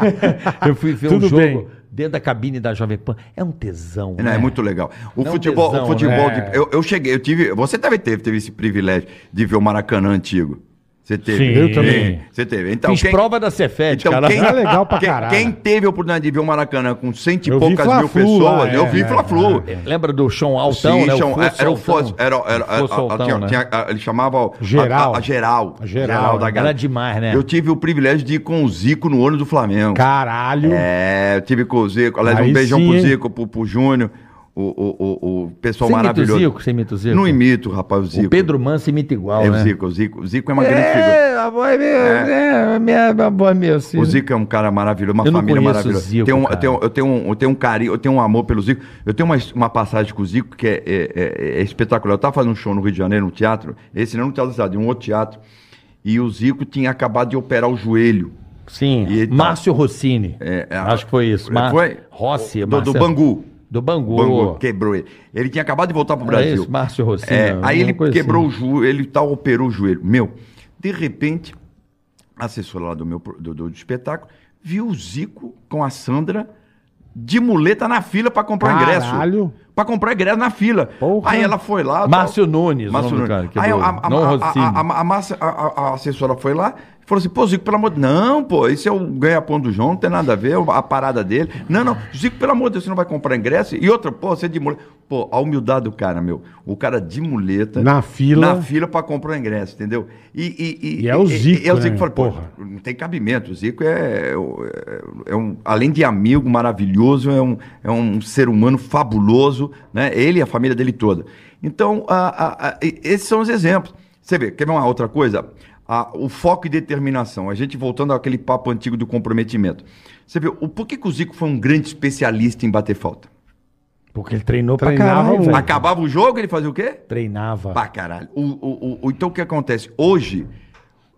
eu fui ver
Tudo
um jogo
bem.
dentro da cabine da Jovem Pan. É um tesão.
Não,
né?
é muito legal. O
Dá um
futebol,
tesão,
o futebol
né?
de- eu, eu cheguei, eu tive, você também teve, teve esse privilégio de ver o Maracanã antigo. Você teve.
Sim, eu também.
Você teve. Então,
Fiz
quem-
prova né? da Cefet,
Então,
cara.
quem,
É legal pra
quem-
caralho.
quem teve a oportunidade de ver o Maracanã com cento e
Eu vi
poucas mil
Fla-Flu
pessoas,
lá, é,
eu vi
é,
Fla-Flu.
Lembra do chão altão,
Sim,
né?
chama-
Fosso
era o
Altão.
Foz, era, era, era-
Fosso
a- a-
Altão,
tinha-
né?
tinha- a- ele chamava o-
Geral.
a, a, a geral,
Geral,
da
né?
galera.
Era demais, né?
Eu tive o privilégio de ir com o Zico no ônibus do Flamengo.
Caralho.
É, eu tive com o Zico. Aliás,
Aí
um beijão
sim,
pro
hein?
Zico, pro, pro Júnior, o, o, o, o pessoal
Você imita o
maravilhoso.
Zico? Você imita o Zico?
Não imito, rapaz, o Zico.
O Pedro Manso imita igual,
é
né?
o Zico, o Zico. O Zico é uma grande figura.
a voz meu, é, a minha, a voz meu, sim.
O Zico é um cara maravilhoso, uma
Eu não
família
conheço o
maravilhosa.
Zico,
Tem um-
cara.
eu, tenho, eu, tenho um, eu tenho um carinho, eu tenho um amor pelo Zico. Eu tenho uma, his- uma passagem com o Zico que é, é- é- é espetacular. Eu estava fazendo um show no Rio de Janeiro, num teatro, esse não no Teatro da Cidade, um outro teatro. E o Zico tinha acabado de operar o joelho.
Sim,
E tá-
Márcio Rossini.
É, é,
acho que foi isso.
é,
Mar-
foi?
Rossi,
Do- do
Marcelo-
Bangu.
Do Bangu.
Bangu, quebrou ele. Ele tinha acabado de voltar pro
Era
Brasil.
isso, Márcio Rossini,
É,
alguma
aí ele
coisa
quebrou
assim.
o joelho, ele tal, operou o joelho. Meu, de repente, a assessora lá do meu pro- do, do espetáculo viu o Zico com a Sandra de muleta na fila pra comprar
Caralho.
ingresso. Pra comprar ingresso na fila.
Porra.
Aí ela foi lá. tal.
Márcio Nunes, o
Márcio
nome
Nunes.
do cara,
Aí a,
quebrou.
a, a,
Não
a-
Rossini.
a- a- a massa- a- a- a assessora foi lá e falou assim: pô, Zico, pelo amor de Não, pô, esse é o ganha-pão do João, não tem nada a ver, é a parada dele. Não, não, Zico, pelo amor de Deus, você não vai comprar ingresso? E outra, pô, você é de muleta. Pô, a humildade do cara, meu. O cara de muleta.
Na fila.
Na fila pra comprar ingresso, entendeu? E,
E é o Zico,
E, é o Zico
né,
fala, pô,
porra.
não tem cabimento. O Zico é, é um- é um, além de amigo maravilhoso, é um, é um ser humano fabuloso, né? Ele e a família dele toda. Então, a- a- a- e- esses são os exemplos. Você vê, quer ver uma outra coisa? A- o foco e determinação. A gente voltando àquele papo antigo do comprometimento. Você vê, o, por que, que o Zico foi um grande especialista em bater falta?
Porque ele treinou pra
Treinava
caralho,
muito.
velho.
Acabava o jogo, ele fazia o quê?
Treinava.
Pra caralho. O, o, o- o- então o que acontece? Hoje,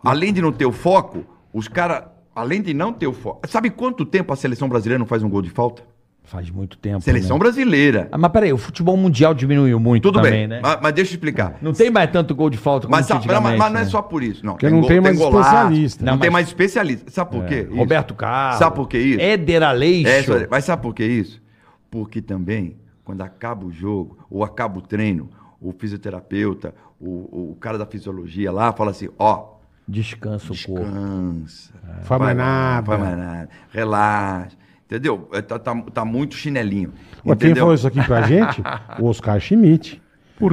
além de não ter o foco, os caras, além de não ter o foco. Sabe quanto tempo a seleção brasileira não faz um gol de falta?
Faz muito tempo,
Seleção
né?
brasileira.
Ah, mas peraí, o futebol mundial diminuiu muito
Tudo
também,
bem,
né?
mas, mas deixa eu explicar.
Não tem mais tanto gol de falta como
Mas,
tinha
sabe- mas, mas
antigamente,
não é
né?
só por isso. Não,
Porque não tem mais especialista.
Não,
Não,
tem
mas- É.
mais especialista. Sabe por quê? Isso.
Roberto Carlos.
Sabe por que isso?
Éder
É,
Aleixo.
isso- mas sabe por que isso? Porque também, quando acaba o jogo, ou acaba o treino, o fisioterapeuta, o, o cara da fisiologia lá fala assim, ó,
Descansa o corpo.
Descansa.
É, Faz mais nada.
Faz mais nada. Relaxa. Entendeu? É, Tá, tá, tá muito chinelinho.
Ué, quem
entendeu?
falou isso aqui pra gente? O Oscar Schmidt.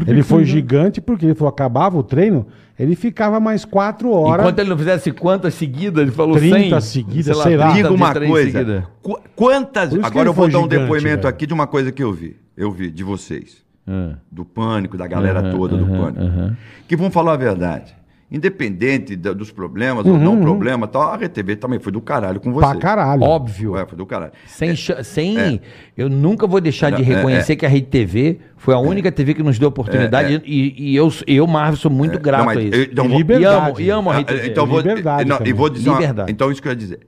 ele foi gigante porque ele falou, acabava o treino, ele ficava mais quatro horas.
Enquanto é ele não fizesse quantas seguidas, ele falou 100.
30 seguidas, sei lá.
30
Diga
de
uma
três
coisa.
seguida.
Qu- Quantas.
Tá. Por isso que
Agora
ele
eu vou
foi
dar um
gigante,
depoimento
velho.
aqui de uma coisa que eu vi. Eu vi, de vocês.
Ah.
Do pânico, da galera toda do pânico.
aham.
Que vão falar a verdade. Independente da- dos problemas ou
Uhum.
não problema e tal, a RTV também foi do caralho com vocês.
Pra caralho.
Óbvio.
É, foi do caralho.
Sem, cha- sem eu nunca vou deixar de
É, É,
reconhecer que a Rede TV foi a única TV que nos deu oportunidade e, e eu, eu, Marvel, sou muito grato
mas
a isso.
eu- então
e,
vou-
amo, e amo a
Ah,
Rede TV.
Então vou,
Liberdade
eh, não, e
também.
vou dizer uma-
Liberdade.
então isso que eu ia dizer.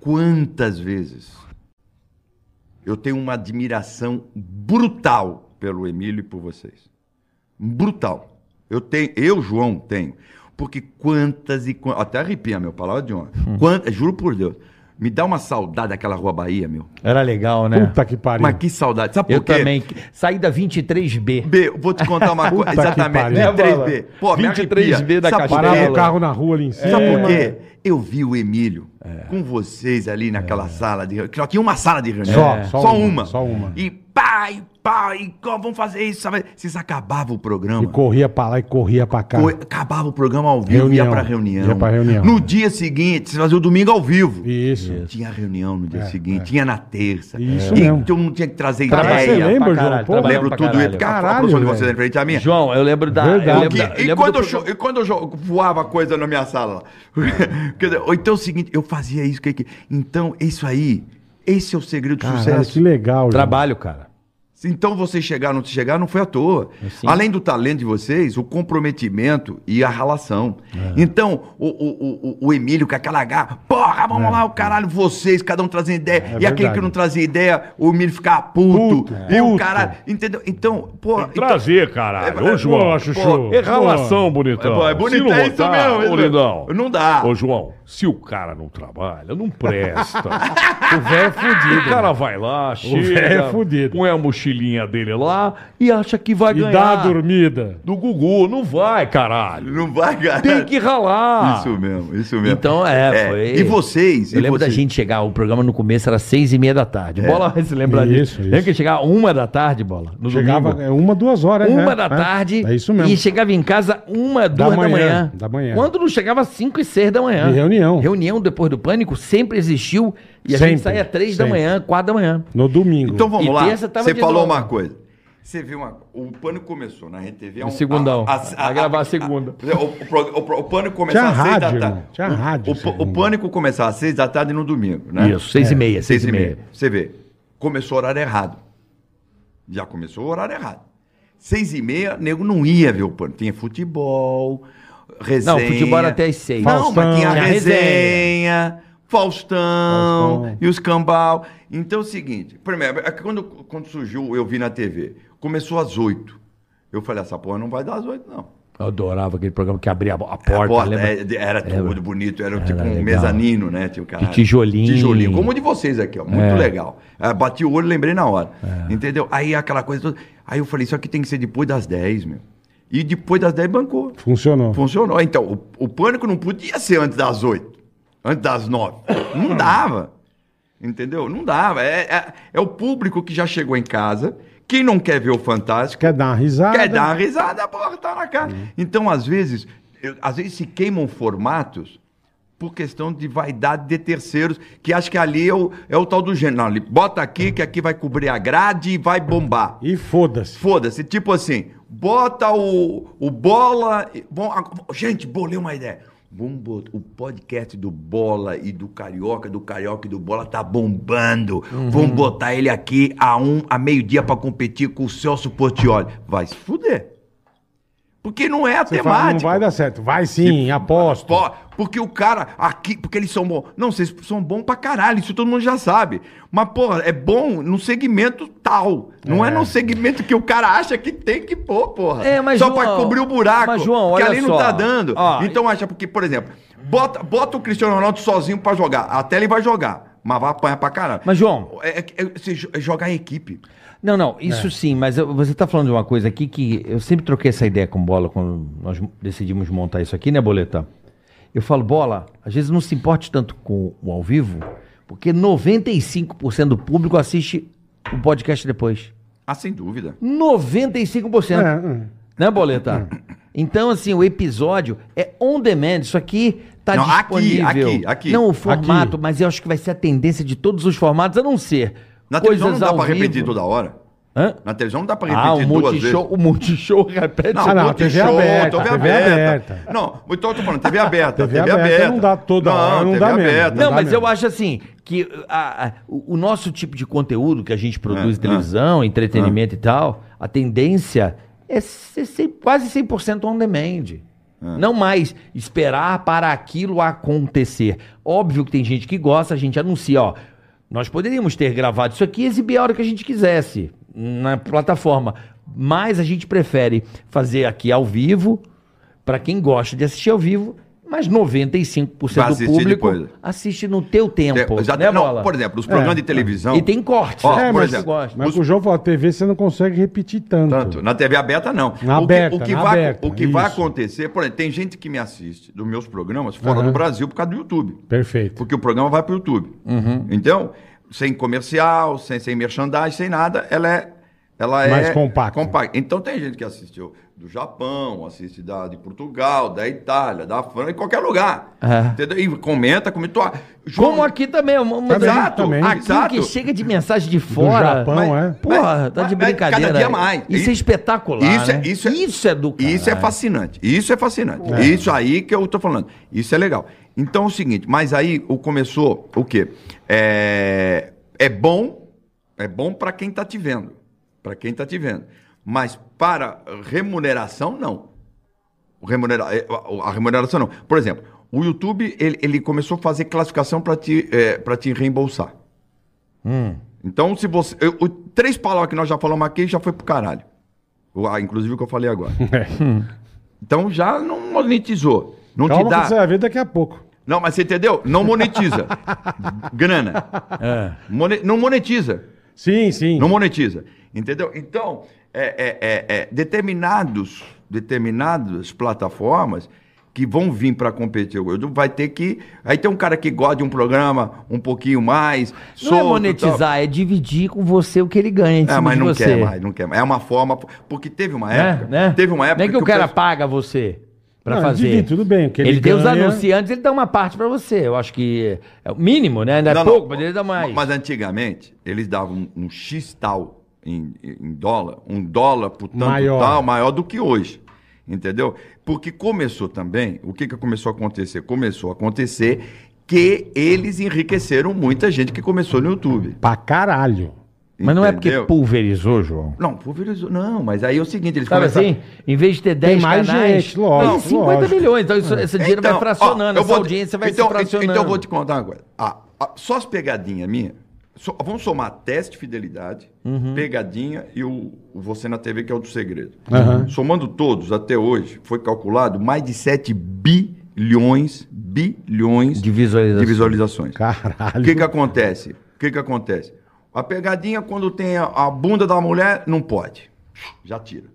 Quantas vezes eu tenho uma admiração brutal pelo Emílio e por vocês. Brutal. Eu tenho, eu, João, tenho. Porque quantas e quantas. Até arrepia, meu, palavra de honra.
Hum.
Quantas, juro por Deus. Me dá uma saudade daquela Rua Bahia, meu.
Era legal, né?
Puta que pariu.
Mas que saudade. Sabe por
eu
quê?
também. Saí da
B,
23B.
eu vou te contar uma coisa.
Puta que
Exatamente.
pariu.
23B. Pô, me
23B
arrepia.
da Castelo.
Sabe por
Parava
quê?
o carro na rua ali em cima.
Sabe por quê? Eu vi o Emílio
É.
com vocês ali naquela sala de reunião. que Só tinha uma sala de reunião.
Só,
É.
só uma, só uma.
E pá, e pá, e co- vamos fazer isso. sabe? Vocês acabavam o programa.
E corria pra lá e corria pra cá.
Foi- acabava o programa ao vivo,
Reunião.
ia pra reunião.
Ia pra reunião.
No dia seguinte, você fazia o domingo ao vivo.
Isso. É,
Tinha reunião no dia seguinte, tinha na terça.
Isso
e
mesmo.
todo mundo tinha que trazer
Trabalho,
ideia.
você lembra,
pra
João?
caralho,
Pô,
trabalho.
Lembro
pra
tudo
caralho.
isso. Cara,
Caralho,
a professora de
velho.
vocês na frente à minha.
João, eu lembro da.
Verdade.
Eu lembro
Que-
da eu
e
lembro
quando
do
eu, cho- e quando eu jo- voava coisa na minha sala? lá? Quer dizer, ou então é o seguinte, eu fazia isso. Que, que- então, isso aí, esse é o segredo do
Caralho,
sucesso.
que legal, João.
Trabalho, cara.
Então, você chegar ou não chegar não foi à toa. Além do talento de vocês, o comprometimento e a relação. Então, o, o, o, o Emílio com aquela garra, porra, vamos lá, o caralho, vocês, cada um trazendo ideia. e aquele
verdade.
que não trazia ideia, o Emílio ficava puto.
Puto,
e o
puto.
cara, entendeu? Então, pô. então-
Trazer, caralho. Ô, João.
Pô, Chuchu.
É relação, bonitão.
Pô, é bonito,
se não
é isso
botar,
mesmo, é isso
Ô,
mesmo.
lindão.
Não dá.
Ô, João, se o cara não trabalha, não presta. o velho é fudido. O cara vai lá, chega,
velho é fudido.
põe a mochilinha dele lá e acha que vai
E
ganhar
dá a dormida.
do Gugu. Não vai, caralho.
então, Não vai, cara.
Tem que ralar.
Isso mesmo, isso mesmo.
Então, é, foi-
E vocês?
Eu
e
lembro da
vocês?
gente chegar, o programa no começo era seis e meia da tarde. Bola vai se lembrar
É. Isso,
disso.
isso.
Lembra que chegava uma da tarde, Bola? No
Chegava
domingo?
é, uma, duas horas, né?
Uma da
É,
tarde.
É isso mesmo.
E chegava em casa uma, duas da
manhã,
manhã.
da manhã.
Quando não chegava cinco e seis da manhã.
De reunião.
Reunião depois do pânico sempre existiu. E a
Sempre,
gente saía três da
sempre.
manhã, quatro da manhã.
No domingo.
Então vamos
E
lá.
terça tava
Você
de
falou
novo.
uma coisa. Você viu uma. O pânico começou né? na RTV.
No segundão. Vai gravar a segunda.
o, o pro- o pro- o pânico começou
Tinha
às seis
rádio,
da tarde.
irmão. Tinha rádio,
O,
se não me
o
engano.
pânico começava às seis da tarde no domingo, né?
Isso, É. seis e meia,
Seis e meia. Você vê. Começou o horário errado. Já começou o horário errado. Seis e meia, nego não ia ver o pânico. Tinha futebol, resenha.
futebol era até às seis.
Não,
Faustão.
mas tinha
Tinha resenha.
resenha, Faustão,
Faustão.
e os cambal. Então é o seguinte, primeiro, é que quando, quando surgiu, eu vi na TV, começou às oito. Eu falei, essa porra não vai dar às oito, não.
Eu adorava aquele programa que abria a bo- a
É,
porta.
a porta,
lembra?
é, de- era tudo
Lembra?
bonito, era, tipo um
legal.
mezanino, né? Tinha um caralho.
De tijolinho. É.
Tijolinho, como o de vocês aqui, ó. Muito legal. Ah, bati o olho, lembrei na hora. Entendeu? Aí aquela coisa toda. Aí eu falei, isso aqui tem que ser depois das dez, meu. E depois das dez bancou.
Funcionou.
Funcionou. Então, o, o pânico não podia ser antes das oito, antes das nove. Não dava. Entendeu? Não dava. É, é- é o público que já chegou em casa. Quem não quer ver o Fantástico,
Quer dar uma risada?
quer dar uma risada, porra, tá na cara. Então, às vezes, eu- às vezes se queimam formatos por questão de vaidade de terceiros, que acha que ali é o, é o tal do gênero. Não, ali, bota aqui, que aqui vai cobrir a grade e vai bombar.
E foda-se.
Foda-se, tipo assim, bota o, o Bola. e- Bom, a- gente, bolei uma ideia. Vamos botar, o podcast do Bola e do Carioca, do Carioca e do Bola tá bombando.
Uhum.
Vamos botar ele aqui a, um, a meio-dia pra competir com o Celso Portioli. Vai se fuder. Porque não é a
Você fala, não
temática.
vai dar certo. Vai sim, aposto.
Pô, porque o cara aqui, porque eles são bons. Não, vocês são bons pra caralho, isso todo mundo já sabe. Mas, porra, é bom no segmento tal. Não é, no segmento que o cara acha que tem que pôr, porra.
É, mas,
só
João,
pra cobrir o buraco.
mas, João,
que
olha
ali não
só.
tá dando.
Ó,
então acha, porque, por exemplo, bota, bota o Cristiano Ronaldo sozinho pra jogar. Até ele vai jogar. Mas vai apanhar pra caralho.
Mas, João-
É, é, é- se jo- é jogar em equipe.
Não, não, isso sim, mas eu- você tá falando de uma coisa aqui que eu sempre troquei essa ideia com Bola quando nós decidimos montar isso aqui, né, Boleta? Eu falo, Bola, às vezes não se importe tanto com o ao vivo, porque 95% do público assiste o podcast depois.
Ah, sem dúvida.
95%.
É, é.
Né, Boleta? Então, assim, o episódio é on demand. Isso aqui tá
Não, aqui,
disponível.
aqui, aqui.
Não o formato, mas eu acho que vai ser a tendência de todos os formatos, a não ser
Na televisão
coisas
não dá
ao
pra
vivo.
repetir toda hora.
Hã?
Na televisão não dá pra
Ah,
repetir
o
duas vezes.
Multishow, o Multishow repete.
Não,
Ah, não,
não
TV aberta, TV aberta.
Não, então eu tô falando, TV aberta.
TV aberta não dá toda hora, não dá mesmo.
Não,
dá
mas
mesmo.
eu acho assim, que a- a- o, o nosso tipo de conteúdo que a gente produz em televisão, entretenimento e tal, a tendência é ser cem- quase 100% on demand. Não mais esperar para aquilo acontecer. Óbvio que tem gente que gosta, a gente anuncia, ó. Nós poderíamos ter gravado isso aqui e exibir a hora que a gente quisesse na plataforma. Mas a gente prefere fazer aqui ao vivo, para quem gosta de assistir ao vivo, mas 95%
Vai
do
assistir
público
depois.
assiste no teu tempo,
É, já-
né,
não,
Bola?
por exemplo, os programas
É.
de televisão.
E tem cortes,
Ó,
né?
É,
por
mas,
exemplo,
gosta.
mas o João falou, a TV você não consegue repetir tanto.
Tanto, né? na TV aberta, não.
Na
o que,
aberta,
o que
na
vai,
aberta,
o que vai
isso.
acontecer, por exemplo, tem gente que me assiste dos meus programas fora
Aham.
do Brasil por causa do YouTube.
Perfeito.
Uhum.
Porque o programa vai pro YouTube. Então, sem comercial, sem, sem merchandising, sem nada, ela é. Ela
Mais
é
compacta.
compacta. Então tem gente que assistiu do Japão, assiste da, de Portugal, da Itália, da França, em qualquer lugar. Entendeu? E comenta, comenta. "Ah, João,
É. Como aqui também, é uma uma
Também,
das-
também.
aqui
Exato.
que chega de mensagem de fora.
Japão, é.
Porra,
Mas-
tá de
mas- mas
brincadeira.
cada dia mais.
Isso,
Isso-
é espetacular.
Isso,
né?
é, isso, é,
isso é do caralho.
Isso é fascinante. Isso é fascinante. Isso aí que eu tô falando. Isso é legal. Então é o seguinte, mas aí o começou o quê? É, é bom, é bom para quem tá te vendo. Para quem tá te vendo. Mas para remuneração, não. O remunera- eh, a- a remuneração não. Por exemplo, o YouTube ele, ele começou a fazer classificação para te, eh, pra te reembolsar. Então, se você. eu- o- três palavras que nós já falamos aqui já foi pro caralho. O- ah, inclusive o que eu falei agora.
É.
Então já não monetizou. Não
Calma
te
que
dá.
você vai ver daqui a pouco.
Não, mas você entendeu? Não monetiza. Grana.
É.
Mone- Não monetiza.
Sim, sim.
Não monetiza. Entendeu? Então, é, é- é- é, determinados, determinadas plataformas que vão vir para competir com o YouTube, vai ter que. Aí tem um cara que gosta de um programa um pouquinho mais.
Não é
solto,
monetizar,
tal.
é dividir com você o que ele ganha. Em
então. É,
cima
mas
de
não
você.
quer mais, não quer mais. É uma forma. Porque teve uma época.
né?
Teve uma época.
Nem que, o cara
perso-
paga você pra
Não,
fazer.
divide, tudo bem, o que
Ele,
ele
tem os
ganha-
anunciantes, ele dá uma parte pra você. Eu acho que é o mínimo, né? Ainda é
Não, não.
pouco, mas ele dá mais.
Mas antigamente, eles davam um, um X tal em, em dólar, um dólar por tanto
Maior.
tal, maior do que hoje. Entendeu? Porque começou também, o que, que começou a acontecer? Começou a acontecer que eles enriqueceram muita gente que começou no YouTube.
Pra caralho.
Mas não é porque
entendeu?
pulverizou, João.
Não, pulverizou. Não, mas aí é o seguinte, eles
Sabe
começaram...
assim? Em vez de ter 10
mais
canais,
gente, lógico,
aí 50
lógico. É.
milhões. Então isso- esse dinheiro vai
ó,
fracionando,
eu
essa
vou-
audiência vai
então,
se fracionando.
Então eu vou te contar agora. ah, só as pegadinhas minhas. só- vamos somar teste de fidelidade,
Uhum.
pegadinha e o, o Você na TV, que é o do segredo. Uhum.
Aham.
Somando todos até hoje, foi calculado mais de 7 bilhões, bilhões
De visualização.
de visualizações. O
Caralho.
que que acontece? O que que acontece? A pegadinha, quando tem a, a bunda da mulher, não pode. Já tira.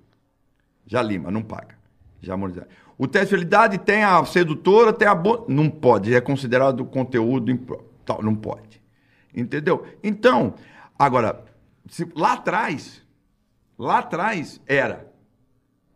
Já lima, não paga. Já monetiza. O teste de fidelidade tem a sedutora, tem a bunda. Não pode. É considerado conteúdo impróprio. Tal, não pode. Entendeu? Então, agora, se- lá atrás, lá atrás era.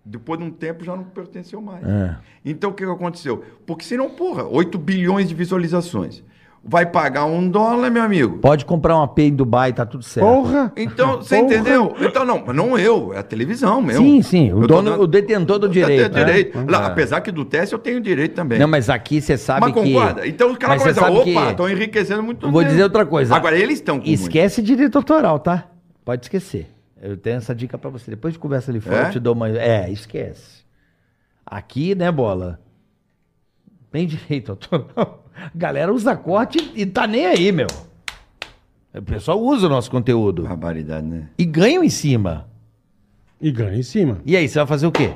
Depois de um tempo já não pertenceu mais.
É.
Então o que que aconteceu? Porque senão, porra, 8 bilhões de visualizações. Vai pagar um dólar, meu amigo.
Pode comprar um AP em Dubai, tá tudo certo.
Porra!
Então, você
Porra.
entendeu? Então, não, mas não eu, é a televisão mesmo.
Sim, sim, o
Eu tô
dono- o detentor do
Eu
direito,
tenho
né?
direito. Lá, Apesar que do teste eu tenho direito também.
Não, mas aqui você sabe
Mas
que...
concorda? Então os caras
Mas você
começam,
sabe que-
opa, estão enriquecendo muito.
Eu Vou
mesmo.
dizer outra coisa.
Agora eles estão com
Esquece direito autoral, tá? Pode esquecer. Eu tenho essa dica pra você. Depois de conversa ali fora,
É?
eu te dou uma. É, esquece. Aqui, né, bola? Tem direito autoral. A galera usa corte e tá nem aí, meu. O pessoal usa o nosso
muito.
conteúdo.
Barbaridade, né?
E ganham em cima.
E ganha em cima.
E aí, você vai fazer o quê?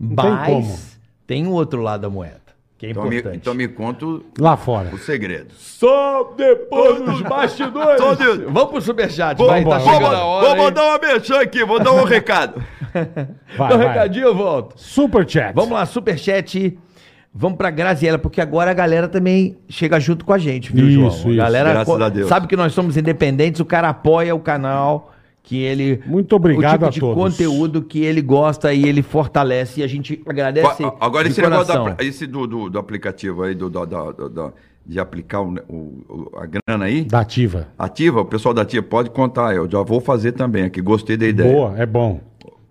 tem
Mas tem o outro lado da moeda. Que é
Então me,
importante.
então me conta o
Lá fora.
o segredo.
Só depois dos bastidores.
Só de-
Vamos pro superchat,
Vou,
vai. Tá
vou-
chegando a hora.
vou
hein?
mandar uma mexã aqui, vou dar um recado.
Vai,
Dá um
vai.
recadinho, eu volto.
Super chat.
Vamos lá, superchat. Vamos pra Graziela, porque agora a galera também chega junto com a gente, viu, João?
Isso, isso.
Galera
Graças
co-
a Deus.
sabe que nós somos independentes, o cara apoia o canal, que ele...
Muito obrigado a
O tipo de
todos.
conteúdo que ele gosta e ele fortalece e a gente agradece
Ó, Agora,
de
esse negócio
coração.
da- esse do, do, do aplicativo aí, do, da- da- da- da- de aplicar o, o- o- a grana aí,
Da ativa.
ativa, o pessoal da TIA pode contar, eu já vou fazer também aqui, gostei da ideia.
Boa, é bom.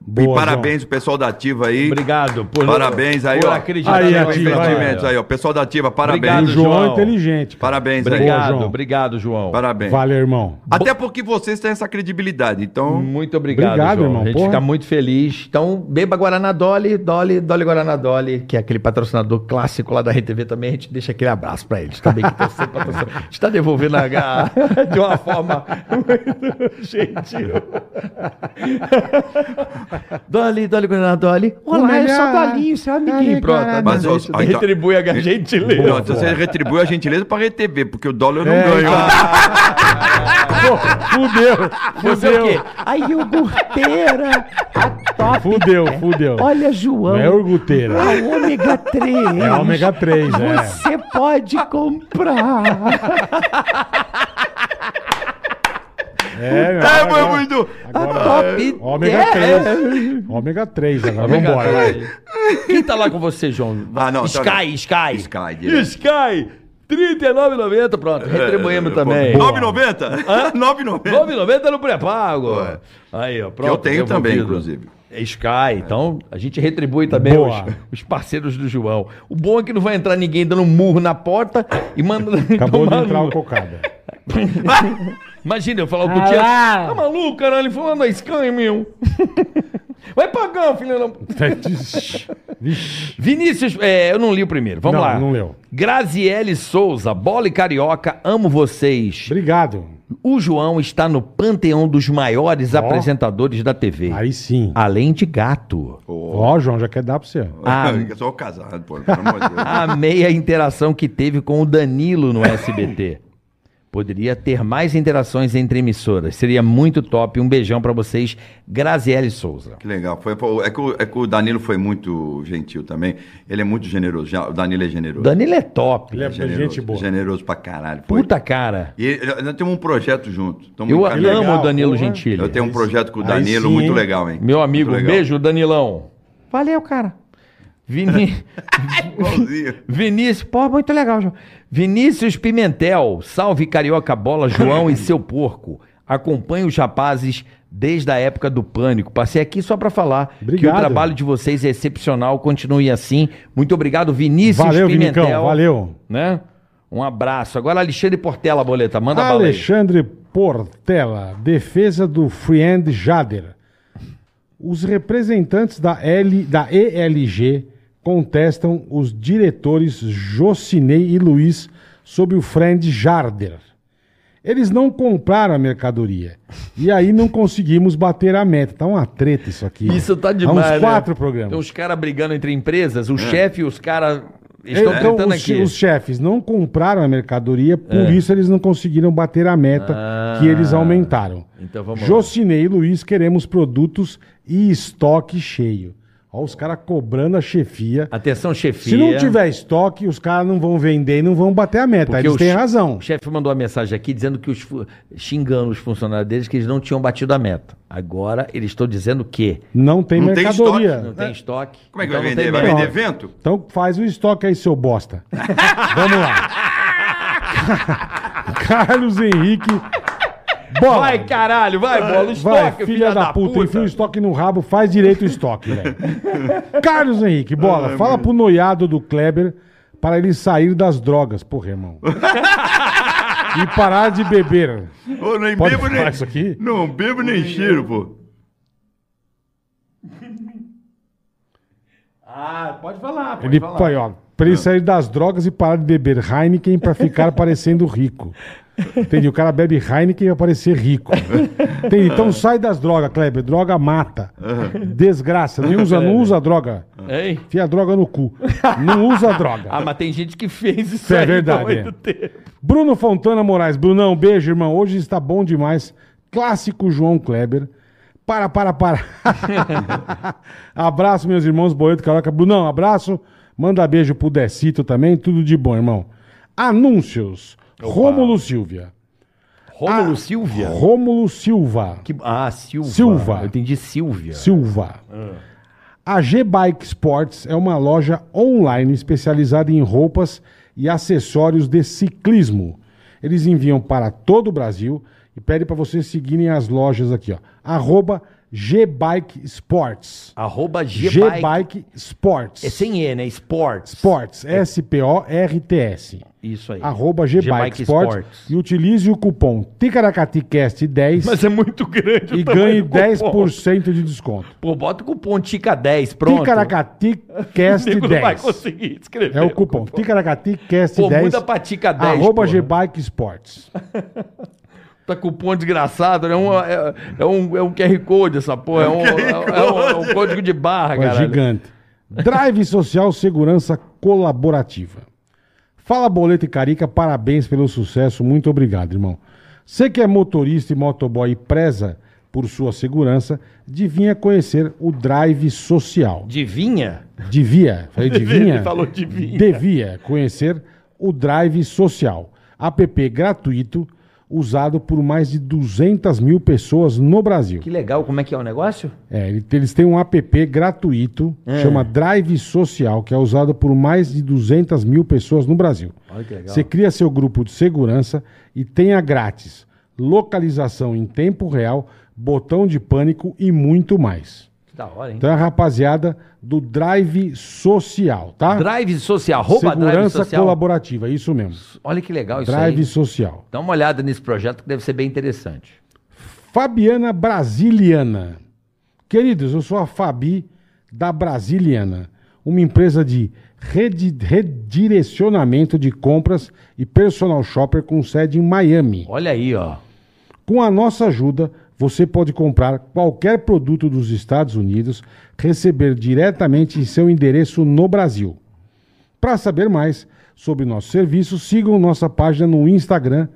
e
Boa,
parabéns o pessoal da Ativa aí.
Obrigado por...
Parabéns aí,
por
ó.
acreditar
Aí,
no
Ativa,
Investimentos aí, ó. Pessoal da Ativa,
João.
parabéns.
O João,
João.
é inteligente. cara.
Parabéns aí.
Boa,
Obrigado,
João.
obrigado, João.
Parabéns.
Valeu, irmão.
Até porque vocês têm essa credibilidade, então.
Muito obrigado,
Obrigado,
João.
irmão,
A gente
porra.
fica muito feliz. Então, beba Guaraná Dolly, Dolly, Dolly Guaraná Dolly, que é aquele patrocinador clássico lá da RTV também. A gente deixa aquele abraço pra eles também, que estão sempre patrocinando. A gente tá devolvendo a, a, de uma forma muito gentil. Dolly, Dolly Guaraná Dolly.
O
Olá, eu sou o
melhor-
Dolinho, é seu amiguinho.
Dolly
Pronto,
Guaraná.
mas
Mas, ó,
isso
ó, então-
retribui a gentileza.
Não, então você retribui a gentileza para a RTV, porque o dólar eu não
É,
ganho.
então.
Pô, fudeu.
Você é o quê?
Fudeu.
A iogurteira, a top.
Fudeu, fudeu.
Olha, João.
Não é orguteira.
A ômega 3.
É ômega 3, é.
Você pode comprar.
É, meu,
tá
É,
agora-
foi muito.
É.
Agora,
top
ômega 3. Ômega 3 agora.
Ômega
Vambora. vai.
Quem tá lá com você, João?
Ah, não, tá
Sky,
bem.
Sky.
Sky, direto.
Sky. R$39,90,
É,
pronto. Retribuímos também.
9,90? 9,90.
9,90 no pré-pago. Aí, ó,
Que
pronto.
É. eu tenho também,
devolvido.
inclusive.
É Sky, então a gente retribui também os,
Boa.
os parceiros do João. O bom é que não vai entrar ninguém dando um murro na porta e mandando.
Acabou de
tomar
entrar
no-
o Ah cocada.
Imagina eu falar com o Tietchan. Tá maluco, caralho? Falando a Sky, meu. Vai pagar, filho. da-
Vixe.
Vinícius, é, eu não li o primeiro. Vamos
Não,
lá.
não leu.
Graziele Souza, bola e carioca, amo vocês.
Obrigado.
O João está no panteão dos maiores apresentadores da TV.
Aí sim.
Além de gato.
Oh.
Ó, João, já quer dar pra você.
Ah.
Eu sou casado, pô. pelo amor de Deus.
Amei a interação que teve com o Danilo no SBT. Poderia ter mais interações entre emissoras. Seria muito top. Um beijão pra vocês, Graziele Souza.
Que legal. Foi, pô, é, que o, é que o Danilo foi muito gentil também. Ele é muito generoso. Já, o Danilo é generoso.
O Danilo é top.
Ele é
generoso,
gente boa.
Generoso pra caralho. Foi.
Puta cara.
E ele- nós temos um projeto junto. Tamo
Eu
encaminhando.
amo o Danilo
porra.
Gentili.
Eu tenho um projeto com o
Aí
Danilo
sim,
muito
hein?
legal, hein?
Meu amigo, um
Muito legal.
beijo, Danilão. Valeu, cara. Vini...
Igualzinho.
Vinícius, pô, muito legal, João. Vinícius Pimentel, salve Carioca Bola, João e seu porco. Acompanho os rapazes desde a época do pânico. Passei aqui só pra falar
Obrigado.
que o trabalho de vocês é excepcional, continue assim. Muito obrigado, Vinícius
Valeu,
Pimentel.
Vinicão. Valeu.
Né? Um abraço. Agora Alexandre Portela, boleta, manda bala aí.
Alexandre Portela, defesa do Friend Jader. Os representantes da, L, da ELG contestam os diretores Jocinei e Luiz sobre o Friend Jader. Eles não compraram a mercadoria. E aí não conseguimos bater a meta. Tá uma treta isso aqui.
Isso tá
Há
demais,
uns
né? É.
quatro
Tem
programas.
uns caras brigando entre empresas, o chefe e os caras estão
Então,
tentando
os,
aqui. É.
os chefes não compraram a mercadoria, por isso eles não conseguiram bater a meta que eles aumentaram.
Ah. Então vamos lá.
Jocinei e Luiz queremos produtos e estoque cheio. Ó, os caras cobrando a chefia.
Atenção, chefia.
Se não tiver estoque, os caras não vão vender e não vão bater a meta.
Porque
eles
o
têm
che-
razão.
O chefe mandou uma mensagem aqui dizendo que os fu- xingando os funcionários deles que eles não tinham batido a meta. Agora eles estão dizendo que
Não tem
Não tem
mercadoria.
estoque,
não tem estoque.
Como é que
então
vai
não tem
vender? Vai
meta.
vender vento?
Então faz o estoque aí, seu bosta. Vamos lá. Carlos Henrique. Bola.
Vai, caralho, vai, bola, estoque,
Vai, filha, da, puta, enfia o estoque no rabo, faz direito o estoque, velho. Carlos Henrique, bola, fala pro noiado do Kleber para ele sair das drogas, porra, irmão. e parar de beber.
Ô, nem
Pode
bebo
falar
nem.
isso aqui?
Não bebo nem cheiro, pô.
Ele, pai, ó, pra ele sair das drogas e parar de beber Heineken pra ficar parecendo rico. Entendi, o cara bebe Heineken pra parecer rico. Entendi, então sai das drogas, Kleber. Droga mata. Desgraça. Não usa, não usa droga.
Hein?
Enfia a droga no cu. Não usa droga.
Ah, mas tem gente que fez isso
Isso é
aí
verdade,
há muito
é.
tempo.
Bruno Fontana Moraes. Brunão, beijo, irmão. Hoje está bom demais. Clássico João Kleber. Para, para, para. abraço, meus irmãos. Boleto, Caroca. Brunão, abraço. Manda beijo pro Decito também. Tudo de bom, irmão. Anúncios. Rômulo Silvia.
Rômulo
Ah,
Silvia?
Rômulo Silva.
Que- Ah, Silva.
Silva.
Eu entendi Silvia.
Silva. Ah. A G Bike Sports é uma loja online especializada em roupas e acessórios de ciclismo. Eles enviam para todo o Brasil e pedem para vocês seguirem as lojas aqui, ó. Arroba G Bike Sports.
Arroba G
G
Bike.
Bike Sports.
É sem É. E, né? Sports.
Sports, S-P-O-R-T-S.
Isso aí.
Arroba G Bike
G-Bike
Sports,
Sports.
E utilize o cupom TICARACATICAST10
Mas é muito grande. o
e
tamanho
ganhe
do cupom.
10% de desconto.
Pô, bota o cupom TICA10, pronto. O nego não vai
TicaracatiCast10.
conseguir escrever.
É o cupom. TicaracatiCast10.
Pô, muda pra Tica 10,
Arroba
porra.
Gbike Sports.
Tá cupom desgraçado, né? Um- é, é um, é um QR Code essa porra. É um, é um- é um- é um código de barra,
É
cara.
gigante. Drive Social Segurança Colaborativa. Fala Boleto e Carica, parabéns pelo sucesso, muito obrigado, irmão. Você que é motorista e motoboy e preza por sua segurança, devia conhecer o Drive Social.
Adivinha?
Devia, falei
Ele
devia?
falou devia.
Devia conhecer o Drive Social, app gratuito, usado por mais de 200 mil pessoas no Brasil.
Que legal, como é que é o negócio?
É, ele- eles têm um app gratuito,
É.
chama Drive Social, que é usado por mais de 200 mil pessoas no Brasil.
Olha que legal.
Você cria seu grupo de segurança e tenha grátis localização em tempo real, botão de pânico e muito mais.
Que da hora, hein?
Então é a rapaziada do Drive Social, tá?
Drive social, arroba drive
segurança
social.
colaborativa, isso mesmo.
Olha que legal isso
Drive
aí.
Social.
Dá uma olhada nesse projeto que deve ser bem interessante.
Fabiana Brasiliana. Queridos, eu sou a Fabi da Brasiliana, uma empresa de redi- redirecionamento de compras e personal shopper com sede em Miami.
Olha aí, ó.
Com a nossa ajuda, você pode comprar qualquer produto dos Estados Unidos, receber diretamente em seu endereço no Brasil. Para saber mais sobre nosso serviço, sigam nossa página no Instagram,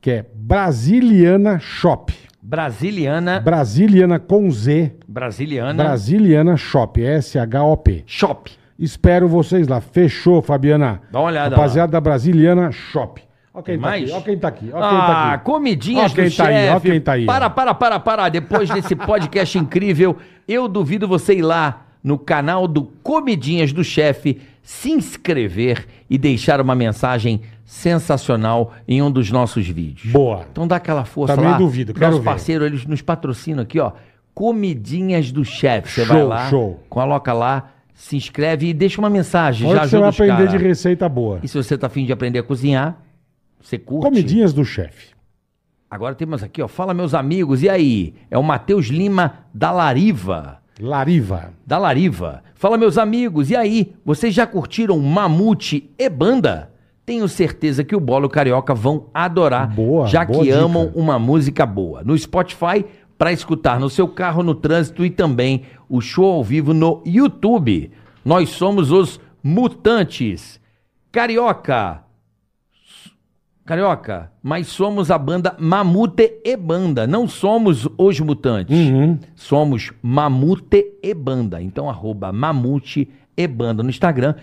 que é Brasiliana Shop.
Brasiliana,
Brasiliana com Z,
Brasiliana
Brasiliana Shop, S-H-O-P.
Shop.
Espero vocês lá. Fechou, Fabiana.
Dá uma olhada lá.
Rapaziada da Brasiliana Shop. Ó
Tem
quem tá
mais?
aqui, ó quem tá aqui, ó quem tá
Ah,
aqui.
comidinhas
Ó quem
do
tá aí, ó
chefe.
quem tá aí.
Para, para, para, para. Depois desse podcast incrível, eu duvido você ir lá no canal do Comidinhas do Chefe, se inscrever e deixar uma mensagem sensacional em um dos nossos vídeos.
Boa.
Então dá aquela força
Também
lá.
duvido, quero
Nosso
ver.
parceiro, eles nos patrocinam aqui, ó. Comidinhas do Chefe. Você
Show,
vai lá,
show.
coloca lá, se inscreve e deixa uma mensagem.
Olha
já
que você vai
ajuda os
aprender
caras.
de receita boa.
E se você tá afim de aprender a cozinhar, você curte.
Comidinhas do chefe.
Agora temos aqui, ó. Fala, meus amigos, e aí? É o Matheus Lima da Lariva.
Lariva.
Da Lariva. Fala, meus amigos, e aí? Vocês já curtiram Mamute e Banda? Tenho certeza que o Bolo Carioca vão adorar,
Boa,
já
boa
que
dica.
amam uma música boa. No Spotify, para escutar no seu carro, no trânsito e também o show ao vivo no YouTube. Nós somos os Mutantes. Carioca, Carioca, mas somos a banda Mamute e Banda. Não somos os mutantes.
Uhum.
Somos Mamute e Banda. Então, arroba Mamute e Banda no Instagram.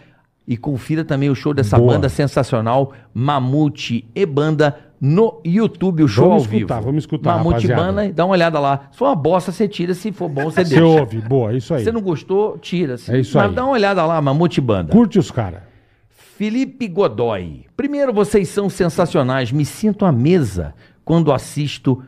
E confira também o show dessa
Boa.
banda sensacional, Mamute e Banda, no YouTube, o show
Vamos
ao
escutar,
vivo.
vamos escutar,
Mamute e
rapaziada.
Banda, dá uma olhada lá. Se for uma bosta, você tira. Se for bom, você
Você
deixa.
ouve. Boa, isso aí.
Se não gostou, tira. Se-
É isso
Mas
aí.
dá uma olhada lá, Mamute e Banda.
Curte os caras.
Felipe Godoy. Primeiro, vocês são sensacionais. Me sinto à mesa quando assisto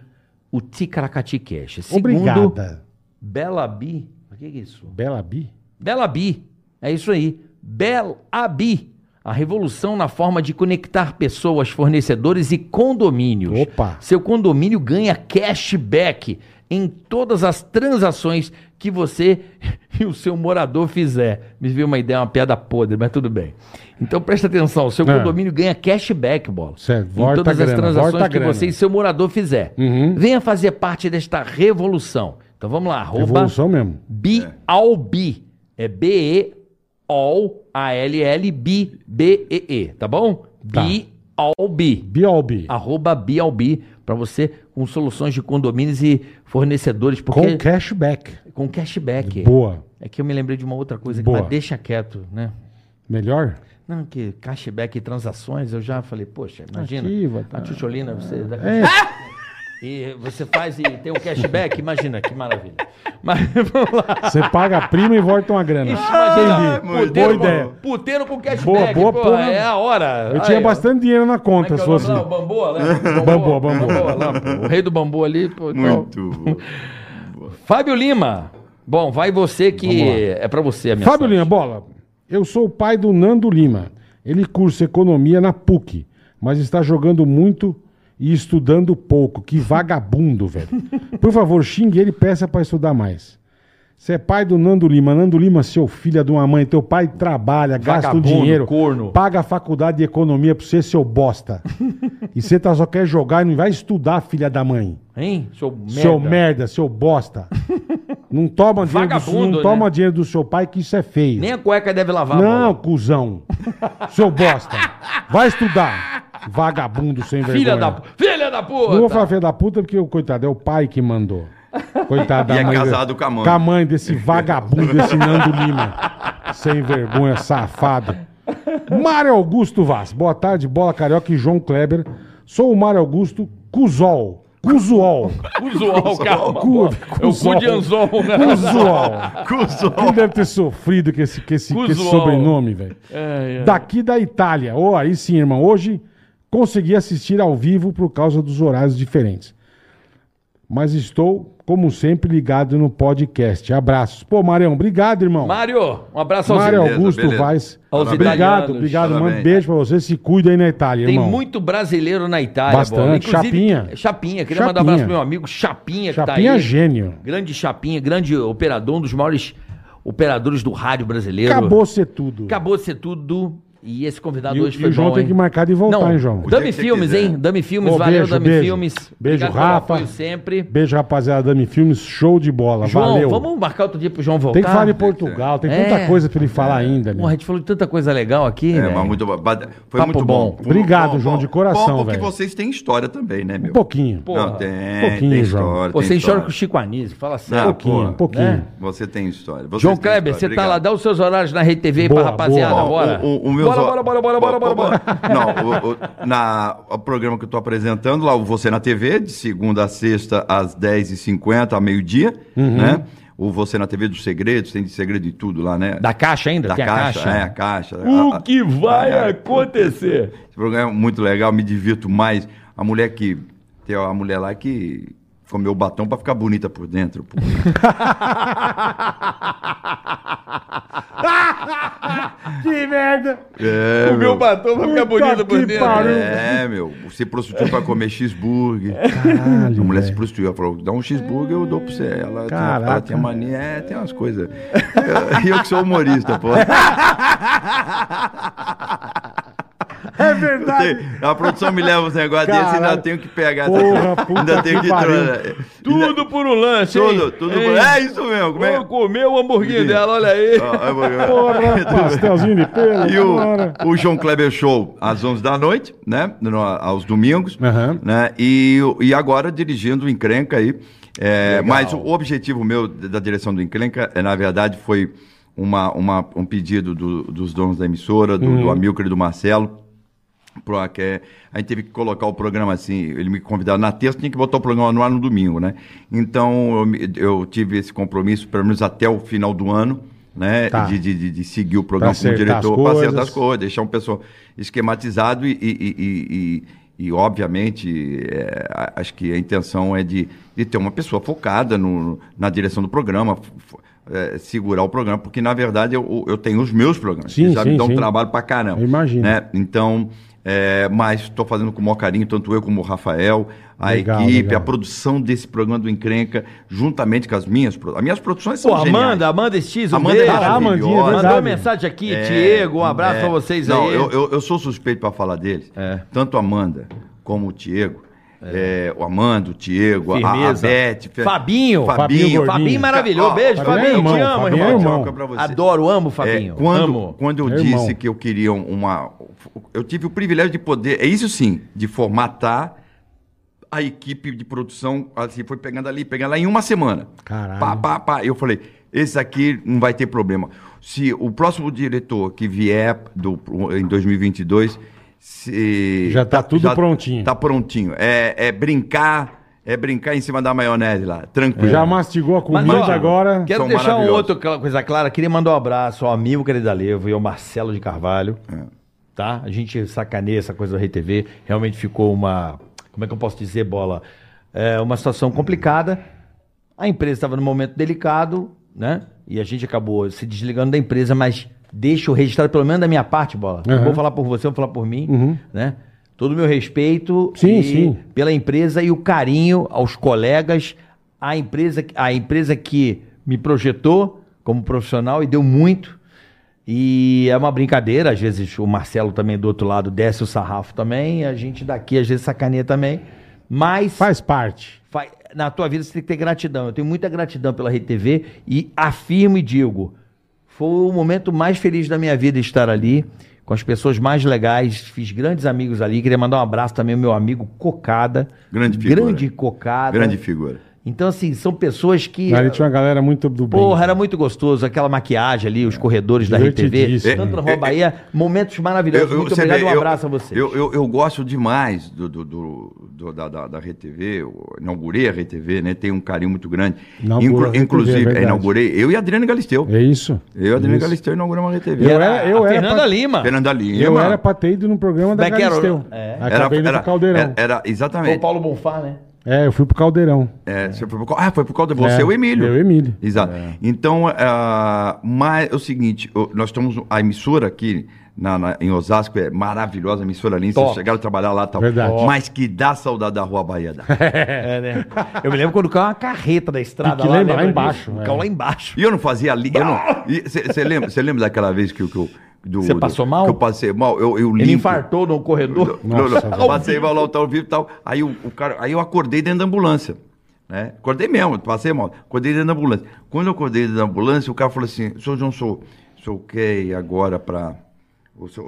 o Ticaracati Cash. Segundo,
Obrigada.
Bela Bi. O que é isso?
Bela Bi.
Bela Bi. É isso aí. Bela Bi. A revolução na forma de conectar pessoas, fornecedores e condomínios.
Opa.
Seu condomínio ganha cashback em todas as transações que você e o seu morador fizer. Me veio uma ideia, uma piada podre, mas tudo bem. Então presta atenção, seu
É.
condomínio ganha cashback, bola.
Certo,
Em
volta
todas
a
as
grana, volta a
transações que
grana. Uhum.
você e seu morador fizer. Venha fazer parte desta revolução. Então vamos lá, arroba
Revolução mesmo.
Bialbi. É B-E-O-A-L-L B B-E-E, tá bom?
Tá.
Bialbi.
Bialbi.
Arroba Bialbi pra você com soluções de condomínios e fornecedores porque
Com cashback.
com cashback.
Boa.
É que eu me lembrei de uma outra coisa que
Boa.
mas deixa quieto, né?
Melhor?
Não, que cashback e transações, eu já falei, poxa, imagina.
Ativa, tá.
A Tchutcholina, você.
É.
E você faz e tem um cashback, imagina, que maravilha. Mas vamos lá.
Você paga a prima e volta uma grana.
Ixi, imagina,
Entendi.
Ah, é puteiro,
Boa ideia.
com, puteiro com cashback,
Boa, boa,
pô,
porra.
é a hora.
Eu tinha
Aí, ó.
bastante assim. dinheiro na
Como é que
conta,
é
se
o nome
fosse.
lá? O Bamboa, né?
Bamboa, Bamboa.
lá, pô. O rei do bambu ali. Pô, então.
Muito bom.
Fábio Lima. Bom, vai você que é pra você a minha
Fábio Lima, bola. Eu sou o pai do Nando Lima. Ele cursa economia na PUC, mas está jogando muito e estudando pouco. Que vagabundo, velho. Por favor, xingue ele e peça para estudar mais. Você é pai do Nando Lima. Nando Lima, seu filho é de uma mãe. Teu pai trabalha, gasta o
Vagabundo,
dinheiro,
corno.
paga a faculdade de economia pra você, seu bosta. e você tá, só quer jogar e não vai estudar, filha da mãe.
Hein? Seu merda.
Seu merda, seu bosta. não toma, dinheiro do,
Vagabundo,
não
né?
toma dinheiro do seu pai, que isso é feio.
Nem a cueca deve lavar.
Não,
bola.
cuzão. Seu bosta. Vai estudar. Vagabundo sem vergonha.
Filha da, pu- filha da puta.
Não vou falar filha da puta porque, o coitado, é o pai que mandou. Coitado
E
da
é
mãe.
casado com a mãe.
Com a mãe desse vagabundo, desse Nando Lima. Sem vergonha, safado. Mário Augusto Vaz. Boa tarde, Bola Carioca e João Kleber. Sou o Mário Augusto, Cusol. Cusuol.
Usual, cara.
Cu-
É o cu de anzol, né?
É,
Cusuol.
Cusou.
Quem deve ter sofrido com esse, com esse, com esse
Cusol.
sobrenome, velho?
É, é.
Daqui da Itália. Oh, aí sim, irmão. Hoje consegui assistir ao vivo por causa dos horários diferentes. Mas estou, como sempre, ligado no podcast. Abraços. Pô, Marião, obrigado, irmão.
Mário, um abraço ao
Mário
Mário.
beleza,
Augusto
beleza.
Vaz.
Aos
Obrigado,
italianos.
obrigado. Manda
Parabéns.
um beijo pra você. Se cuida aí na Itália,
Tem
irmão.
muito brasileiro na Itália,
Bastante. Chapinha.
Chapinha. Queria mandar um
Chapinha.
abraço pro meu amigo Chapinha, que
Chapinha
tá aí.
gênio.
Grande Chapinha, grande operador, um dos maiores operadores do rádio brasileiro.
Acabou ser tudo.
Acabou de ser tudo. E esse convidado
E,
hoje
e
foi
o João
bom,
tem
hein?
que marcar de voltar,
Não,
hein, João?
dia que
Dami
você
Filmes,
quiser.
hein? Dami Filmes,
Ô,
valeu,
beijo,
Dami
beijo.
Filmes.
Beijo,
Obrigado pelo
Rafa.
apoio sempre.
Beijo, rapaziada. Dami Filmes, show de bola.
João,
Valeu.
vamos marcar outro dia pro João voltar?
Tem que falar de Portugal, tem
É.
tanta coisa pra ele falar ainda, meu.
Porra, a gente falou de tanta coisa legal aqui,
É,
né?
mas muito, ba- ba- foi
Papo
muito bom.
bom.
Foi
Obrigado, João, de coração,
Bom, porque
velho.
vocês têm história também, né, meu?
Um pouquinho.
Não, tem,
pouquinho,
tem
João.
história.
Pô,
tem
Você chora
história.
com o Chico Anísio, fala sério.
Ah,
Um pouquinho,
porra,
pouquinho.
né?
Você tem história. Vocês
João
têm
Kleber, você
história.
tá lá,
Obrigado.
dá os seus horários na Rede TV
Boa,
pra rapaziada,
boa.
Tá, bora.
O, o, o meus
bora,
ó-
bora, bora, bora, bora, bora, bora.
Não, o, o- na, o programa que eu tô apresentando lá, o Você na TV, de segunda a sexta, às 10h50, a meio-dia,
Uhum.
né? O Você na TV dos Segredos, tem de segredo e tudo lá, né?
Da caixa ainda?
Da
Tem a
caixa,
caixa? Uh,
é, a caixa. A-
O
a-
que vai
Ah,
É,
acontecer?
Esse programa é muito legal, me divirto mais. A mulher que. Tem a mulher lá que comeu batom pra ficar bonita por dentro. pô.
Que merda!
É,
O meu batom vai ficar
Puta
bonito por
que
dentro.
pariu.
né?
É, meu. Se prostituiu pra comer cheeseburger.
É.
Caralho,
a mulher se
velho.
prostituiu. Ela falou: dá um cheeseburger, eu dou pra você. Ela, tem,
é. Caraca.
ela tem a mania. É, tem umas coisas. E eu que sou humorista, pô.
É
Eu
verdade.
tenho- a produção me leva uns negócios
Caralho.
desses, ainda tenho que pegar.
Porra, puta
ainda tenho
que
que
pariu.
trocar.
Tudo por um lance, hein?
Tudo, tudo.
Hein?
É isso mesmo. Como é? Ah,
Vou comer o hamburguinho dela, olha aí.
Ó, ó, ó.
Porra, pastelzinho de pelo.
E o,
cara.
o João Kleber Show às 11 da noite, né? No- aos domingos.
Aham.
Né? E, o- e agora dirigindo o Encrenca aí. É, mas o objetivo meu da direção do Encrenca, é, na verdade, foi uma, uma- um pedido do- dos donos da emissora, do,
Uhum.
do Amilcar e do Marcelo. Pro, que é- a gente teve que colocar o programa assim, ele me convidava na terça, tinha que botar o programa no ar no domingo, né? Então eu, me- eu tive esse compromisso, pelo menos até o final do ano, né?
Tá.
De, de- de- de seguir o programa
Pra
como
acertar as
diretor, para acertar
coisas.
as coisas, deixar um pessoal esquematizado e, e- e- e- e- e, obviamente, é, a- acho que a intenção é de, de ter uma pessoa focada no- na direção do programa, f- f- é, segurar o programa, porque na verdade eu, eu tenho os meus programas,
Sim,
eles já
sim,
me dão
sim.
trabalho pra caramba.
Eu imagino.
né? Então, é, mas estou fazendo com o maior carinho, tanto eu como o Rafael, a
Legal,
equipe,
legal.
a produção desse programa do Encrenca, juntamente com as minhas produções. As minhas produções são
Pô,
geniais.
Amanda, Amanda X, um
Amanda
beijo.
é maravilhosa.
Amandinha, é verdade.
Mandou uma mensagem aqui,
É,
Diego, um abraço
é.
pra vocês
Não,
aí. É.
Eu, eu, eu sou suspeito pra falar deles. Tanto a Amanda como o Diego. é, o Amanda, o Tiago, a, a
Firmeza.
Beth, Fe-
Fabinho.
Fabinho,
Fabinho
Fabinho maravilhoso,
Ó,
beijo,
Fabinho é
Fabinho,
irmão,
te amo,
Fabinho é
irmão.
irmão.
Tchau, pra você.
Adoro, amo, Fabinho.
É, quando,
amo.
quando eu
Meu
disse
irmão.
que eu queria um, uma. Eu tive o privilégio de poder, é isso sim, de formatar a equipe de produção, assim, foi pegando ali, pegando lá em uma semana.
Caralho.
Pá, pá, pá. Eu falei, esse aqui não vai ter problema. Se o próximo diretor que vier do, em 2022. Se,
Já tá tudo prontinho.
Tá prontinho. É, é brincar, é brincar em cima da maionese lá, tranquilo.
Já mastigou a comida
ó,
agora.
Quero
São
deixar um
maravilhosos.
outro cla- coisa clara. Queria mandar um abraço ao amigo querido Alevo e ao Marcelo de Carvalho.
É.
Tá? A gente sacaneia essa coisa do Rei TV. Realmente ficou uma. Como é que eu posso dizer, bola? É, uma situação complicada. A empresa estava num momento delicado, né? E a gente acabou se desligando da empresa, mas deixo registrado, pelo menos da minha parte, bola. Não
Uhum.
vou falar por você, vou falar por mim, né? Todo o meu respeito
Sim,
e-
sim.
pela empresa e o carinho aos colegas, à empresa, à empresa que me projetou como profissional e deu muito. E é uma brincadeira, às vezes o Marcelo também do outro lado desce o sarrafo também, a gente daqui às vezes sacaneia também. Mas
Faz parte.
Fa- Na tua vida você tem que ter gratidão. Eu tenho muita gratidão pela Rede TV e afirmo e digo: foi o momento mais feliz da minha vida estar ali, com as pessoas mais legais, fiz grandes amigos ali. Queria mandar um abraço também ao meu amigo Cocada.
Grande figura.
Grande Cocada.
né?
Grande figura.
Então, assim, são pessoas que.
Ali tinha uma galera muito do bem.
Porra, era muito gostoso, aquela maquiagem ali, os corredores da RTV.
Divertidíssimo.
Tanto no Rua Bahia, momentos maravilhosos. muito
você
obrigado,
vê,
um
É, eu-
abraço a vocês.
Eu, eu, eu gosto demais do, do- do- do- da, da, da RTV, eu inaugurei a RTV, né? Tenho um carinho muito grande.
Inaugurou a RTV, é
inclusive,
verdade.
é, inaugurei eu e Adriano Galisteu.
É isso.
Eu e Adriano
Isso.
Galisteu inauguramos a RTV.
Eu era, eu
a
era,
Fernanda
pra,
Lima.
Fernanda Lima.
eu era pra ter ido no programa da
Como é que era?
Galisteu.
É.
Acabei indo pro Caldeirão.
Era, é- era-
O
exatamente.
Paulo Bonfá, né?
É, eu fui pro Caldeirão.
É, você foi por causa- ah, foi por causa de você,
É,
o Emílio.
eu e o Emílio.
Exato. Então, ah, mas é o seguinte, o- nós estamos. A emissora aqui na, na- em Osasco é maravilhosa, a emissora linda. Vocês
Top.
chegaram a trabalhar lá e tal.
Verdade. Top.
Mas que dá saudade da Rua Bahia. Dá.
É, né? Eu me lembro quando caiu uma carreta da estrada
Que
lá,
lembra- lá
lembra
embaixo,
disso?
é.
Caiu lá embaixo. né?
E eu não fazia ali. Você lembra, cê lembra daquela vez que, eu- que eu. do-
Você
do-
passou mal?
Que eu passei mal. Eu, eu
Ele
limpo.
infartou no corredor.
Não,
Nossa,
não, passei mal lá, o tal vivo e tal. Aí, o, o cara, aí eu acordei dentro da ambulância. Né? Acordei mesmo, passei mal. Acordei dentro da ambulância. Quando eu acordei dentro da ambulância, o cara falou assim: Senhor João, sou, sou quer ir agora para.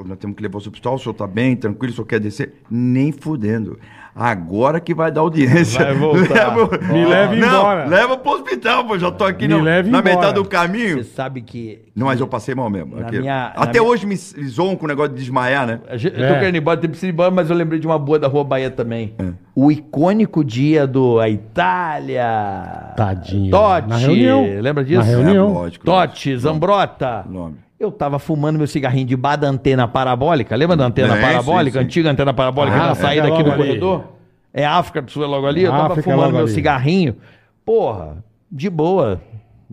Nós temos que levar o seu hospital, o senhor tá bem, tranquilo, o senhor quer descer? Nem fudendo. Agora que vai dar audiência.
Vai voltar.
Me leva
não,
embora.
Leva pro hospital, pô, já tô aqui
Me
na-
leva
na
embora.
metade do caminho.
Você sabe que.
Não, mas eu passei mal mesmo.
Na
Aquilo.
minha- na
Até
minha-
hoje me zoam com o negócio de desmaiar, né?
a gente- Eu
É.
tô querendo ir embora, tem preciso ir embora, mas eu lembrei de uma boa da Rua Bahia também.
É.
O icônico dia do a Itália.
Tadinho.
Totti.
Na reunião.
Lembra disso?
Na reunião.
É, lógico.
Totti, Zambrota.
Nome.
Eu tava fumando meu cigarrinho de bar da antena parabólica. Lembra da antena
É,
parabólica?
sim, sim.
Antiga antena parabólica
Ah,
na
fica
saída aqui
logo
do
ali.
corredor? É África do Sul é logo ali. Eu tava
África é
fumando
logo
meu
ali.
cigarrinho. Porra, de boa.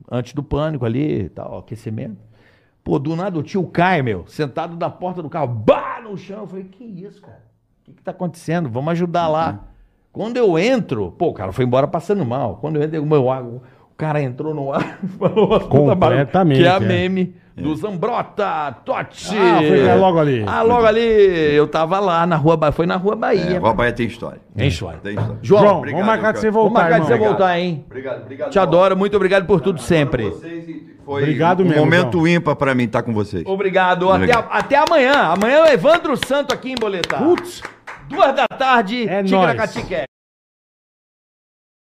Antes do pânico ali e tal, aquecimento. Pô, do nada o tio cai, meu, sentado na porta do carro, bah, no chão. Eu falei, que isso, cara? O que, que tá acontecendo? Vamos ajudar lá.
Uhum.
Quando eu entro, pô, o cara foi embora passando mal. Quando eu entro, eu- meu, água, o cara entrou no ar e falou uma puta barulho,
Completamente,
Que é a
é.
meme do Zambrota, Totti.
Ah, foi logo ali.
Ah, logo ali. Eu tava lá na Rua Bahia. Foi na Rua
É,
Bahia.
Rua Bahia tem história.
Tem história.
Tem história.
João,
João,
Obrigado,
vamos marcar de
cara.
você
vou
voltar,
marcar de você
irmão.
voltar, hein?
Obrigado, obrigado.
Te adoro, muito obrigado por tudo sempre.
Vocês e foi
Obrigado
um
mesmo,
momento
João.
ímpar pra mim estar com vocês.
Obrigado. Até,
Legal.
a- até amanhã. Amanhã é o Evandro Santo aqui em Boletar.
Putz.
Duas da tarde,
É nóis.
Tigracatiquete.